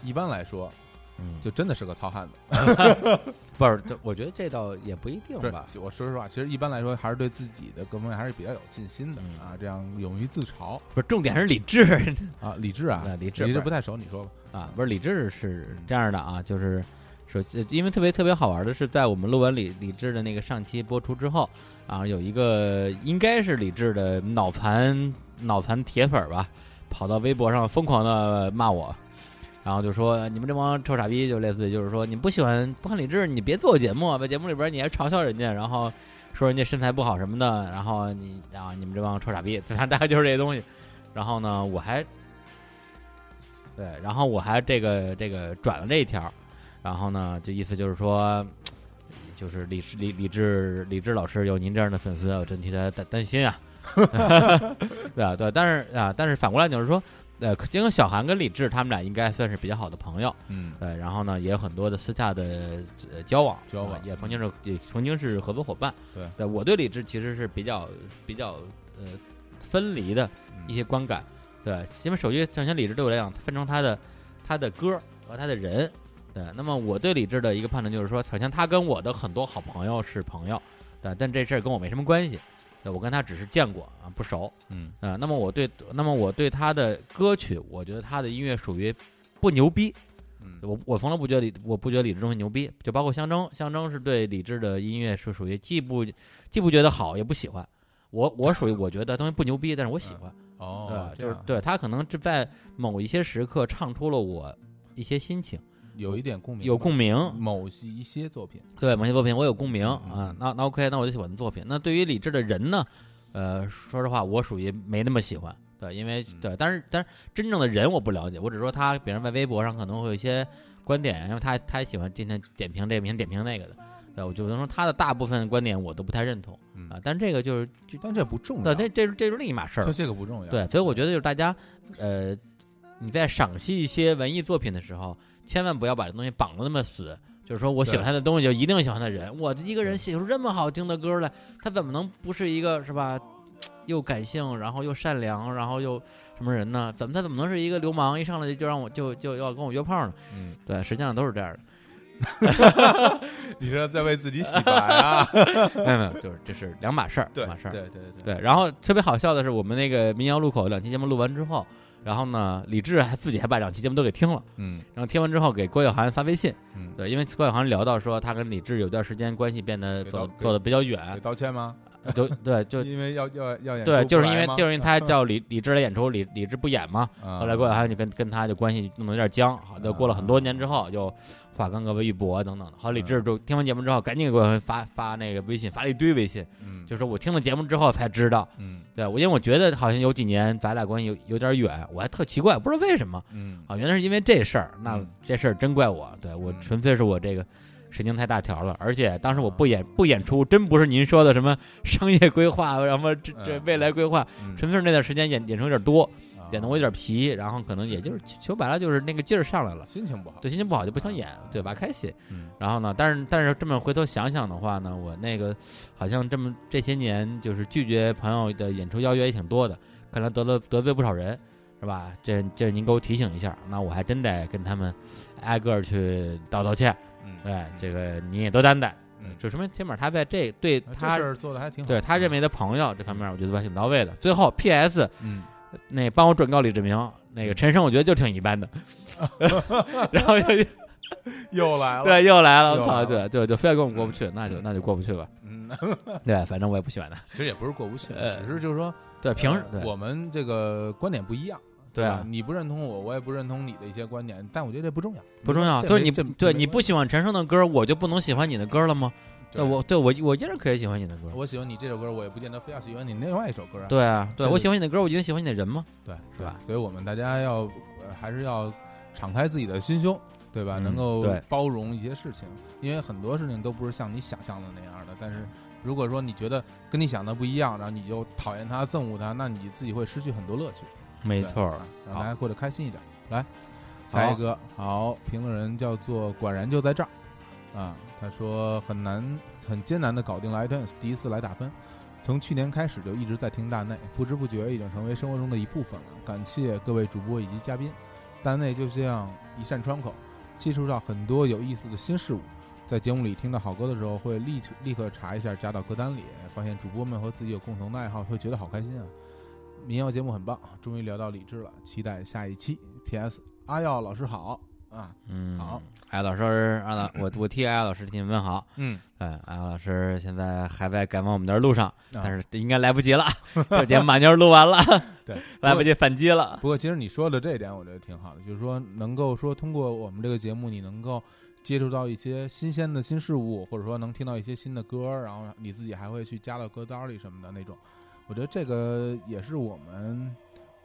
D: 一般来说
C: 嗯，
D: 就真的是个糙汉子。
C: 不是，这我觉得这倒也不一定
D: 对
C: 吧。，
D: 我说实话，其实一般来说还是对自己的各方面还是比较有信心的
C: 嗯
D: 啊，这样勇于自嘲
C: 不是，重点是李志
D: 啊。李志啊
C: 啊，李志
D: 李志
C: 不
D: 不太熟，你说吧。
C: 啊，不是李志是这样的啊，就是首先，因为特别特别好玩的是，在我们录完李李志的那个上期播出之后啊，有一个应该是李志的脑残脑残铁粉儿吧，跑到微博上疯狂的骂我。然后就说你们这帮臭傻逼，就类似于就是说你不喜欢不看李志，你别做节目啊，在节目里边你还嘲笑人家，然后说人家身材不好什么的，然后你啊你们这帮臭傻逼， 反正大概就是这些东西。然后呢，我还对，然后我还这个这个转了这一条，然后呢，就意思就是说，就是李李李志李志老师有您这样的粉丝，我真替他担担心啊。 对啊，对，但是啊，但是反过来就是说，呃，因为小韩跟李志他们俩应该算是比较好的朋友，
D: 嗯
C: 对，然后呢，也有很多的私下的呃交往，
D: 交往
C: 啊也曾经是也曾经是合作伙伴。
D: 对
C: 我对李志其实是比较比较呃分离的
D: 嗯
C: 一些观感，对，因为首先首先李志对我来讲分成他的他的歌和他的人，对，那么我对李志的一个判断就是说，首先他跟我的很多好朋友是朋友，对，但这事儿跟我没什么关系，对我跟他只是见过啊不熟，
D: 嗯
C: 啊、那么我对那么我对他的歌曲，我觉得他的音乐属于不牛逼。
D: 嗯
C: 我我从来不觉得李，我不觉得李志东西牛逼，就包括象征，象征是对李志的音乐是属于既不既不觉得好，也不喜欢。我我属于我觉得东西不牛逼，但是我喜欢，对吧
D: 哦，，
C: 就是
D: 这样
C: 对他可能是在某一些时刻唱出了我一些心情，
D: 有一点共鸣，
C: 有共鸣，
D: 某些一些作品，
C: 对某些作品我有共鸣
D: 嗯嗯嗯
C: 啊，那那 OK，那我就喜欢的作品。那对于李志的人呢，呃，说实话，我属于没那么喜欢，对，因为
D: 嗯
C: 对，但是但是真正的人我不了解，我只说他，别人在微博上可能会有一些观点，因为他他也喜欢今天点评这个，明天点评那个的，对，我就能说他的大部分观点我都不太认同
D: 嗯
C: 啊，但是这个就是就
D: 但这不重要，
C: 对，这这是这是另一码事儿
D: 就，这个不重要。
C: 对，所以我觉得就是大家，呃，你在赏析一些文艺作品的时候，千万不要把这东西绑得那么死。就是说我喜欢
D: 对
C: 他的东西，就一定喜欢他的人。我一个人
D: 对
C: 写出这么好听的歌来，他怎么能不是一个是吧？又感性，然后又善良，然后又什么人呢？怎么他怎么能是一个流氓？一上来就让我就就要跟我约炮呢？
D: 嗯，
C: 对，实际上都是这样的。
D: 你这在为自己洗 白啊？
C: 没有没有，就是这是两码事儿，
D: 对
C: 两码事儿。
D: 对对对
C: 对，然后特别好笑的是，我们那个民谣路口两期节目录完之后，然后呢，李志还自己还把两期节目都给听了，
A: 嗯
C: 然后听完之后给郭晓涵发微信，
A: 嗯，
C: 对，因为郭晓涵聊到说他跟李志有段时间关系变得
D: 给
C: 走
D: 到给
C: 走的比较
D: 得
C: 远，
D: 道歉吗？
C: 就对 就
D: 因为要要要演出不
C: 对，
D: 来吗， 啊
C: 就是因为就是因为他叫李李志来演出，李李志不演嘛，后
D: 后
C: 来郭晓涵就跟跟他就关系弄得有点僵，好，就过了很多年之后就化干戈为玉帛等等的。后来李志
D: 嗯
C: 就听完节目之后，赶紧给郭晓涵发发那个微信，发了一堆微信，
A: 嗯
C: 就说我听了节目之后才知道，
A: 嗯
C: 对我因为我觉得好像有几年咱俩关系有有点远，我还特奇怪，不知道为什么
A: 嗯
C: 啊，原来是因为这事儿，那
A: 嗯
C: 这事儿真怪我，对我
A: 嗯啊
C: 纯粹是我这个。神经太大条了，而且当时我不演不演出，真不是您说的什么 商业规划，什么这这
A: 嗯
C: 未来规划，
A: 嗯，
C: 纯粹是那段时间演演出有点多，
A: 啊
C: 演的我有点皮，然后可能也就是说白了就是那个劲儿上来了，
D: 心情不好，
C: 对，心情不好就不想演，对吧？开心。
A: 嗯
C: 然后呢，但是但是这么回头想想的话呢，我那个好像这么这些年就是拒绝朋友的演出邀约也挺多的，看来得了得罪不少人，是吧？这这您给我提醒一下，那我还真得跟他们挨个儿去道道歉。
A: 嗯
C: 对，哎这个你也多担待
A: 嗯，
C: 就说明起码他在这对
D: 啊
C: 他
D: 这事儿做的还挺好。
C: 对他认为的朋友这方面，我觉得还挺到位的。最后 P.S.
A: 嗯
C: 那帮我转告李志明，那个陈升我觉得就挺一 般的， 然后又
D: 嗯又来了，
C: 对又来了，
D: 又
C: 我
D: 来
C: 操，
D: 了
C: 对对，就非要跟我过不去，那就那就过不去吧，
A: 嗯，
C: 对，反正我也不喜欢他，
D: 其实也不是过不去，
C: 呃
D: 只是就是说
C: 对，平时
D: 呃
C: 对
D: 我们这个观点不一样，
C: 对
D: 吧
C: 啊？，
D: 你不认同我，我也不认同你的一些观点，但我觉得这不重要，
C: 不重要，
D: 这
C: 就是
D: 没
C: 你
D: 这
C: 对
D: 没
C: 你不喜欢陈升的歌，我就不能喜欢你的歌了吗？
D: 对
C: 对，我对我我依然可以喜欢你的歌，
D: 我喜欢你这首歌，我也不见得非要喜欢你另外一首歌啊，
C: 对啊，对
D: 这
C: 我喜欢你的歌，我就喜欢你的人吗？
D: 对，
C: 是吧？
D: 所以我们大家要呃还是要敞开自己的心胸，对吧？
C: 嗯
D: 能够
C: 对
D: 包容一些事情，因为很多事情都不是像你想象的那样的。但是如果说你觉得跟你想的不一样，然后你就讨厌他、憎恶他，那你自己会失去很多乐趣。
C: 没
D: 对
C: 错儿
D: 啊，让大
C: 好
D: 家，过得开心一点。来，下一个，好，评论人叫做“果然就在这儿”，啊，他说很难、很艰难的搞定了 iTunes，第一次来打分。从去年开始就一直在听大内，不知不觉已经成为生活中的一部分了。感谢各位主播以及嘉宾，大内就像一扇窗口，接触到很多有意思的新事物。在节目里听到好歌的时候，会立立刻查一下加到歌单里，发现主播们和自己有共同的爱好，会觉得好开心啊！民谣节目很棒，终于聊到理智了，期待下一期。P.S. 阿耀老师好啊，
C: 嗯，
D: 好，
C: 艾老师，艾老，我我替艾老师替你问好，
A: 嗯，
C: 对，艾老师现在还在赶往我们那儿路上。
D: 啊
C: 但是这应该来不及了， 这节目马妞录完了，
D: 对，
C: 来不及反击了。
D: 不过其实你说的这一点，我觉得挺好的，就是说能够说通过我们这个节目，你能够接触到一些新鲜的新事物，或者说能听到一些新的歌，然后你自己还会去加到歌单里什么的那种。我觉得这个也是我们，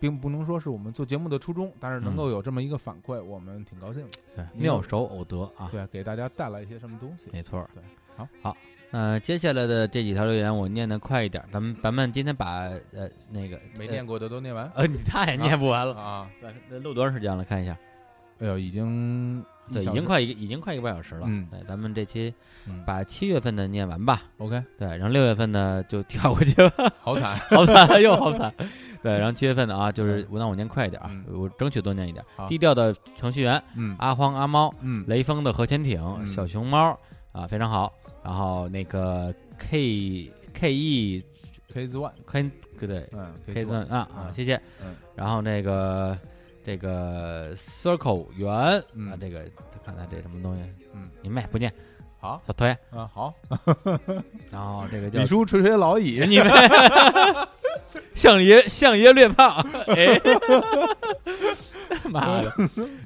D: 并不能说是我们做节目的初衷，但是
C: 嗯
D: 能够有这么一个反馈，我们挺高兴的。
C: 对，
D: 你
C: 妙手偶得啊，
D: 对，给大家带来一些什么东西？
C: 没错。
D: 对，好，
C: 好。那接下来的这几条留言我念的快一点，咱们咱们今天把呃那个
D: 没念过的都念完
C: 呃，你他也念不完了，
D: 啊。
C: 那录多长时间了？看一下，
D: 哎呦，已经一
C: 对，
D: 小
C: 已
D: 时
C: 经快一个已经快一个半小时了。
D: 嗯
C: 对，咱们这期
D: 嗯
C: 把七月份的念完吧。
D: OK，
C: 对，然后六月份的就跳过去 吧。
D: 好惨，
C: 好惨，又好惨。对，然后七月份的啊，就是我让我念快一点啊，
D: 嗯
C: 我争取多念一点。
D: 好
C: 低调的程序员
D: 嗯
C: 阿荒阿猫，
D: 嗯
C: 雷锋的核潜艇、
D: 嗯
C: 小熊猫啊，非常好。然后那个 K K E
D: ，K 字 One，
C: K 对
D: 嗯
C: K
D: ，K 字
C: 段
D: One，
C: 啊啊
D: 啊，
C: 谢谢。
D: 嗯
C: 然后那个这个 Circle 圆啊
D: 嗯，
C: 这个看看这什么东西，
D: 嗯，
C: 你们也不念，
D: 好，
C: 小推。
D: 嗯，好，
C: 然后这个叫
D: 李叔垂垂老矣，
C: 你们 相爷相爷略胖，哎， 妈的。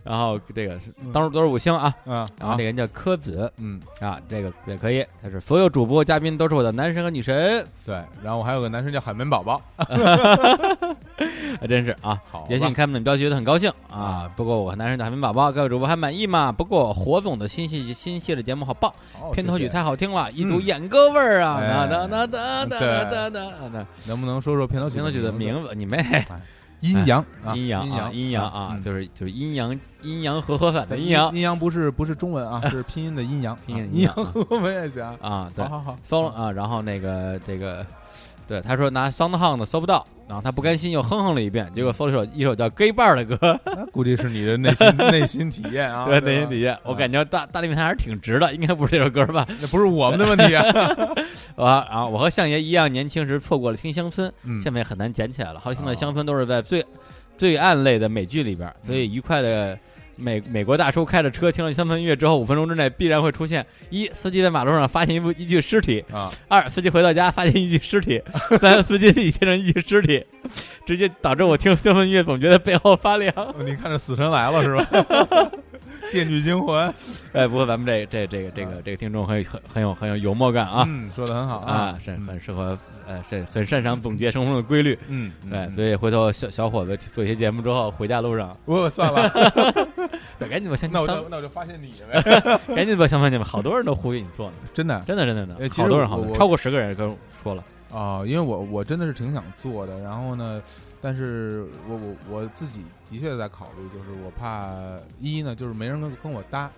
C: 然后这个当时都是五星啊，
D: 嗯，
C: 然后
D: 好
C: 这，个人叫柯子，
D: 嗯，
C: 啊，这个也可以。他是所有主播嘉宾都是我的男神和女神，
D: 对，然后我还有个男生叫海绵宝宝，
C: 还真是啊。
D: 好吧，
C: 也许你看不懂标题觉得很高兴啊，不过我和男神的海绵宝宝各位主播还满意吗？不过火总的新戏新戏的节目好棒，
D: 哦
C: 片头曲，
D: 谢嗯
C: 太好听了，一股演歌味儿啊！
D: 哎
C: 哒哒哒哒哒哒啊哒哒，
D: 谢能不能说说片头曲
C: 片头曲的
D: 字？
C: 名字你妹，
D: 阴阳，啊
C: 阴阳
D: 阴
C: 啊
D: 阳，
C: 阴阳啊，
D: 嗯
C: 就是就是阴阳阴阳和合反的
D: 对
C: 阴阳
D: 阴阳不是不是中文啊，是拼音的阴阳，
C: 拼
D: 啊
C: 音的
D: 阴
C: 阴阳
D: 阳我们也行，
C: 啊，对
D: 好，好好，
C: 搜了啊，然后那个这个，对，他说拿 SoundHound 搜不到，然后他不甘心又哼哼了一遍，结果搜了一首一首叫 Gay Bar 的歌，
D: 那估计是你的内 心内心体验啊，
C: 对，
D: 吧
C: 内心底下，我感觉大大力面还是挺直的，应该不是这首歌吧？
D: 那不是我们的问题啊，
C: 啊，然后我和相爷一样，年轻时错过了听乡村，
D: 嗯
C: 现在也很难捡起来了。好听的
D: 哦嗯
C: 乡村都是在最罪案类的美剧里边儿，所以愉快的美美国大叔开着车听了相关音乐之后，五分钟之内必然会出现：一、司机在马路上发现一部一具尸体；
D: 啊，
C: 二、司机回到家发现一具尸体；三、司机自己变成一具尸体，直接导致我听相关音乐总觉得背后发凉。
D: 你看这死神来了是吧？ 电锯惊魂，
C: 哎，不过咱们这这这个这个这个听众很很很有很有幽默感啊、
D: 嗯，说的很好
C: 啊，是很适合呃，是很擅长总结生活的规律。
D: 嗯，
C: 对，
D: 嗯
C: 所以回头小小伙子做一些节目之后，回家路上，
D: 我算 了，
C: 对赶紧吧，相
D: 那我
C: 相
D: 就那我就发现你呗，
C: 赶紧吧，相反你们好多人都呼吁你做呢，
D: 真 的
C: 真的真的真
D: 呃
C: 的，
D: 其实
C: 好多人好多
D: 我
C: 人，
D: 我
C: 超过十个人跟我说了，
D: 啊，因为我我真的是挺想做的，然后呢，但是我我我自己的确在考虑，就是我怕一呢，就是没人跟跟我搭，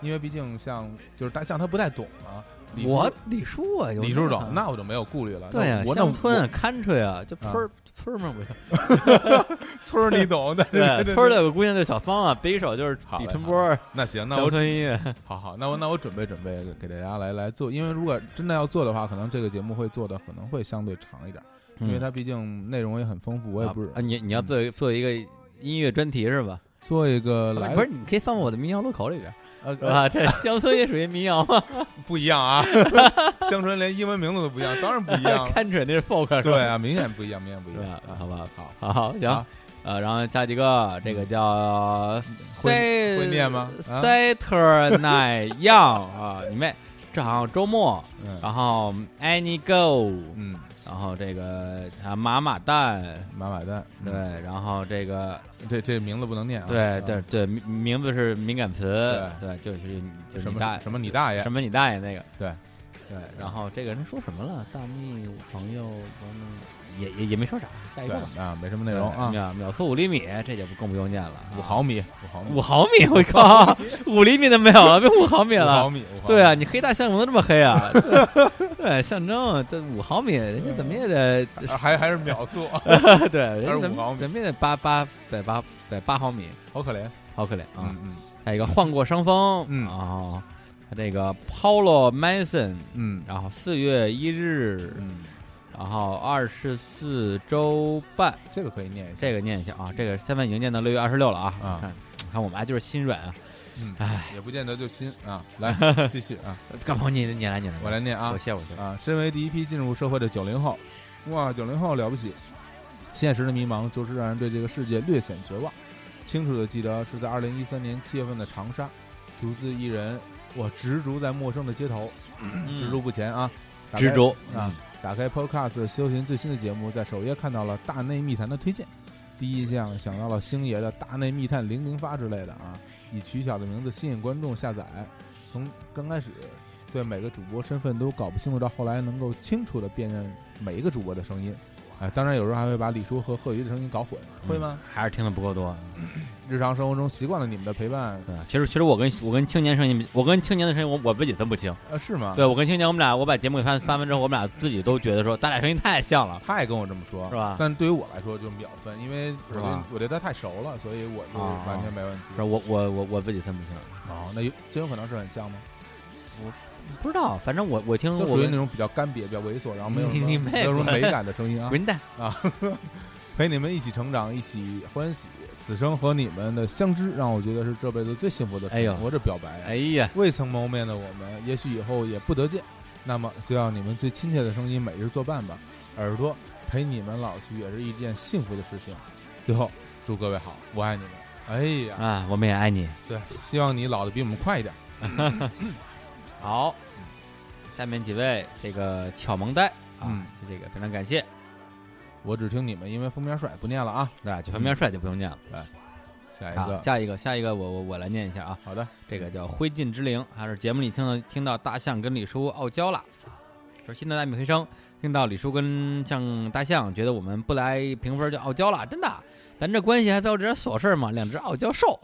D: 因为毕竟像就是大像他不太懂啊，李叔
C: 李叔啊，
D: 李叔懂，那我就没有顾虑了。
C: 对呀
D: 那，我那
C: 乡村
D: 我
C: 啊，country 啊，就
D: 啊
C: 村儿村儿嘛，不是，
D: 村儿 你懂，但是
C: 对，啊村儿的姑娘叫小芳啊，第一首就是
D: 好嘞
C: 李春波，
D: 那行，那
C: 乡
D: 我
C: 村音乐，
D: 好好，那我那我准备准备给大家来来做，因为如果真的要做的话，可能这个节目会做的可能会相对长一点，因为它毕竟内容也很丰嗯富，我也不是
C: 嗯啊，你你要做做一个音乐专题是吧？
D: 做一个来
C: 不是，你可以放我的民谣路口里边
D: 呃呃
C: 啊，这乡村也属于民 谣嘛
D: 不一 样啊，乡村连英文名字都不一样，当然不一样。
C: ，country 那是 folk 是吧？
D: 对啊，明显不一样，明显不一
C: 对
D: 样啊
C: 吧。好吧，
D: 好，
C: 好好行
D: 啊，
C: 呃，然后下几个，这个叫
D: 会会念吗啊
C: s a t u r n i g Young 啊，你妹，这好像周末，
D: 嗯
C: 然后 Any Go，
D: 嗯，
C: 然后这个啊马马蛋，
D: 马买蛋，
C: 对，然后这个
D: 这这名字不能念嗯啊。
C: 对
D: 啊
C: 对，对，名名字是敏感词，对，就是就是
D: 什
C: 你大
D: 么
C: 爷
D: 什么你大爷
C: 什，么你大爷那个，
D: 对
C: 对，然后这个人说什么了？大蜜朋友，也也也没说啥，下一
D: 对
C: 个吧。
D: 啊，没什么内容啊，
C: 秒秒速五厘米，这就不更不用念了。
D: 五毫米，五毫米，
C: 五毫米，我 靠，五厘米都没有了，变五毫米
D: 五毫
C: 了。
D: 米，五毫米
C: 对啊，，你黑大象怎么这么黑啊？ 对，象征这五毫米，人家怎么也得
D: 啊还还是 秒速，
C: 对，人
D: 还
C: 家
D: 是
C: 怎
D: 五毫
C: 么
D: 米
C: 怎么也得八八得八得八毫米，
D: 好可怜。
C: 好可怜啊
D: 嗯！嗯
C: 还有一个换过伤风，
D: 嗯
C: 然后这个 Paulo Mason，
D: 嗯
C: 然后四月一日，
D: 嗯，
C: 然后二十四周半，
D: 这个可以念一下
C: 这个念一下啊，这个现在已经念到六月二十六了啊！
D: 啊
C: 你看，你看我们啊就是心软 啊，
D: 嗯
C: 哎，
D: 也不见得就新啊。 来继续啊，
C: 干嘛你你来你来，
D: 我来念啊
C: 我。谢我谢。
D: 啊，身为第一批进入社会的九零后，哇，九零后了不起！现实的迷茫着实让人对这个世界略显绝望。清楚的记得是在二零一三年七月份的长沙，独自一人，我执着在陌生的街头，执着不前啊，打
C: 嗯
D: 开
C: 执着
D: 啊！打开 Podcast 搜寻最新的节目，在首页看到了《大内密谈》的推荐，第一印象想到了星爷的《大内密探零零发》之类的啊，以取巧的名字吸引观众下载。从刚开始对每个主播身份都搞不清楚，到后来能够清楚的辨认每一个主播的声音。哎，当然有时候还会把李叔和贺宇的声音搞混，会吗？？
C: 嗯还是听的不够多。
D: 日常生活中习惯了你们的陪伴，
C: 对，其实其实我跟我跟青年声音，我跟青年的声音，我我自己分不清。
D: 呃，是吗？
C: 对，我跟青年，我们俩我把节目给翻翻完之后，我们俩自己都觉得说，咱俩声音太像了，
D: 他也跟我这么说，
C: 是吧
D: 但对于我来说就秒分，因为我
C: 是
D: 对
C: 吧
D: 我对他太熟了，所以我就
C: 哦
D: 完全没问题。
C: 是吧我我我我自己分不清，
D: 哦，那有真有可能是很像吗？
C: 不知道，反正我我听
D: 就
C: 嗯我
D: 属于
C: 跟
D: 那种比较干瘪、比较猥琐，然后没有什
C: 你
D: 么
C: 你妹
D: 没有什么美感的声音啊！
C: 滚蛋，
D: 陪你们一起成长，一起欢喜，此生和你们的相知，让我觉得是这辈子最幸福的
C: 哎呦
D: 生活。这表白啊，
C: 哎呀，
D: 未曾谋面的我们，也许以后也不得见，那么就让你们最亲切的声音每日作伴吧。耳朵陪你们老去，也是一件幸福的事情。最后，祝各位好，我爱你们。哎呀，
C: 啊，我们也爱你。
D: 对，希望你老的比我们快一点。
C: 好，下面几位这个巧萌呆啊
D: 嗯，
C: 就这个非常感谢，
D: 我只听你们，因为封面帅，不念了啊。
C: 对吧，就分面帅就不用念了。
D: 下一
C: 好，
D: 个，
C: 下一个，下一个我，我我来念一下啊。
D: 好的，
C: 这个叫灰烬之灵，还是节目里听到听到大象跟李叔傲娇了，说新的大米黑生听到李叔跟像大象，觉得我们不来评分就傲娇了，真的，咱这关系还遭这点琐事嘛，两只傲娇兽，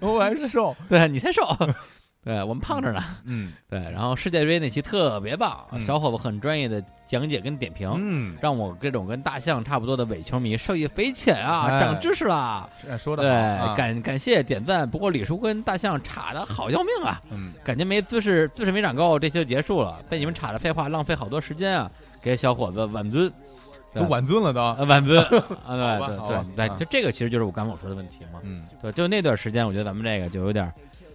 D: 我还瘦，
C: 对你才瘦， 对我们胖着呢，
D: 嗯
C: 对，然后世界杯那期特别棒，
D: 嗯
C: 小伙子很专业的讲解跟点评。
D: 嗯，
C: 让我这种跟大象差不多的伪球迷受益匪浅啊，
D: 哎
C: 长知识啦！
D: 是说的
C: 对，
D: 好啊，
C: 感感谢点赞。不过李叔跟大象差的好要命啊，
D: 嗯，
C: 感觉没姿势，姿势没长够，这期就结束了。被你们插着废话，浪费好多时间啊！给小伙子挽尊。
D: 都晚尊了都。
C: 呃， 晚尊，啊，
D: 吧好吧
C: 对对
D: 啊
C: 对，就这个其实就是我刚才我说的问题嘛。
D: 嗯，
C: 对，就那段时间，我觉得咱们这个就有点儿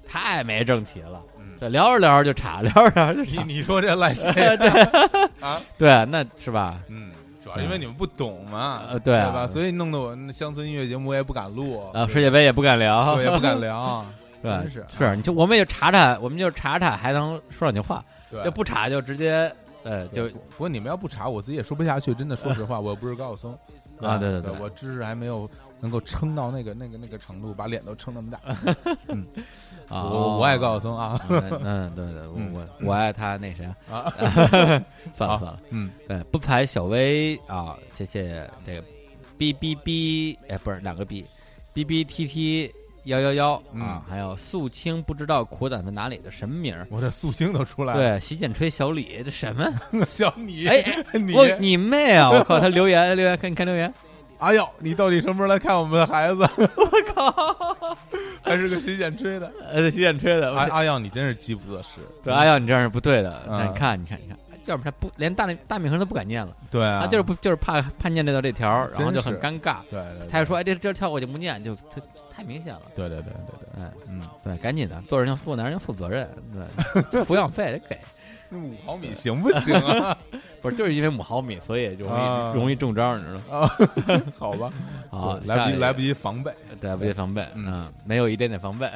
C: 太没正题了
D: 嗯。
C: 对，聊着聊着就岔，聊着聊着就
D: 你
C: 岔。
D: 你说这 赖谁？啊，
C: 对，那是吧？
D: 嗯，主要因为你们不懂嘛，
C: 呃
D: 对
C: 对啊
D: 吧？所以弄得我那乡村音乐节目我也不敢录，
C: 呃，世界杯也不敢聊，
D: 我也不 敢聊，
C: 对
D: 真，是啊
C: 是，你就我们也查查，我们就查查，还能说两句话。
D: 对
C: 要。不查就直接，呃，就
D: 对不不过你们要不查，我自己也说不下去。真的，说实话，我又不是高晓松
C: 啊对
D: 对
C: 对对
D: 我知识还没有能够撑到那个那个那个程度，把脸都撑那么大。
C: 啊，
D: 我我爱高晓松啊
C: 嗯，嗯，对对，
D: 嗯
C: 我我我爱他那 谁，
D: 啊，
C: 算
D: 好
C: 了算了，
D: 嗯，
C: 对，不排小薇啊，谢谢这个 B B B，哎，不是两个 B B B T T 幺幺幺
D: 嗯
C: 啊，还有素清不知道苦胆在哪里的什么名儿？
D: 我这素星都出来了。
C: 对，洗剪吹小李这 什么？
D: 对，小你，
C: 哎，
D: 你，
C: 我你妹啊！我靠，他留言留言，看你看留言，
D: 哎呦，你到底什么时候来看我们的孩子？
C: 我靠，
D: 还是个徐建吹的。
C: 呃，洗剪吹的，
D: 阿阿耀，你真是饥不择食。
C: 对，阿耀，你这样是不对的。
D: 嗯
C: 你看，你看，你看，要不然他不连大大命恒都不敢念了，
D: 对啊，
C: 他就是不就是怕怕念这到这条儿，然后就很
D: 真
C: 尴尬。
D: 对对，对
C: 他就说：“哎，这这跳过就不念，就就太明显了。
D: 对对对对对，”
C: 哎，
D: 嗯，
C: 对，赶紧的，做人要做男人要负责任，对，抚养费得给，
D: 那五毫米行不行啊？
C: 不是就是因为母毫米，所以容易、
D: 啊
C: 容易中招，你知道吗？
D: 啊， 好吧，
C: 啊，
D: 来不及，来不
C: 及，
D: 及防备。
C: 对，来不及防备，
D: 嗯
C: 嗯，没有一点点防 备。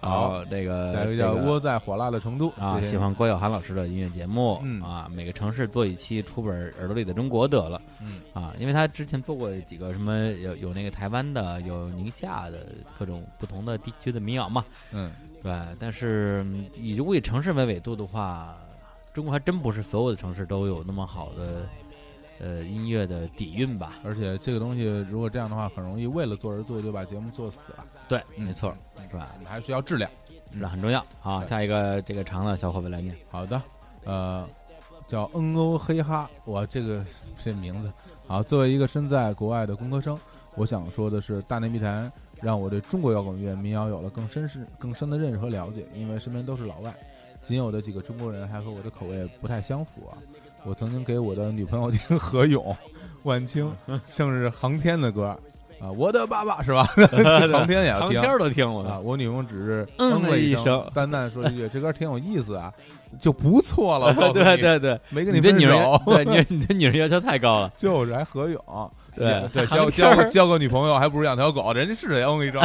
D: 好，
C: 这个
D: 下一个叫
C: 呃这
D: 窝在火辣的成都
C: 啊，
D: 谢谢
C: 喜欢郭晓涵老师的音乐节目、
D: 嗯
C: 啊，每个城市做一期，出本《耳朵里的中国》得了。
D: 嗯
C: 啊，因为他之前做过几个什么有有那个台湾的，有宁夏的各种不同的地区的民谣嘛，
D: 嗯，
C: 对。但是嗯以如果以城市为纬度的话，中国还真不是所有的城市都有那么好的呃音乐的底蕴吧？
D: 而且这个东西如果这样的话，很容易为了做而做，就把节目做死了。
C: 对，
D: 嗯
C: 没错，是吧？
D: 我们还需要质量。
C: 是很重要啊。
D: 对
C: 下一个这个长的小伙伴来念，
D: 好的，呃，叫恩欧黑哈，我这个这名字。好，作为一个身在国外的工科生，我想说的是，大内密谈让我对中国摇滚乐、民谣有了更深是更深的认识和了解，因为身边都是老外，仅有的几个中国人还和我的口味不太相符啊。我曾经给我的女朋友听何勇、晚清，甚至航天的歌啊，我的爸爸是吧？航天也要
C: 长
D: 听
C: 篇，儿都听我
D: 啊，
C: 的，
D: 我女朋友只是
C: 嗯
D: 了
C: 了一
D: 声
C: 声，
D: 淡淡说一句：“这歌挺有意思啊，就不 错了。”我告诉
C: 对
D: 你，
C: 对对。
D: 没跟
C: 你对
D: 分
C: 女人
D: 手，，
C: 对你你对女人要求太高了。
D: 就是还何勇，
C: 对
D: 对，
C: 还
D: 交
C: 航天
D: 交
C: 儿
D: 个交个女朋友，还不如养条狗，人家是谁？我跟你说，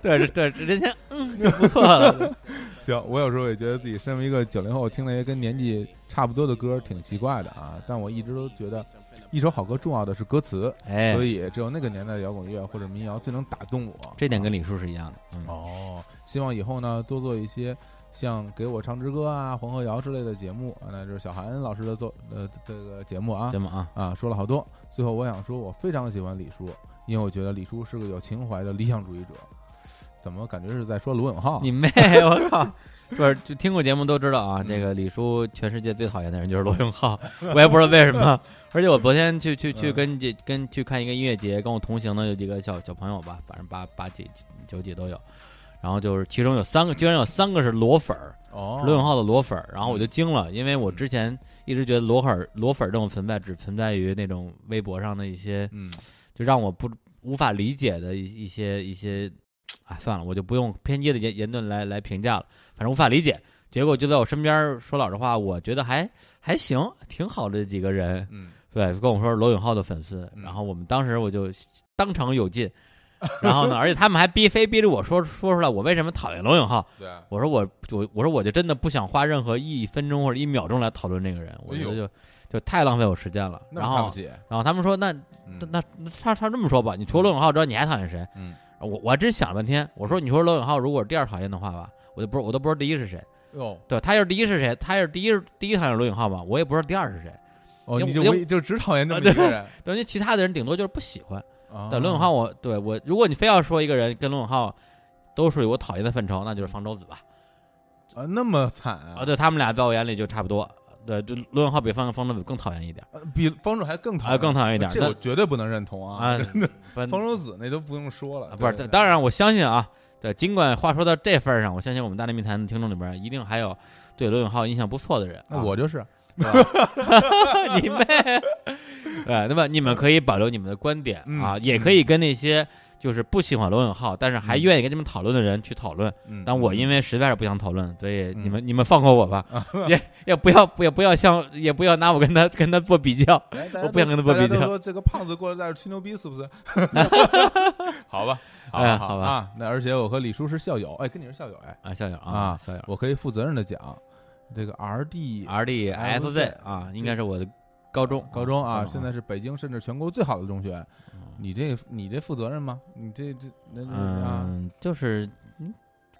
C: 对对对，人家嗯就不错 了。
D: 行，我有时候也觉得自己身为一个九零后，听那些跟年纪差不多的歌挺奇怪的啊，但我一直都觉得，一首好歌重要的是歌词，
C: 哎，
D: 所以只有那个年代的摇滚乐或者民谣最能打动我。啊
C: 这点跟李叔是一样的。嗯
D: 哦，希望以后呢多做一些像给我唱支歌啊、黄河谣之类的节目啊，那就是小韩老师的做呃这个节目啊
C: 节目啊，
D: 啊，说了好多。最后我想说，我非常喜欢李叔，因为我觉得李叔是个有情怀的理想主义者。怎么感觉是在说罗永浩？
C: 你 妹！我靠！不是，就听过节目都知道
D: 嗯
C: 啊，这个李叔全世界最讨厌的人就是罗永浩， 我也不知道为什么。而且我昨天去去去
D: 嗯
C: 跟几跟去看一个音乐节，跟我同行的有几个小小朋友吧，反正八八几九几都有。然后就是其中有三个，居然有三个是罗粉儿，
D: 哦，嗯
C: 罗永浩的罗粉儿，然后我就惊了，因为我之前一直觉得罗粉儿罗粉儿这种存在只存在于那种微博上的一些，
D: 嗯，
C: 就让我不无法理解的一一些一些，啊，算了，我就不用偏激的言言论来来评价了，反正无法理解。结果就在我身边儿，说老实话，我觉得还还行，挺好的几个人，
D: 嗯，
C: 对，跟我说是罗永浩的粉丝，
D: 嗯
C: 然后我们当时我就当场有劲，然后呢，而且他们还逼非逼着我说说出来我为什么讨厌罗永浩，
D: 对，
C: 我说我我我说我就真的不想花任何一分钟或者一秒钟来讨论这个人，我觉
D: 哎
C: 得就就太浪费我时间了。
D: 那
C: 然
D: 么看
C: 后
D: 不起，
C: 然后他们说那
D: 嗯
C: 那那他他这么说吧，你除了罗永浩之外，你还讨厌谁？
D: 嗯，
C: 我我还真想了半天，我说你说罗永浩如果是第二讨厌的话吧，我就不我都不知道第一是谁。
D: 哟，
C: 对他要是第一是谁，他要是第一第一讨厌罗永浩吧，我也不知道第二是谁。
D: 哦，
C: 因为
D: 你就
C: 因为
D: 唯就只讨厌这么一个人。
C: 等于其他的人顶多就是不喜欢。
D: 啊
C: 对罗永浩我，对我，如果你非要说一个人跟罗永浩都属于我讨厌的范畴，那就是方舟子吧。
D: 啊，那么惨啊
C: 啊，对他们俩在我眼里就差不多。对，就罗永浩比方方舟子更讨厌一点。
D: 呃比方舟还更讨
C: 啊，
D: 厌，
C: 更讨厌一点。
D: 这我绝对不能认同
C: 但
D: 啊
C: 啊！，反
D: 方舟子那都不用说了
C: 啊，不是，
D: 对对
C: 当当然我相信啊，对，尽管话说到这份儿上，我相信我们大内密谈的听众里边儿一定还有对罗永浩印象不错的人啊。
D: 那我就是
C: 是吧你 妹！对，那么你们可以保留你们的观点啊，
D: 嗯
C: 也可以跟那些就是不喜欢罗永浩，但是还愿意跟你们讨论的人去讨论。
D: 嗯
C: 但我因为实在是不想讨论，所以
D: 嗯啊
C: 你们你们放过我吧， 也也不要也不要像也不要拿我跟他跟他做比较。
D: 哎大家
C: 我
D: 都
C: 不想跟他做比较
D: 大家都说这个胖子过来在这儿吹牛逼，是不是？好吧，好
C: 哎
D: 吧，
C: 好吧
D: 啊。那而且我和李叔是校友，哎，跟你是校友，哎，
C: 啊，校友
D: 啊
C: 校友
D: 我可以负责任的讲，这个 R D
C: ，R D S Z
D: LZ
C: 啊，应该是我的啊高中
D: 高中啊，现
C: 在
D: 在是北京甚至全国最好的中学，
C: 啊
D: 你这你这负责任吗？你这这那那啊
C: 嗯，就是嗯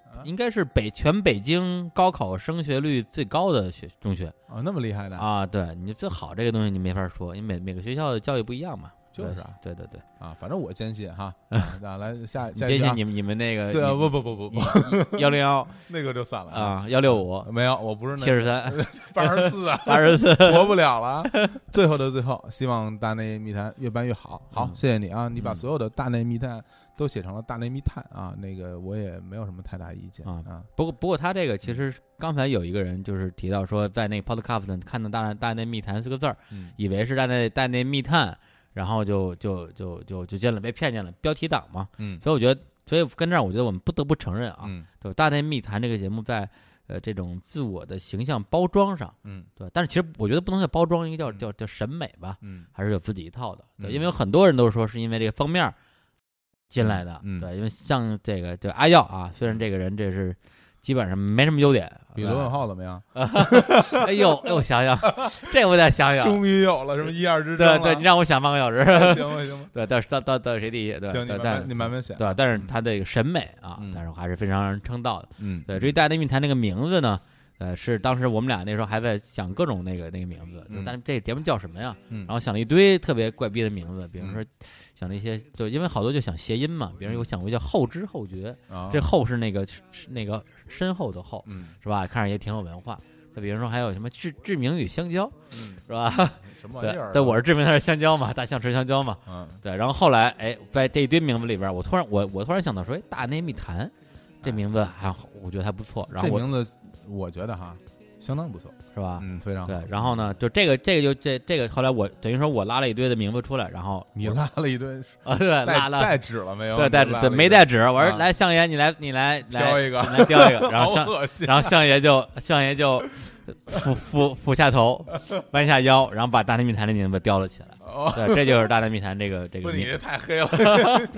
D: 啊
C: 应该是北全北京高考升学率最高的学中学
D: 啊那么厉害的
C: 啊。对你最好这个东西你没法说，因为每每个学校的教育不一样嘛。
D: 就是啊
C: 对，对对对，
D: 啊，反正我坚信哈。啊那来下
C: 你
D: 下
C: 这些
D: 一个啊，
C: 你们你们 那个
D: 对啊，不不不不不，
C: 幺零 幺
D: 那个就算了。
C: 啊幺六五
D: 没有，我不是
C: 七
D: 那
C: 十三
D: 八十四 啊，
C: 八 十四，
D: 活不了了啊。最后的最后，希望大内密探越办越好。好，
C: 嗯
D: 谢谢你啊，你把
C: 嗯
D: 所有的大内密探都写成了大内密探啊。那个我也没有什么太大意见
C: 啊
D: 啊。
C: 不过不过他这个其实刚才有一个人就是提到说，在那个 podcast 上看到大“大内密谈”四个字儿，
D: 嗯
C: 以为是大内大内密探，然后就就就就就见了被骗见了，标题党嘛。
D: 嗯
C: 所以我觉得，所以跟这儿我觉得我们不得不承认啊，
D: 嗯
C: 对吧？大内密谈这个节目在呃这种自我的形象包装上，
D: 嗯
C: 对吧？但是其实我觉得不能叫包装，应该叫
D: 嗯
C: 叫叫审美吧，
D: 嗯
C: 还是有自己一套的，对，
D: 嗯
C: 因为有很多人都说是因为这个封面儿进来的，
D: 嗯嗯
C: 对，因为像这个就阿耀啊，虽然这个人这是基本上没什么优点，
D: 比
C: 对吧
D: 罗永，浩怎么样？
C: 哎呦，哎，我想想，这我得想 想，
D: 终于有了什么一二之争
C: 啊对
D: 了。
C: 对，你让我想半个小时，
D: 哎行吧行吧，
C: 对，但是到到到谁第一，对，
D: 行，你
C: 但
D: 慢
C: 但
D: 慢你慢慢选。
C: 对，但是他这个审美啊，
D: 嗯
C: 但是还是非常让人称道的。
D: 嗯
C: 对，至于大内密谈这个名字呢，呃，是当时我们俩那时候还在想各种那个那个名字，就
D: 嗯
C: 但是这节目叫什么呀？
D: 嗯
C: 然后想了一堆特别怪逼的名字，比如
D: 嗯
C: 说想了一些，就因为好多就想谐音嘛，比如有想过叫后知后觉，
D: 啊
C: 这后是那个是是那个身后的后，
D: 嗯
C: 是吧？看着也挺有文化。那比如说还有什么志志明与香蕉，
D: 嗯
C: 是吧？
D: 什么玩意
C: 对
D: 儿啊？，
C: 对，我是志明，他是香蕉嘛，大象吃香蕉嘛。
D: 嗯
C: 对，然后后来，哎，在这一堆名字里边，我突然我我突然想到说，哎，大内密谈这名字还好，我觉得还不错。然后
D: 哎这
C: 我
D: 名字我觉得哈相当不错，
C: 是吧？
D: 嗯，非常好。
C: 对，然后呢，就这个这个就这这个后来我等于说我拉了一堆的名字出来，然后
D: 你
C: 我
D: 拉了一堆，
C: 啊对拉
D: 带
C: 了。
D: 带纸了没有？
C: 对，带
D: 你
C: 纸
D: 拉了
C: 对
D: 一堆
C: 没带纸，我说
D: 啊
C: 来相爷，你来你来
D: 挑
C: 来
D: 一个，
C: 你来挑一 个， 然后
D: 好
C: 相
D: 恶心。
C: 然后相爷就相爷就俯俯俯下头，弯下腰，然后把大内密谈的名字叼了起来。
D: 哦，
C: 对，这就是大内密谈这个这
D: 不，
C: 个
D: 你
C: 名
D: 这 太黑了，你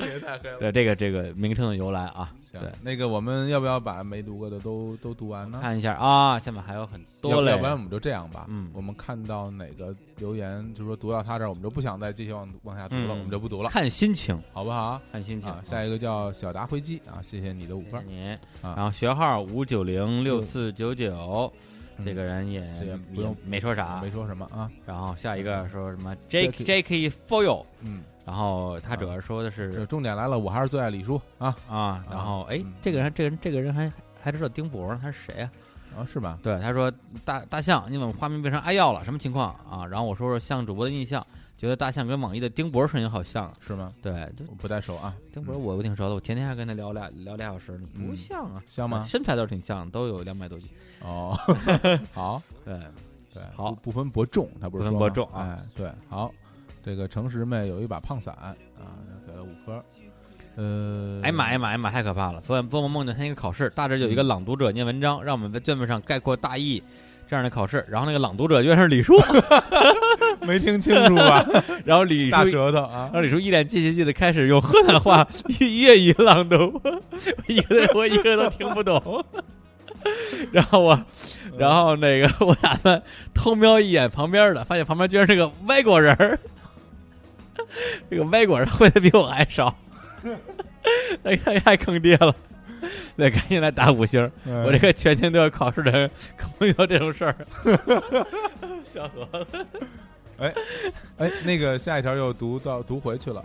D: 这太黑了。
C: 对这个这个名称的由来啊。
D: 行
C: 对，
D: 那个我们要不要把没读过的都都读完呢？
C: 看一下啊，下面还有很
D: 要
C: 多
D: 不
C: 嘞
D: 要不。然我们就这样吧，
C: 嗯
D: 我们看到哪个留言，就是说读到他这儿，我们就不想再继续往往下读了，
C: 嗯
D: 我们就不读了，
C: 看心情，
D: 好不好？
C: 看心情
D: 啊，。下一个叫小达回击啊，谢谢你的五分儿，
C: 您，
D: 啊
C: 然后学号五九零六四九九，嗯这个人也
D: 这也不
C: 也
D: 用
C: 没说嗯啥
D: 没。说什么啊，
C: 然后下一个说什么 Jake
D: Jackie
C: Jake Foyle，
D: 嗯，
C: 然后他主要说的
D: 这
C: 是
D: 重点来了，我还是最爱李叔啊，
C: 啊，然后哎
D: 嗯，
C: 这个人这个人这个人还还知道丁博呢，他是谁啊？
D: 啊是吧？
C: 对，他说大大象，你怎么画面变成阿耀了？什么情况啊？然后我说说向主播的印象，觉得大象跟网易的丁博声音好像。
D: 是吗？
C: 对，就
D: 我不太熟啊，
C: 丁博我我挺熟的，我前天还跟他聊俩聊俩小时呢，不
D: 嗯
C: 像啊，
D: 香吗？
C: 身材倒是挺像，都有两百多斤。
D: 哦，好，
C: 对，
D: 对，
C: 好
D: 不不分伯仲，他不
C: 不分
D: 是说吗
C: 伯仲啊
D: 哎，对，好，这个诚实妹有一把胖伞啊，给了五分儿，呃，
C: 哎呀妈呀妈呀妈，太可怕了！昨晚做梦梦见参一个考试，大致有一个朗读者念文章，让我们在卷面上概括大意这样的考试。然后那个朗读者居然是李叔，
D: 没听清楚吧？
C: 然后李叔
D: 大，舌头啊
C: 然！后李叔一脸怯怯怯的开始用河南话粤语朗读，我一个我一个都听不懂。 然后我，然后那个我打算偷瞄一眼旁边的，发现旁边居然是个外国人儿。这个外国人会的比我还少，那太太坑爹了。对，赶紧来打五星儿！
D: 哎
C: 我这个全年都要考试的人，可不遇到这种事 儿，笑死我了。
D: 哎，那个下一条又读到读回去了。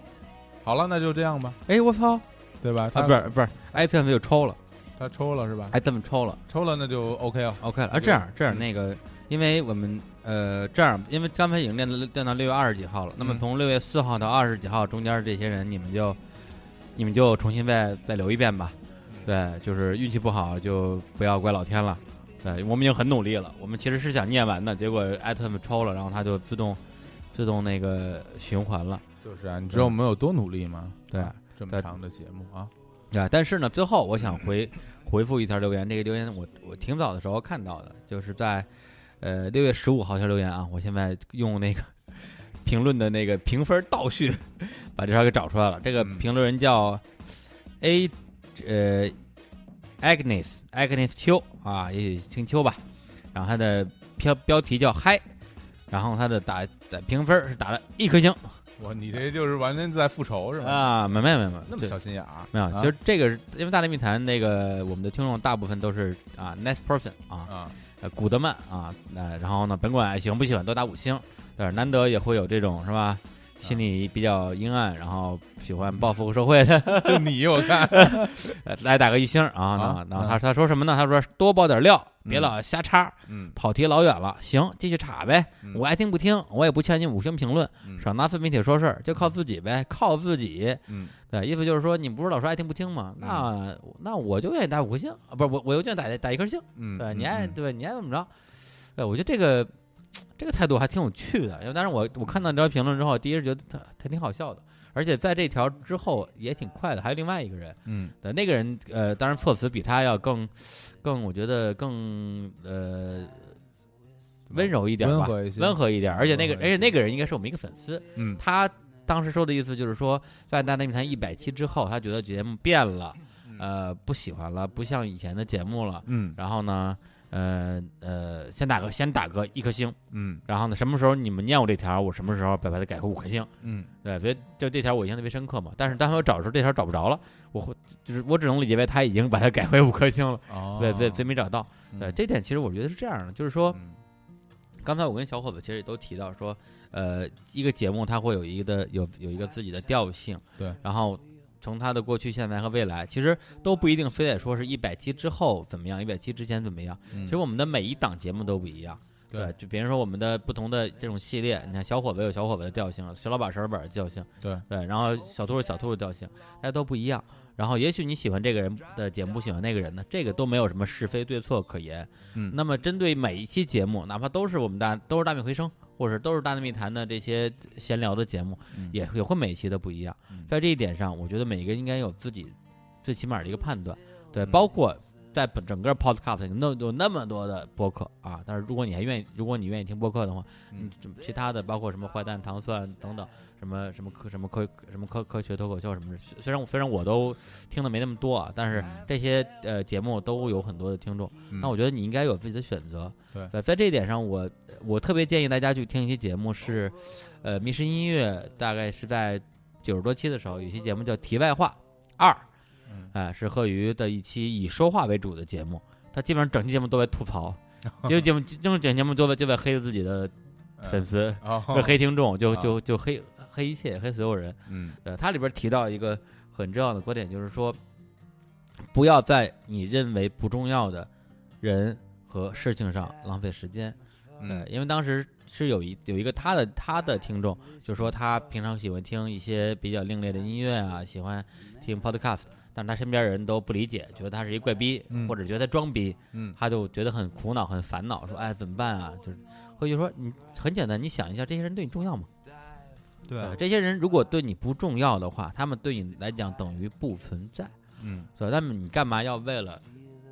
D: 好了，那就这样吧，
C: 哎，我操！
D: 对吧？他、
C: 啊，不是不是，哎，这样就抽了，
D: 他抽了是吧？
C: 还这么抽了。
D: 抽了那就 OK 了。
C: OK 了啊，这样这样
D: 嗯
C: 那个，因为我们呃这样，因为刚才已经练到练到六月二十几号了，那么
D: 嗯
C: 从六月四号到二十几号中间这些人，你们就你们
D: 嗯
C: 就重新再再留一遍吧。对，就是运气不好就不要怪老天了，对，我们已经很努力了。我们其实是想念完的，结果 item 抽了，然后它就自动自动那个循环了。
D: 就是啊，你知道我们有多努力吗？
C: 对
D: 啊，这么
C: 对
D: 长的节目啊，
C: 对，但是呢，最后我想回回复一条留言，这个留言我我挺早的时候看到的，就是在呃六月十五号条留言啊，我现在用那个评论的那个评分倒序把这条给找出来了。这个
D: 嗯
C: 评论人叫 A 呃 Agnes Agnes 秋啊，也许姓秋吧，然后他的标标题叫嗨，然后他的打打评分是打了一颗星
D: 我你这就是完全在复仇是吗？
C: 啊，没没没没，
D: 那么
C: 这
D: 小心眼儿，
C: 没有，
D: 啊
C: 其实这个是因为《大内密谈》那个我们的听众大部分都是啊 nice person 啊，
D: 啊，
C: 呃古德曼啊，呃，然后呢，甭管喜欢不喜欢都打五星，对，难得也会有这种是
D: 啊
C: 吧，心里比较阴暗，然后喜欢报复社会的
D: 就你我看，
C: 呃来打个一星啊，
D: 啊
C: 那那他他说什么呢？他说多爆点料，别
D: 嗯
C: 老瞎插，
D: 嗯，
C: 跑题老远了，行，继续插呗，
D: 嗯
C: 我爱听不听，我也不欠你五星评论，
D: 嗯
C: 少拿自媒体说事儿，就靠自己呗，靠自己。
D: 嗯
C: 对，意思就是说，你不是老说爱听不听吗？那那我就愿意打五颗星啊，不是我我就愿意打打一颗星。
D: 嗯，
C: 对，
D: 嗯
C: 你爱
D: 嗯
C: 对你爱怎么着？对，我觉得这个这个态度还挺有趣的。因为当时我我看到这条评论之后，第一是觉得他他挺好笑的，而且在这条之后也挺快的。还有另外一个人，
D: 嗯
C: 对，那个人呃，当然措辞比他要更更，我觉得更呃温柔一点吧，
D: 温和一些，
C: 温和一点。而且那个
D: 温
C: 而
D: 和一
C: 且
D: 些
C: 那个人应该是我们一个粉丝，
D: 嗯
C: 他当时说的意思就是说，在《大内密谈》一百期之后，他觉得节目变了，呃，不喜欢了，不像以前的节目了。
D: 嗯
C: 然后呢，呃呃，先打个先打个一颗星，
D: 嗯
C: 然后呢，什么时候你们念我这条，我什么时候把它改回五颗星。
D: 嗯
C: 对，所以就这条我印象特别深刻嘛。但是当我找的时候，这条找不着了，我会就是我只能理解为他已经把它改回五颗星了。
D: 哦，
C: 对对，所以没找到。对，
D: 嗯
C: 这点其实我觉得是这样的，就是说，
D: 嗯
C: 刚才我跟小伙子其实也都提到说，呃，一个节目它会有一个的有有一个自己的调性，
D: 对，
C: 然后从它的过去、现在和未来，其实都不一定非得说是一百期之后怎么样，一百期之前怎么样。
D: 嗯
C: 其实我们的每一档节目都不一样，
D: 对
C: 就比如说我们的不同的这种系列，你看小伙子有小伙子的调性，小老板小老板的调性，
D: 对
C: 对，然后小兔有小兔的调性，大家都不一样。然后也许你喜欢这个人的节目，不喜欢那个人的，这个都没有什么是非对错可言。
D: 嗯
C: 那么针对每一期节目，哪怕都是我们大都是大米回声，或者都是大内密谈的这些闲聊的节目，
D: 嗯
C: 也也会每一期都不一样
D: 嗯。
C: 在这一点上，我觉得每个人应该有自己最起码的一个判断，对，
D: 嗯
C: 包括在本整个 podcast 里那有那么多的播客啊，但是如果你还愿意，如果你愿意听播客的话，
D: 嗯
C: 嗯，其他的包括什么坏蛋糖蒜等等，什么什么科什么科什么科科学脱口秀什么的，虽虽然我虽然我都听的没那么多啊，但是
D: 嗯
C: 这些呃节目都有很多的听众。那我
D: 就
C: 觉得你应该有自己的选择。
D: 嗯对
C: 在在这一点上我，我特别建议大家去听一期节目是，呃，迷失音乐大概是在九十多期的时候，有一期节目叫《题外话二》，
D: 嗯
C: 哎、是贺鱼的一期以说话为主的节目，他基本上整期节目都在吐 槽，这个节目就是整期节目都在就在黑自己的粉丝，
D: 哦
C: 就，黑听众，就
D: 啊
C: 就就黑黑一切，黑所有人。
D: 嗯
C: 呃，它里边提到一个很重要的观点，就是说，不要在你认为不重要的人和事情上浪费时间。呃，
D: 嗯
C: 因为当时是有一有一个他的他的听众，就说他平常喜欢听一些比较另类的音乐啊，喜欢听 podcast，但是他身边人都不理解，觉得他是一怪逼，
D: 嗯
C: 或者觉得他装逼，
D: 嗯
C: 他就觉得很苦恼、很烦恼，说：“哎，怎么办啊？”就是，或者说你很简单，你想一下，这些人对你重要吗？
D: 对啊
C: 呃这些人如果对你不重要的话，他们对你来讲等于不存在，
D: 嗯
C: 对吧？那么你干嘛要为了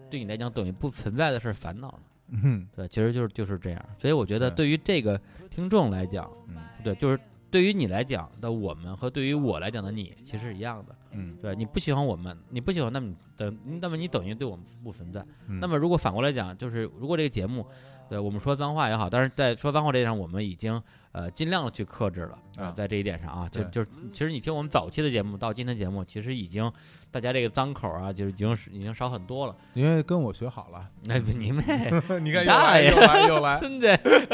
C: 对你来讲等于不存在的事儿烦恼呢？
D: 嗯
C: 对，其实就是就是这样。所以我觉得，
D: 对
C: 对于这个听众来讲，
D: 嗯
C: 对，就是对于你来讲的我们和对于我来讲的你，其实是一样的。
D: 嗯，
C: 对，你不喜欢我们，你不喜欢，那么你等，那么你等于对我们不存在。
D: 嗯
C: 那么如果反过来讲，就是如果这个节目，对我们说脏话也好，但是在说脏话这一点上，我们已经呃尽量的去克制了。
D: 啊
C: 在这一点上啊，就
D: 对
C: 就是其实你听我们早期的节目到今天节目，其实已经大家这个脏口啊，就是已经是已经少很多 了。
D: 因为跟我学 好了，哎
C: 那、你们
D: 你
C: 看又来
D: 看又来
C: 又
D: 又来又来，
C: 真的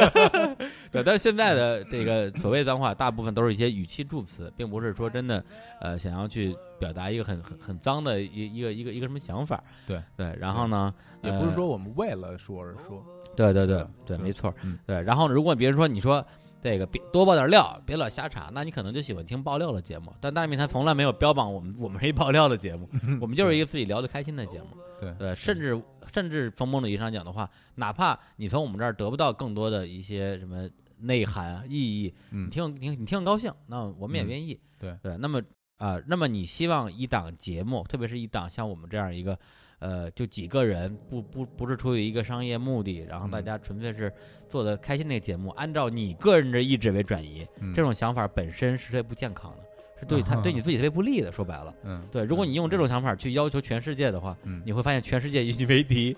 C: 对，但是现在的这个所谓脏话，大部分都是一些语气助词，并不是说真的呃想要去表达一个很很很脏的一一个一个一个什么想法。
D: 对
C: 对，然后呢，
D: 也不是
C: 呃
D: 说我们为了说而说，
C: 对对对
D: 吧
C: 对，
D: 就是
C: 没错儿，
D: 嗯
C: 对。然后如果别人说你说，这个别多爆点料，别老瞎查。那你可能就喜欢听爆料的节目，但《大内密谈》从来没有标榜我们我们是一爆料的节 目，我们就是一个自己聊得开心的节目。
D: 对
C: 对，甚至甚至从某种意义上讲的话，哪怕你从我们这儿得不到更多的一些什么内涵啊意义，
D: 嗯
C: 你听你听你听高兴，那我们也
D: 嗯
C: 愿意。
D: 对
C: 对，那么啊、那么你希望一档节目，特别是一档像我们这样一个。呃，就几个人，不不不是出于一个商业目的，然后大
D: 嗯
C: 家纯粹是做的开心那个节目，按照你个人的意志为转移，
D: 嗯啊
C: 这种想法本身是特别不健康的，是对他对你自己特别不利的。说白了，
D: 嗯，
C: 对，如果你用这种想法去要求全世界的话，
D: 嗯，
C: 你会发现全世界与 你为 敌，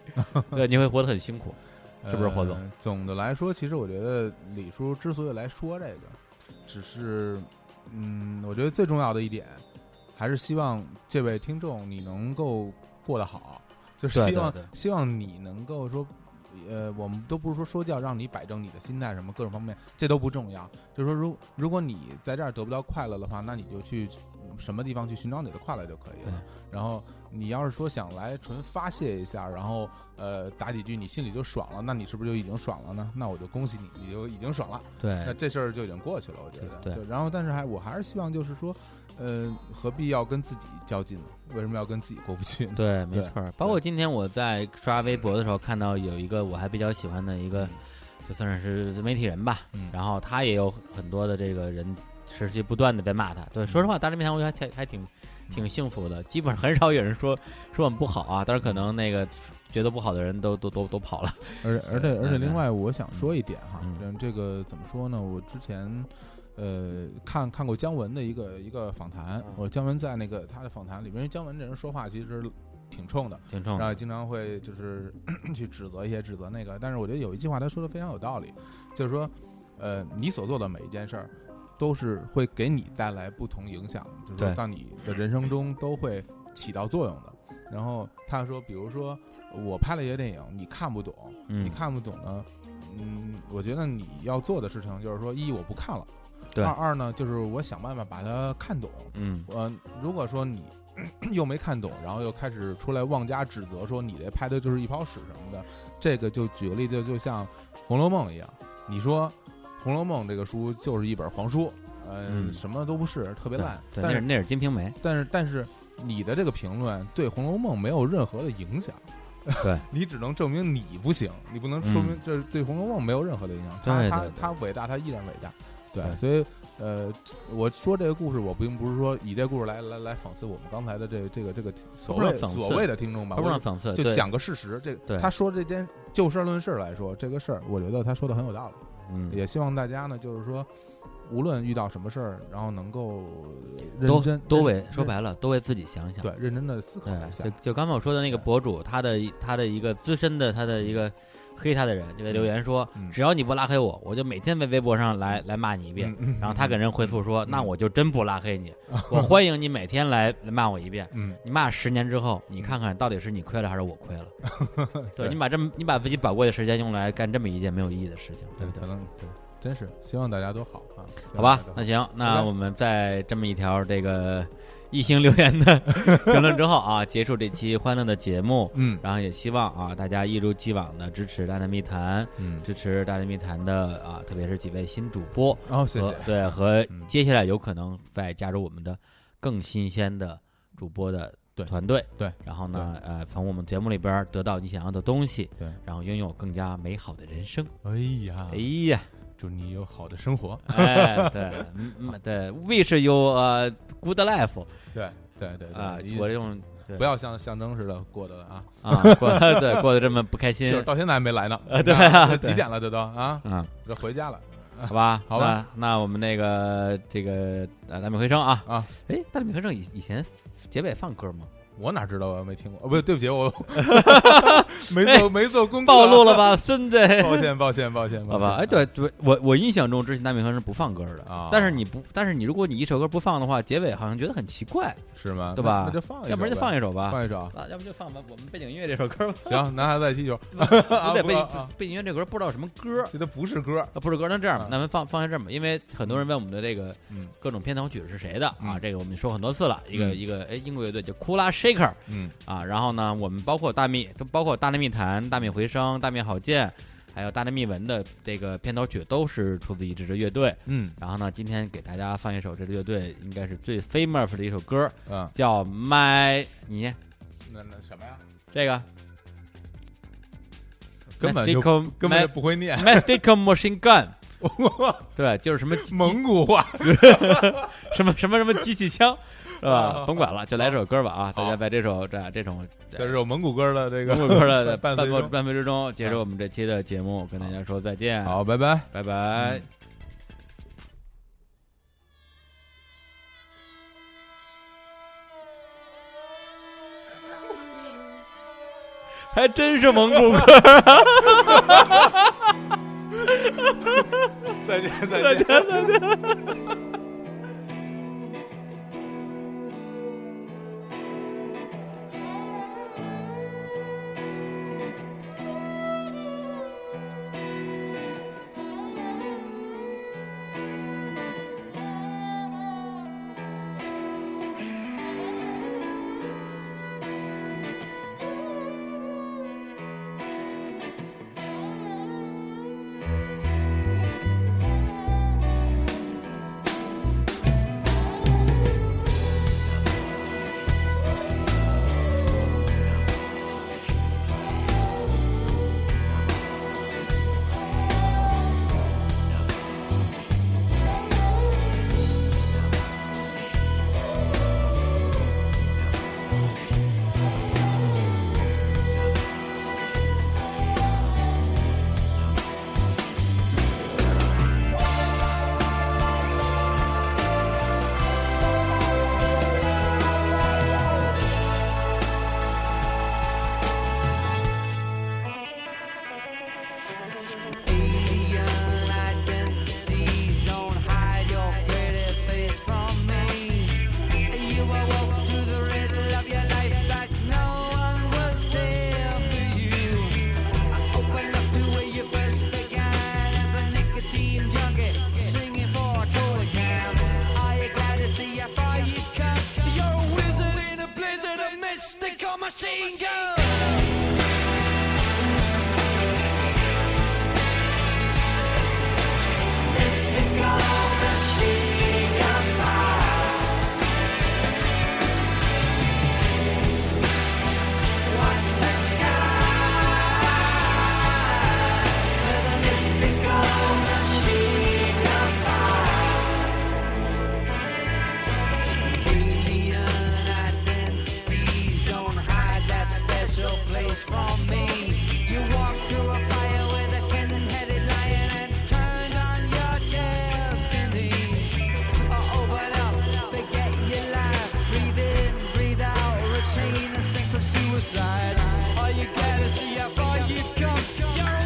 C: 对，你会活得很辛苦。
D: 呃
C: 是不是霍总？
D: 总的来说，其实我觉得李叔之所以来说这个，只是嗯，我觉得最重要的一点，还是希望这位听众你能够过得好，就是
C: 对
D: 希
C: 对
D: 望
C: 对
D: 希望你能够说。呃，我们都不是说说教让你摆正你的心态，什么各种方面，这都不重要。就是说如，如果你在这儿得不到快乐的话，那你就去什么地方去寻找你的快乐就可以了。然后你要是说想来纯发泄一下，然后呃打几句你心里就爽了，那你是不是就已经爽了呢？那我就恭喜你，你就已经爽了。那
C: 对，
D: 这事儿就已经过去了，我觉得。
C: 哎对对
D: 然后，但是还我还是希望就是说，呃，何必要跟自己较劲呢？为什么要跟自己过不去呢？
C: 对，没
D: 对
C: 错儿。包括今天我在刷微博的时候，看到有一个我还比较喜欢的一个，就算是媒体人吧，
D: 嗯
C: 然后他也有很多的这个人持续不断的在骂他。对，说实
D: 嗯
C: 话，大内密谈我觉得还挺还挺挺幸福的，基本上很少有人说说我们不好啊。但是可能那个觉得不好的人都都都都跑了。
D: 而而且
C: 对
D: 而且，
C: 嗯
D: 另外我想说一点哈，
C: 嗯
D: 嗯，这个怎么说呢？我之前呃看看过姜文的一个一个访谈，
C: 嗯
D: 我姜文在那个他的访谈里边，因为姜文这人说话其实挺冲的，
C: 挺冲
D: 然，后经常会就是 去指责一些指责那个，但是我觉得有一句话他说的非常有道理，就是说，呃，你所做的每一件事儿，都是会给你带来不同影响，就是说
C: 对
D: 到你的人生中都会起到作用的。然后他说，比如说我拍了一个电影，你看不懂，你
C: 嗯，
D: 看不懂呢，嗯，我觉得你要做的事情就是说，一我不看了，
C: 对
D: 二二呢就是我想办法把它看懂，
C: 嗯，
D: 呃，如果说你 又没看懂，然后又开始出来妄加指责，说你这拍的就是一泡屎什么的，这个就举个例子，就像《红楼梦》一样，你说《红楼梦》这个书就是一本黄书，呃，
C: 嗯
D: 什么都不是，特别
C: 对
D: 烂，
C: 对，
D: 但
C: 那是
D: 是
C: 那是《金瓶梅》。
D: 但是但是你的这个评论对《红楼梦》没有任何的影响。
C: 对 嗯
D: 你只能证明你不行，你不能说明这对《红楼梦》没有任何的影响。他
C: 对
D: 他
C: 对对
D: 他伟大，他依然伟大。对，
C: 对
D: 所以呃，我说这个故事，我并不是说以这故事来来来讽刺我们刚才的这这个这个所
C: 不
D: 谓
C: 是讽刺
D: 所谓的听众吧，
C: 他不
D: 我
C: 让讽刺，
D: 就
C: 对，
D: 讲个事实。这
C: 对
D: 个他说这件就事论事来说，这个事儿，我觉得他说的很有道理。
C: 嗯，
D: 也希望大家呢，就是说，无论遇到什么事儿，然后能够认
C: 都
D: 真
C: 都
D: 认
C: 为说
D: 认
C: 白了，都为自己想想。
D: 对认真的思考
C: 对，
D: 一下
C: 嗯就。就刚才我说的那个
D: 对
C: 博主，他的他的一个资深的他的一个黑他的人就在留言说，
D: 嗯
C: 只要你不拉黑我，我就每天在微博上来来骂你一遍。
D: 嗯，嗯
C: 然后他给，人回复说：“
D: 嗯
C: 那我就真不拉黑你， 我欢迎你每天来来骂我一遍。
D: 嗯，
C: 你骂十年之后，你看看到底是你亏了还是我亏了？对
D: 对
C: 你把这么你把自己宝贵的时间用来干这么一件没有意义的事情，对
D: 对，
C: 不对
D: 嗯可？能对，真是希望大家都好啊，
C: 好吧，那
D: 那
C: 行，那
D: OK
C: 我们在这么一条这个异性留言的 评论之后啊，结束这期欢乐的节目。
D: 嗯
C: 然后也希望啊，大家一如既往的支持《大内密谈》，
D: 嗯，
C: 支持《大内密谈》的啊，特别是几位新主播
D: 哦，
C: 和
D: 谢谢，
C: 对和
D: 嗯
C: 接下来有可能再加入我们的更新鲜的主播的
D: 对
C: 团队。
D: 对
C: 然后呢，呃，从我们节目里边得到你想要的东西，
D: 对，
C: 然后拥有更加美好的人生。
D: 哎呀
C: 哎，呀，
D: 祝你有好的生活，
C: 哎，对，嗯嗯对，wish you a 呃 good life
D: 对对对对
C: 啊、
D: 你
C: 我用对
D: 不要像象征似的过的啊，
C: 啊过 对过得这么不开心
D: 就是到现在还没来呢，
C: 呃对啊
D: 这
C: 对
D: 几点了这都啊，
C: 啊、
D: 这回家了
C: 好吧，
D: 好吧
C: 那，那我们那个这个呃大米回声啊
D: 啊，
C: 哎，大米回声以以前结尾放歌吗？
D: 我哪知道啊，没听过，哦，不对不 起，我没做没做功课，啊
C: 暴露了，吧， 孙子。
D: 抱歉抱歉抱歉，
C: 好
D: 抱歉
C: 吧，哎，对对，我我印象中之前大米回声是不放歌的
D: 啊
C: 但是你不，但是你如果你一首歌不放的话，结尾好像觉得很奇怪，
D: 是吗？
C: 对吧
D: 那那就放一首呗，
C: 要不然就放一首吧，
D: 放一首，
C: 啊，要不就放吧，我们背景音乐这首歌吧，
D: 行，男孩子踢球，
C: 不
D: 不
C: 对，背景
D: 啊
C: 背景音乐这首歌不知道什么歌，
D: 这都不是歌，
C: 啊，不是歌，那这样吧
D: 啊，
C: 那咱放放下这儿吧，因为很多人问我们的这个
D: 嗯
C: 各种片头曲是谁的啊，
D: 嗯
C: 这个我们说很多次了，一个
D: 嗯
C: 一个哎英国乐队叫 Kula Shaker
D: 嗯。
C: 啊，然后呢，我们包括大秘，都包括大内密谈、大秘回声、大秘好剑，还有《大内密闻》的这个片头曲都是出自于这支乐队。
D: 嗯
C: 然后呢，今天给大家放一首这支乐队应该是最 famous 的一首歌，
D: 嗯，
C: 叫《My》。你念
D: 那那什么呀？
C: 这个
D: 根本就
C: Mystical-
D: 根本就不会念
C: My- Mystical Machine Gun，对， 就是什么
D: 蒙古 话，
C: 什么什么什么机器枪，是
D: 哦
C: 吧？甭管了，就来这首歌吧啊！
D: 好
C: 大家在这首这这种
D: 这首蒙古歌的这个
C: 中国歌的
D: 伴
C: 伴
D: 随
C: 播
D: 中
C: 伴随之中，结束我们这期的节目，跟大家说再见，
D: 啊好，拜拜。
C: 拜拜。还真是蒙古歌，
D: 再见，再见。
A: Alien identities don't hide your pretty face from me. You awoke to the riddle of your life like no one was there for you. I opened up to where you first began as a nicotine junkie, singing for a toy cam. Are you glad to see how far you come? You're a wizard in a blizzard of mystical machine gun. Mystical machine gun Watch the sky with a mystical machine gun Alien identities don't hide that special place from me. You walk through a fire with a ten-headed lion and turned on your destiny. Oh, open up, forget your life, breathe in, breathe out, retain a sense of suicide. All you got is see how far you've come. You're